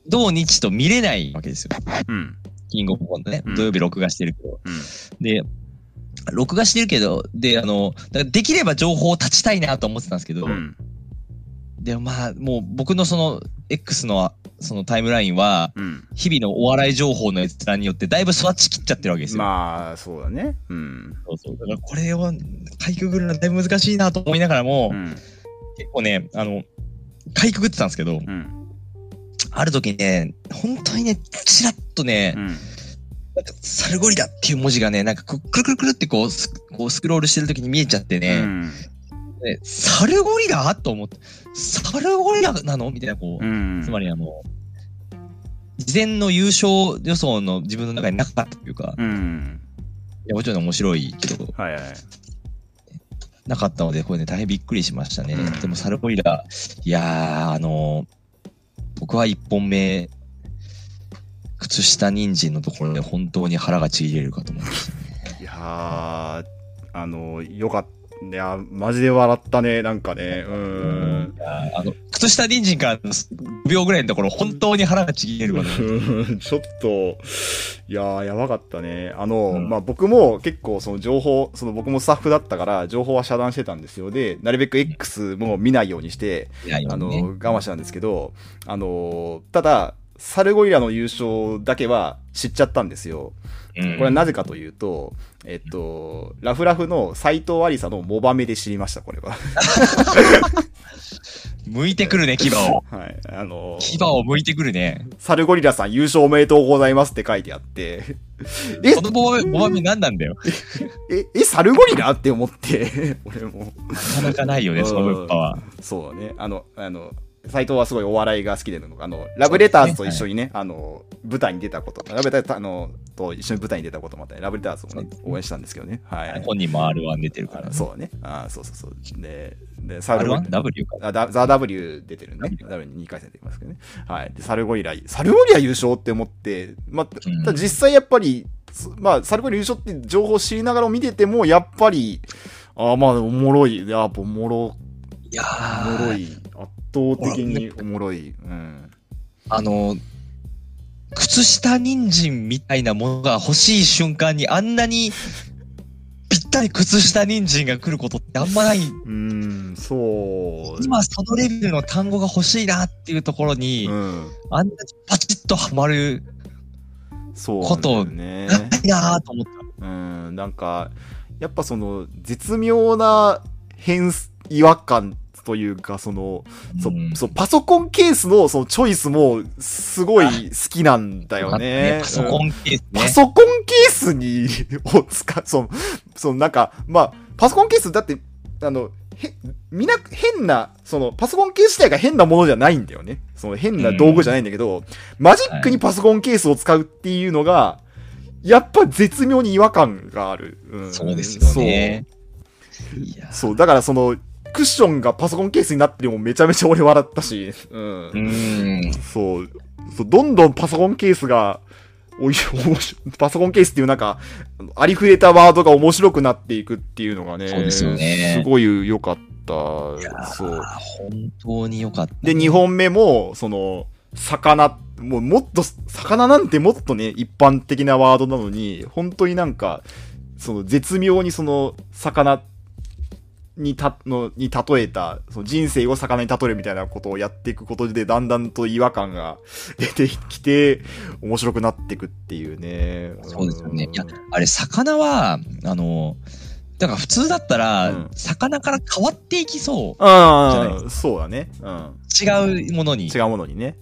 Speaker 2: 同日と見れないわけですよ。
Speaker 1: うん
Speaker 2: キングオブコントね
Speaker 1: うん。
Speaker 2: 土曜日録画してるけど。
Speaker 1: うん
Speaker 2: で、録画してるけど、で、あの、だからできれば情報を断ちたいなと思ってたんですけど、
Speaker 1: うん
Speaker 2: でもまあ、もう僕のその、X の、そのタイムラインは、
Speaker 1: うん
Speaker 2: 日々のお笑い情報の閲覧によって、だいぶ育ちきっちゃってるわけですよ。
Speaker 1: まあそうだねうん
Speaker 2: そうそうだからこれを、かいくぐるのはだいぶ難しいなと思いながらも、
Speaker 1: うん
Speaker 2: 結構ね、あの、かいくぐってたんですけ
Speaker 1: う
Speaker 2: ど、
Speaker 1: ん
Speaker 2: ある時ね、本当にね、ちらっとね、
Speaker 1: うん
Speaker 2: なんかサルゴリラっていう文字がね、なんかくくるくるくるってこうスこうスクロールしてるときに見えちゃって
Speaker 1: う
Speaker 2: ね、
Speaker 1: ん
Speaker 2: でサルゴリラと思って、サルゴリラなのみたいな、こう、
Speaker 1: うん
Speaker 2: つまりあの、事前の優勝予想の自分の中になかったというか、い
Speaker 1: うん
Speaker 2: やもちろん面白いけど、
Speaker 1: はいはい
Speaker 2: なかったので、これね、大変びっくりしましたね
Speaker 1: うん。
Speaker 2: でも、サルゴリラ、いやー、あのー僕は一本目、靴下人参のところで本当に腹がちぎれるかと思いました。
Speaker 1: いやーあのよかったいやマジで笑ったねなんかねうん
Speaker 2: いやーあの、靴下人参から5秒ぐらいのところ、本当に腹がちぎれるかと思いました。
Speaker 1: うん [LAUGHS] ちょっと、いやー、やばかったね。あの、
Speaker 2: うん
Speaker 1: まあ、僕も結構その情報、その僕もスタッフだったから、情報は遮断してたんですよ。で、なるべく X も見ないようにして、
Speaker 2: いや、今
Speaker 1: あの、
Speaker 2: ね
Speaker 1: 我。慢したんですけど、あの、ただ、サルゴリラの優勝だけは知っちゃったんですよ。
Speaker 2: うん
Speaker 1: これはなぜかというと、えっと、ラフラフの斎藤ありさのモバメで知りました、これは。
Speaker 2: 向いてくるね、牙を。
Speaker 1: [LAUGHS] はい。あの、
Speaker 2: 牙を向いてくるね。
Speaker 1: サルゴリラさん優勝おめでとうございますって書いてあって、え
Speaker 2: このボバボバミ何なんだよ。
Speaker 1: え、え、サルゴリラって思って、 [LAUGHS] 俺も。
Speaker 2: なかなかないよね、その物販は。
Speaker 1: そうだね。あの、あの、斎藤はすごいお笑いが好きでの、あの、ラブレターズと一緒にね、あの、舞台に出たこと、ラブレターズあのと一緒に舞台に出たこともあったね、ラブレターズもね、応援したんですけどね。はい。
Speaker 2: 本人も R1 出てるか
Speaker 1: あ
Speaker 2: ら
Speaker 1: の。そうだね。あーそうそうそう。で、でサルゴリ
Speaker 2: R1?W か。
Speaker 1: あダザ・ W 出てるね。W に2回戦出てますけどね。はい。で、サルゴリラ、サルゴリラ優勝って思って、まあ、た
Speaker 2: うん
Speaker 1: だ実際やっぱり、そまあ、サルゴリラ優勝って情報を知りながらも見てても、やっぱり、ああ、まあ、おもろい。やっぱおもろ、
Speaker 2: いや
Speaker 1: おもろ
Speaker 2: ー、
Speaker 1: い。圧倒的におもろい。うん。
Speaker 2: あの、靴下人参みたいなものが欲しい瞬間にあんなにぴったり靴下人参が来ることってあんまない。
Speaker 1: うーん、そう。
Speaker 2: 今そのレベルの単語が欲しいなっていうところに、
Speaker 1: うん。
Speaker 2: あんなにパチッとはまる、
Speaker 1: そうなんだよね。
Speaker 2: ないなーと思っ
Speaker 1: うん、なんか、やっぱその、絶妙な変す、違和感というか、その、
Speaker 2: た。
Speaker 1: そ
Speaker 2: ん
Speaker 1: そうパソコンケースのそのチョイスもすごい好きなんだよね。
Speaker 2: パソコ
Speaker 1: うん
Speaker 2: ンケースね。
Speaker 1: パソコンケースにを使う、 [LAUGHS] その、そのなんか、まあ、パソコンケースだって、あの、へ、みな、変な、その、パソコンケース自体が変なものじゃないんだよね。その変な道具じゃないんだけど、マジックにパソコンケースを使うっていうのが、やっぱ絶妙に違和感がある。ん
Speaker 2: そうですよね。いやー
Speaker 1: そう。そう、だからその、クッションがパソコンケースになってるのもめちゃめちゃ俺笑ったし、うん
Speaker 2: う。ーん。
Speaker 1: そう、そうどんどんパソコンケースが、おい面白いパソコンケースっていうなんか、ありふれたワードが面白くなっていくっていうのがね、
Speaker 2: そうですよね
Speaker 1: すごい良かった。そう。
Speaker 2: あー本当に良かった。
Speaker 1: で、2本目も、その、魚、もうもっと、魚なんてもっとね、一般的なワードなのに、本当になんか、その絶妙にその、魚にた、の、に例えた、その人生を魚に例えるみたいなことをやっていくことで、だんだんと違和感が [LAUGHS] 出てきて、面白くなっていくっていうね。
Speaker 2: そうですよね
Speaker 1: ん
Speaker 2: いやあれ、魚は、あの、だから普通だったら、
Speaker 1: うん
Speaker 2: 魚から変わっていきそう。ゃない
Speaker 1: あ
Speaker 2: で
Speaker 1: あ、そうだね。うん。
Speaker 2: 違うものに。
Speaker 1: 違うものにね。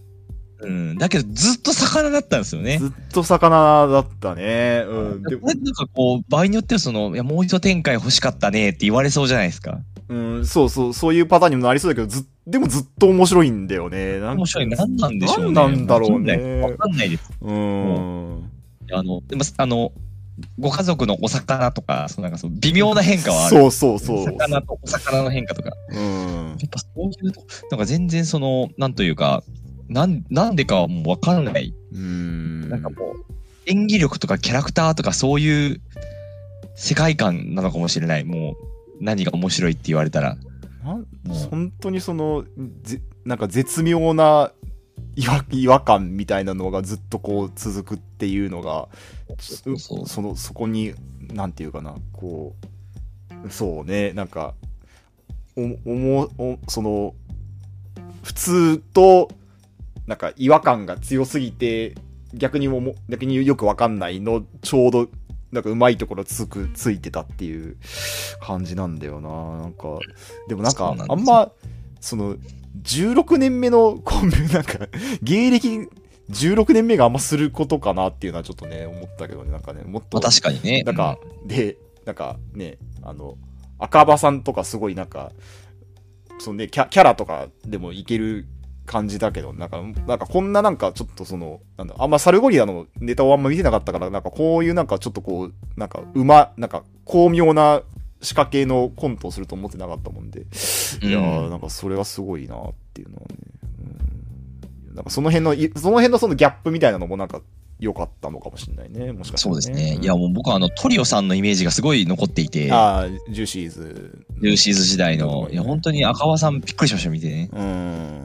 Speaker 2: うん。だけど、ずっと魚だったんですよね。
Speaker 1: ずっと魚だったね。うん。
Speaker 2: こ
Speaker 1: で
Speaker 2: れ
Speaker 1: も
Speaker 2: なんかこう、場合によってはその、いや、もう一度展開欲しかったねって言われそうじゃないですか。
Speaker 1: うん、そうそう、そういうパターンにもなりそうだけど、ずっ、でもずっと面白いんだよね。なんか
Speaker 2: 面白い。何なんでしょうね。
Speaker 1: 何なんだろうね
Speaker 2: わかんないです。
Speaker 1: うーん。
Speaker 2: あの、でも、あの、ご家族のお魚とか、そのなんかその微妙な変化はある。
Speaker 1: そうそうそう。
Speaker 2: 魚とお魚の変化とか。
Speaker 1: うん。
Speaker 2: やっぱそういうとこ、なんか全然その、なんというか、なん、なんでかはもうわからない。
Speaker 1: うん。
Speaker 2: なんかもう、演技力とかキャラクターとかそういう世界観なのかもしれない。もう、何が面白いって言われたら。
Speaker 1: なん
Speaker 2: もう
Speaker 1: 本当にその、ぜなんか絶妙な違和違和感みたいなのがずっとこう続くっていうのが、
Speaker 2: そうそう
Speaker 1: その、そこに、なんていうかな、こう、そうね、なんか、お、おも、おその、普通と、なんか違和感が強すぎて、逆にもも、逆によくわかんないの、ちょうど、なんかうまいところつく、ついてたっていう感じなんだよな。なんか、でもなん
Speaker 2: そ
Speaker 1: か
Speaker 2: うなん、です
Speaker 1: あ
Speaker 2: よ
Speaker 1: んま、その、16年目のコンビ、なんか、芸歴16年目があんますることかなっていうのはちょっとね、思ったけどね、なんかね、もっと
Speaker 2: まあ、、確かにね。
Speaker 1: なんか、で、なんかね、あの、赤羽さんとかすごいなんか、そのね、キャキャラとかでもいける感じだけど、なんか、なんかこんななんかちょっとその、なんだ、あんまサルゴリラのネタをあんま見てなかったから、なんかこういうなんかちょっとこう、なんかうま、なんか巧妙な仕掛けのコントをすると思ってなかったもんで、
Speaker 2: うん
Speaker 1: いやー、なんかそれはすごいなっていうのはね、うん、なんかその辺のい、その辺のそのギャップみたいなのもなんか良かったのかもしれないね、もしかした
Speaker 2: そ
Speaker 1: ら、
Speaker 2: うですね。
Speaker 1: ん
Speaker 2: いや、もう僕はあの、トリオさんのイメージがすごい残っていて、
Speaker 1: ああ、ジューシーズ。
Speaker 2: ルーシーズ時代の、
Speaker 1: うん
Speaker 2: いや、本当に赤羽さんびっくりしました、見てね。
Speaker 1: うん。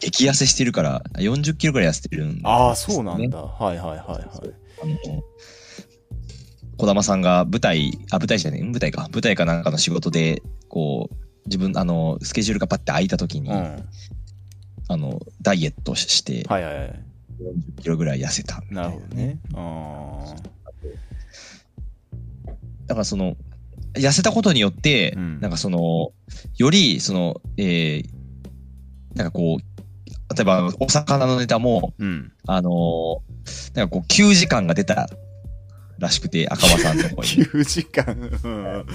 Speaker 2: 激痩せしてるから、40キロぐらい痩せてるんで
Speaker 1: ああ、そうなん
Speaker 2: ね
Speaker 1: だ。はいはいはいはい。
Speaker 2: あの、児玉さんが舞台、あ、舞台じゃねえ、舞台か、舞台かなんかの仕事で、こう、自分、あの、スケジュールがパッて空いた時に、
Speaker 1: うん。
Speaker 2: あの、ダイエットしして、
Speaker 1: はいはいはい。
Speaker 2: 40キロぐらい痩せたみた
Speaker 1: ないるほどね。あ
Speaker 2: だからその、痩せたことによって、
Speaker 1: うん
Speaker 2: なんかその、より、その、えーなんかこう、例えば、お魚のネタも、
Speaker 1: ー [LAUGHS] うん。
Speaker 2: あのーなんかこう、休時間が出たらしくて、赤羽さん
Speaker 1: [LAUGHS]
Speaker 2: のとこに。
Speaker 1: 9時間。うん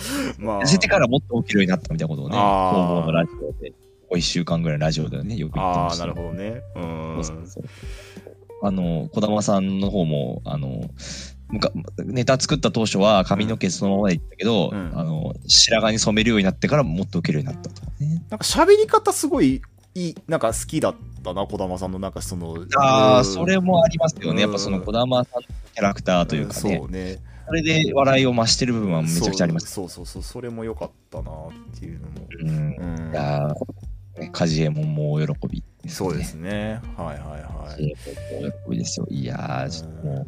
Speaker 1: まあ
Speaker 2: 痩。せてからもっと起きるようになったみたいなことをね、
Speaker 1: あー
Speaker 2: 工房のラジオで、ここ1週間ぐらいのラジオでね、よく言って
Speaker 1: あ
Speaker 2: ま
Speaker 1: あ、
Speaker 2: した
Speaker 1: なるほどね。う
Speaker 2: そ
Speaker 1: ん
Speaker 2: う。そうそうあの、児玉さんの方も、あの、むかネタ作った当初は髪の毛そのままでいったけど、
Speaker 1: うん
Speaker 2: あの白髪に染めるようになってからもっと受けるようになったとかね。
Speaker 1: なんか喋り方すごいいい、なんか好きだったな、児玉さんのなんかその。
Speaker 2: あ
Speaker 1: う
Speaker 2: あ、
Speaker 1: ん
Speaker 2: それもありますよ
Speaker 1: うん
Speaker 2: ね。やっぱその児玉さんのキャラクターというかね、
Speaker 1: んそうね。
Speaker 2: それで笑いを増してる部分はめちゃくちゃあります。
Speaker 1: そうそうそうそう、それも良かったなっていうのも。
Speaker 2: うん。い
Speaker 1: うん。
Speaker 2: やーねカジエモンも大喜び、
Speaker 1: そうです。ね。はいはいはい。
Speaker 2: 大喜びですよ。いやー、ちょっともう。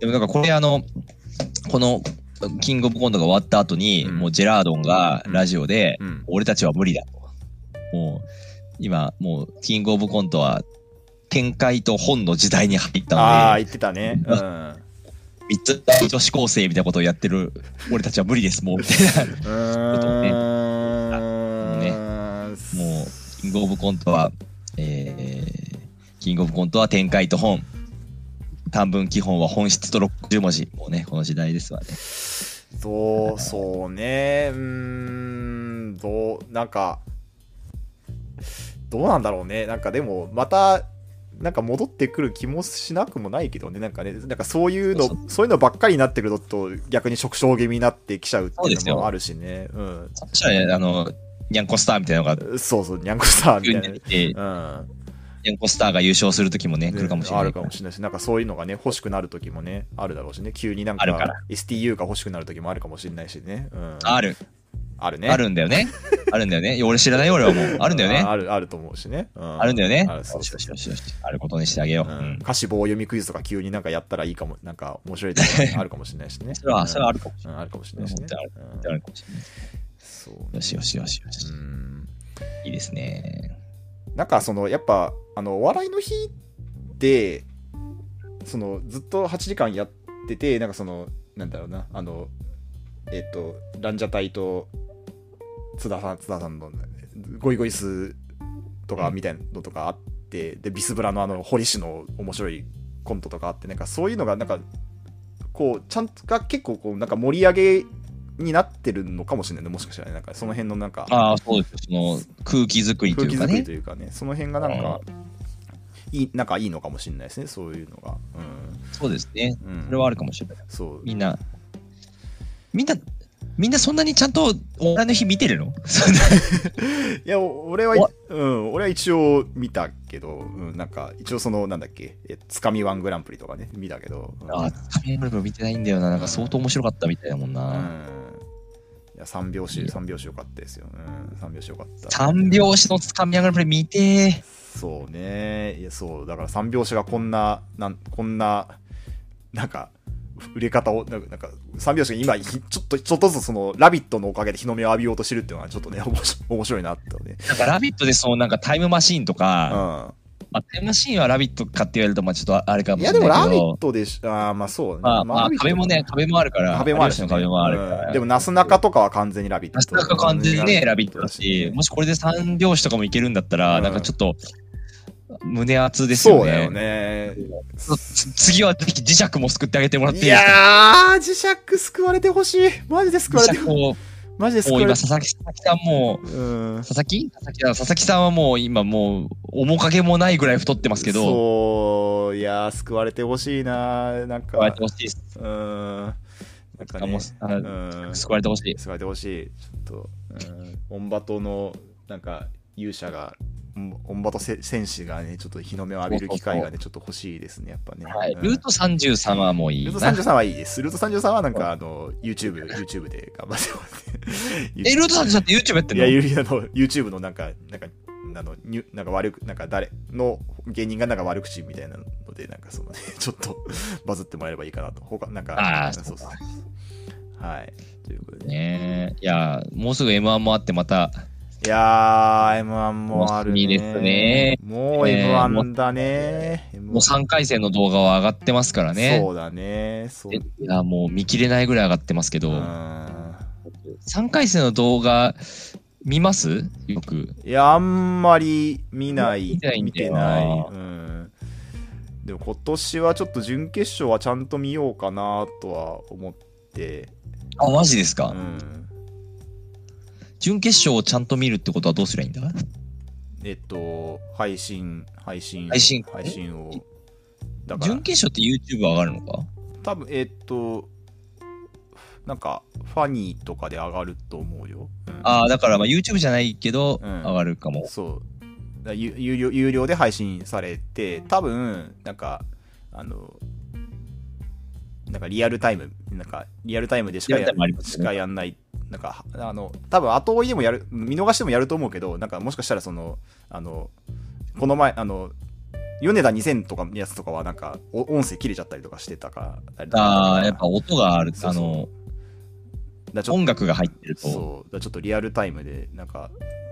Speaker 2: でもなんかこれあの、このキングオブコントが終わった後に、
Speaker 1: うん
Speaker 2: もうジェラードンがラジオで、
Speaker 1: うん。
Speaker 2: 俺たちは無理だと。もう、今、もう、キングオブコントは、展開と本の時代に入った
Speaker 1: ああ、
Speaker 2: ので、
Speaker 1: 言ってた [LAUGHS] ね。うん。
Speaker 2: 三つ大女子高生みたいなことをやってる、俺たちは無理で
Speaker 1: [LAUGHS]
Speaker 2: す、もう、みたいな。
Speaker 1: うーん。
Speaker 2: もう、キングオブコントは、えー、キングオブコントは展開と本。短文基本は本質と60文字。もうね、この時代ですわね。
Speaker 1: どう、そうね。うーん、どう、なんか、どうなんだろうね。なんかでも、また、なんか戻ってくる気もしなくもないけどね。なんかね、なんかそういうの
Speaker 2: そう、
Speaker 1: そういうのばっかりになってくると、逆に食傷気味になってきちゃうっていうのもあるしね。うん。
Speaker 2: そしたら、あの、ニャンコスターみたいなのが、
Speaker 1: そうそう、にゃんこさん
Speaker 2: 急
Speaker 1: み
Speaker 2: に
Speaker 1: たい
Speaker 2: 出てきて、
Speaker 1: な。うん。
Speaker 2: ニャンコスターが優勝する時もね、来るかもしれない。
Speaker 1: あるかもしれないし、なんかそういうのがね、欲しくなる時もね、あるだろうしね、急になんか
Speaker 2: あるから
Speaker 1: STU が欲しくなる時もあるかもしれないしね。うん、
Speaker 2: あ
Speaker 1: る。
Speaker 2: る。
Speaker 1: あるね。
Speaker 2: あるんだよね。あるんだよね。いや俺知
Speaker 1: [LAUGHS]
Speaker 2: らないよ、俺はもう。あるんだよね。
Speaker 1: ある、あると思うしね。うん、
Speaker 2: あるんだよね。
Speaker 1: あるそう
Speaker 2: よし
Speaker 1: そう
Speaker 2: よしよしよしあることにしてあげよう。
Speaker 1: う
Speaker 2: うんん
Speaker 1: 歌詞棒読みクイズとか急になんかやったらいいかも、なんか面白いとかあるかもしれないしね。
Speaker 2: [LAUGHS] それは、それはあ
Speaker 1: る。
Speaker 2: るかも
Speaker 1: う
Speaker 2: しれ
Speaker 1: ん、
Speaker 2: ない。
Speaker 1: あるかもしれないしね。うん
Speaker 2: あるかもしれない
Speaker 1: そう
Speaker 2: よ
Speaker 1: ね。
Speaker 2: しよしよしよし
Speaker 1: う。ん。
Speaker 2: いいですね。
Speaker 1: なんかそのやっぱあのお笑いの日ってそのずっと8時間やっててなんかそのなんだろうなあのえっとランジャタイと津田さん津田さんのゴイゴイスとかみたいなのとかあってでビスブラのあの堀氏の面白いコントとかあってなんかそういうのがなんかこうちゃんとが結構こうなんか盛り上げになってるのかもしれないねもしかしたらねなんかその辺のなんか
Speaker 2: ああ、そうですよ。その空気作りと
Speaker 1: 空気
Speaker 2: いうか
Speaker 1: 作り
Speaker 2: ね
Speaker 1: と。いうかね、その辺がなんか、いい、なんかいいのかもしれないですね、そういうのが。
Speaker 2: そうですね。
Speaker 1: うん。うん、
Speaker 2: それはあるかもしれない。
Speaker 1: そう。
Speaker 2: みんな、みんな、みんなそんなにちゃんとお笑いの日見
Speaker 1: [LAUGHS]
Speaker 2: てるのそんない
Speaker 1: や、お俺は
Speaker 2: お、
Speaker 1: うん、俺は一応見たけど、うん、なんか、一応その、なんだっけ、えつかみワングランプリとかね、見たけど。うん
Speaker 2: ああ、カメラ見てないんだよな。なんか相当面白かったみたいだもん
Speaker 1: う
Speaker 2: な。
Speaker 1: ん。いや、三拍
Speaker 2: い
Speaker 1: 子、
Speaker 2: や
Speaker 1: 三拍子よかったですよ。うん、三拍子よかった。
Speaker 2: 三拍子のつかみ上がるプレイ見てー。
Speaker 1: そうね。いや、そう。だから三拍子がこんな、なんこんな、なんか、売れ方を、なんか、なんか三拍子が今、ひちょっと、ちょっとずつその、ラビットのおかげで日の目を浴びようとしてるっていうのは、ちょっとね、 [LAUGHS] 面白面白いなってね。
Speaker 2: なんかラビットでそのなんかタイムマシーンと
Speaker 1: う
Speaker 2: か、
Speaker 1: ん。
Speaker 2: まあ、タイムマシーンはラビットかって言われると、まあちょっとあれかも
Speaker 1: い
Speaker 2: しれ
Speaker 1: や、
Speaker 2: な
Speaker 1: で
Speaker 2: いけ
Speaker 1: もラ
Speaker 2: ど。
Speaker 1: ビットでし、あーまあそうね。
Speaker 2: まあ、ま
Speaker 1: ラ
Speaker 2: あ、
Speaker 1: ビット
Speaker 2: 壁もね、壁もあるから。
Speaker 1: 壁もあるし、
Speaker 2: 有
Speaker 1: ね。
Speaker 2: 吉の壁もあるから。
Speaker 1: うんでも、なすなかとかは完全にラビット。
Speaker 2: なかなか完全にね、ラビットだし、
Speaker 1: ね
Speaker 2: もしこれで三拍子とかもいけるんだったら、
Speaker 1: うん
Speaker 2: なんかちょっと、胸熱です
Speaker 1: そ
Speaker 2: よ
Speaker 1: うだ
Speaker 2: ね
Speaker 1: よ。ね。
Speaker 2: つ次はぜひ磁石も救ってあげてもらっていい
Speaker 1: い
Speaker 2: ですか
Speaker 1: やー、磁石救われてほしい。マジで救われ
Speaker 2: 磁
Speaker 1: て
Speaker 2: 石
Speaker 1: ほしい。
Speaker 2: を、
Speaker 1: マジで救
Speaker 2: もう
Speaker 1: われ
Speaker 2: 今、
Speaker 1: て
Speaker 2: 佐々木佐々木さんも、
Speaker 1: うん。
Speaker 2: 佐々木佐々木さん佐々木さんはもう今もう面影もないぐらい太ってますけど、
Speaker 1: そう、いやー、救われてほしいな。なんか、
Speaker 2: 救われて
Speaker 1: う
Speaker 2: ほしいです。
Speaker 1: ん。なんかね
Speaker 2: もう、あ
Speaker 1: うん。
Speaker 2: 救われてほしい。
Speaker 1: 救われてほしい。ちょっと、うん、オンバトの、なんか、勇者が、オンオンバトせ戦士がね、ちょっと日の目を浴びる機会がね、ちょっと欲しいですね、やっぱね。
Speaker 2: はい、
Speaker 1: うん
Speaker 2: ルート33はもういい
Speaker 1: ルート
Speaker 2: な。
Speaker 1: 33はいいです。ルート33はなんか、あの、YouTube、YouTube で頑張ってもらって。
Speaker 2: え、ルート33って YouTube やってん
Speaker 1: い
Speaker 2: の
Speaker 1: や、ゆ [LAUGHS] りあの、YouTube のなんか、なんか、あの、ニュなんか悪く、なんか誰の芸人がなんか悪口みたいなので、なんかそのね、 [LAUGHS] ちょっとバズってもらえればいいかなと。他、なんか、
Speaker 2: あー
Speaker 1: そうそう。はい。ということで。
Speaker 2: ねえいや、もうすぐ M1 もあってまた、
Speaker 1: いやー、M1 もあるね。
Speaker 2: いいですね
Speaker 1: もう
Speaker 2: えー
Speaker 1: M1 だね。M1
Speaker 2: もう3回戦の動画は上がってますからね。
Speaker 1: そうだね。そう。
Speaker 2: いや、もう見切れないぐらい上がってますけど、
Speaker 1: うん
Speaker 2: 3回戦の動画見ますよく。
Speaker 1: いや、あんまり見ない。
Speaker 2: 見てないん
Speaker 1: 見
Speaker 2: だ
Speaker 1: て
Speaker 2: よ
Speaker 1: な。
Speaker 2: ない
Speaker 1: うん。でも今年はちょっと準決勝はちゃんと見ようかなとは思って。
Speaker 2: あ、マジですか、
Speaker 1: うん。
Speaker 2: 準決勝をちゃんと見るってことはどうすりゃいいんだ
Speaker 1: えっと、配信、配信、
Speaker 2: 配信
Speaker 1: 配信を。だから
Speaker 2: 準、決勝って YouTube 上がるのか
Speaker 1: 多分えっと、なんか、ファニーとかで上がると思うよ。うん
Speaker 2: ああ、だからまあ YouTube じゃないけど、
Speaker 1: うん
Speaker 2: 上がるかも。
Speaker 1: そうだ有有料有料で配信されて多分なんかあのなんかリアルタイムなんかリアルタイムでしか
Speaker 2: リア
Speaker 1: や,、
Speaker 2: ルタイムあります
Speaker 1: し
Speaker 2: ね
Speaker 1: かやんないなんかあの多分後追いでもやる見逃してもやると思うけどなんかもしかしたらそのあのこの前あの米田2000とかのやつとかはなんかお音声切れちゃったりとかしてたから
Speaker 2: ああ、やっぱ音がある、
Speaker 1: そうそう
Speaker 2: あの、
Speaker 1: だちょっと
Speaker 2: 音楽が入ってると。
Speaker 1: そうだからちょっとリアルタイムでなんか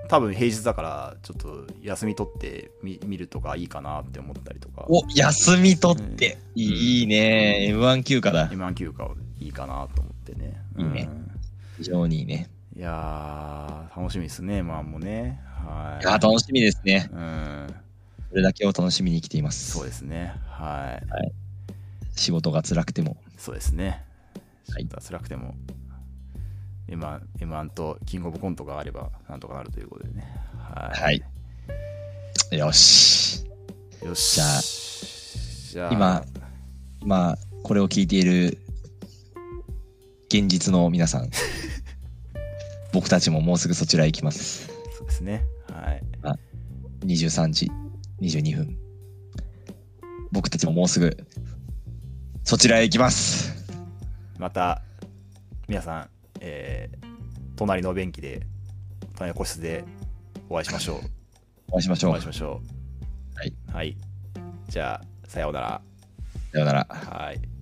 Speaker 1: 多分平日だからちょっと休み取ってみ見るとかいいかなって思ったりとか
Speaker 2: お、休み取って。い
Speaker 1: うん
Speaker 2: いいいね。M1 休暇だ。
Speaker 1: M1 休暇いいかなと思ってね
Speaker 2: いいね
Speaker 1: うん
Speaker 2: 非常にいいね。
Speaker 1: いやー楽しみですね M1 もねはい
Speaker 2: いやー、楽しみですね。
Speaker 1: うん
Speaker 2: それだけを楽しみに生きていま
Speaker 1: そう
Speaker 2: す。
Speaker 1: ですねはい
Speaker 2: 仕事が辛くても。
Speaker 1: そうですね
Speaker 2: は
Speaker 1: ち
Speaker 2: い
Speaker 1: ょっと辛くても M1, M1 とキングオブコントがあればなんとかなるということでねはい、
Speaker 2: はい。よし。
Speaker 1: よし
Speaker 2: じゃ
Speaker 1: じ
Speaker 2: あ
Speaker 1: ゃあ
Speaker 2: 今今、これを聞いている現実の皆
Speaker 1: [LAUGHS]
Speaker 2: さん。僕たちももうすぐそちらへ行きます。
Speaker 1: そうですねはい
Speaker 2: 23時22分。僕たちももうすぐそちらへ行きます。
Speaker 1: また皆さん、えー隣の便器で隣の個室でお会いしま
Speaker 2: [LAUGHS]
Speaker 1: しょう
Speaker 2: お会いしましょ
Speaker 1: お
Speaker 2: う
Speaker 1: 会いし。ましょう
Speaker 2: はい、
Speaker 1: はい、じゃあさようなら
Speaker 2: さよなら。
Speaker 1: はい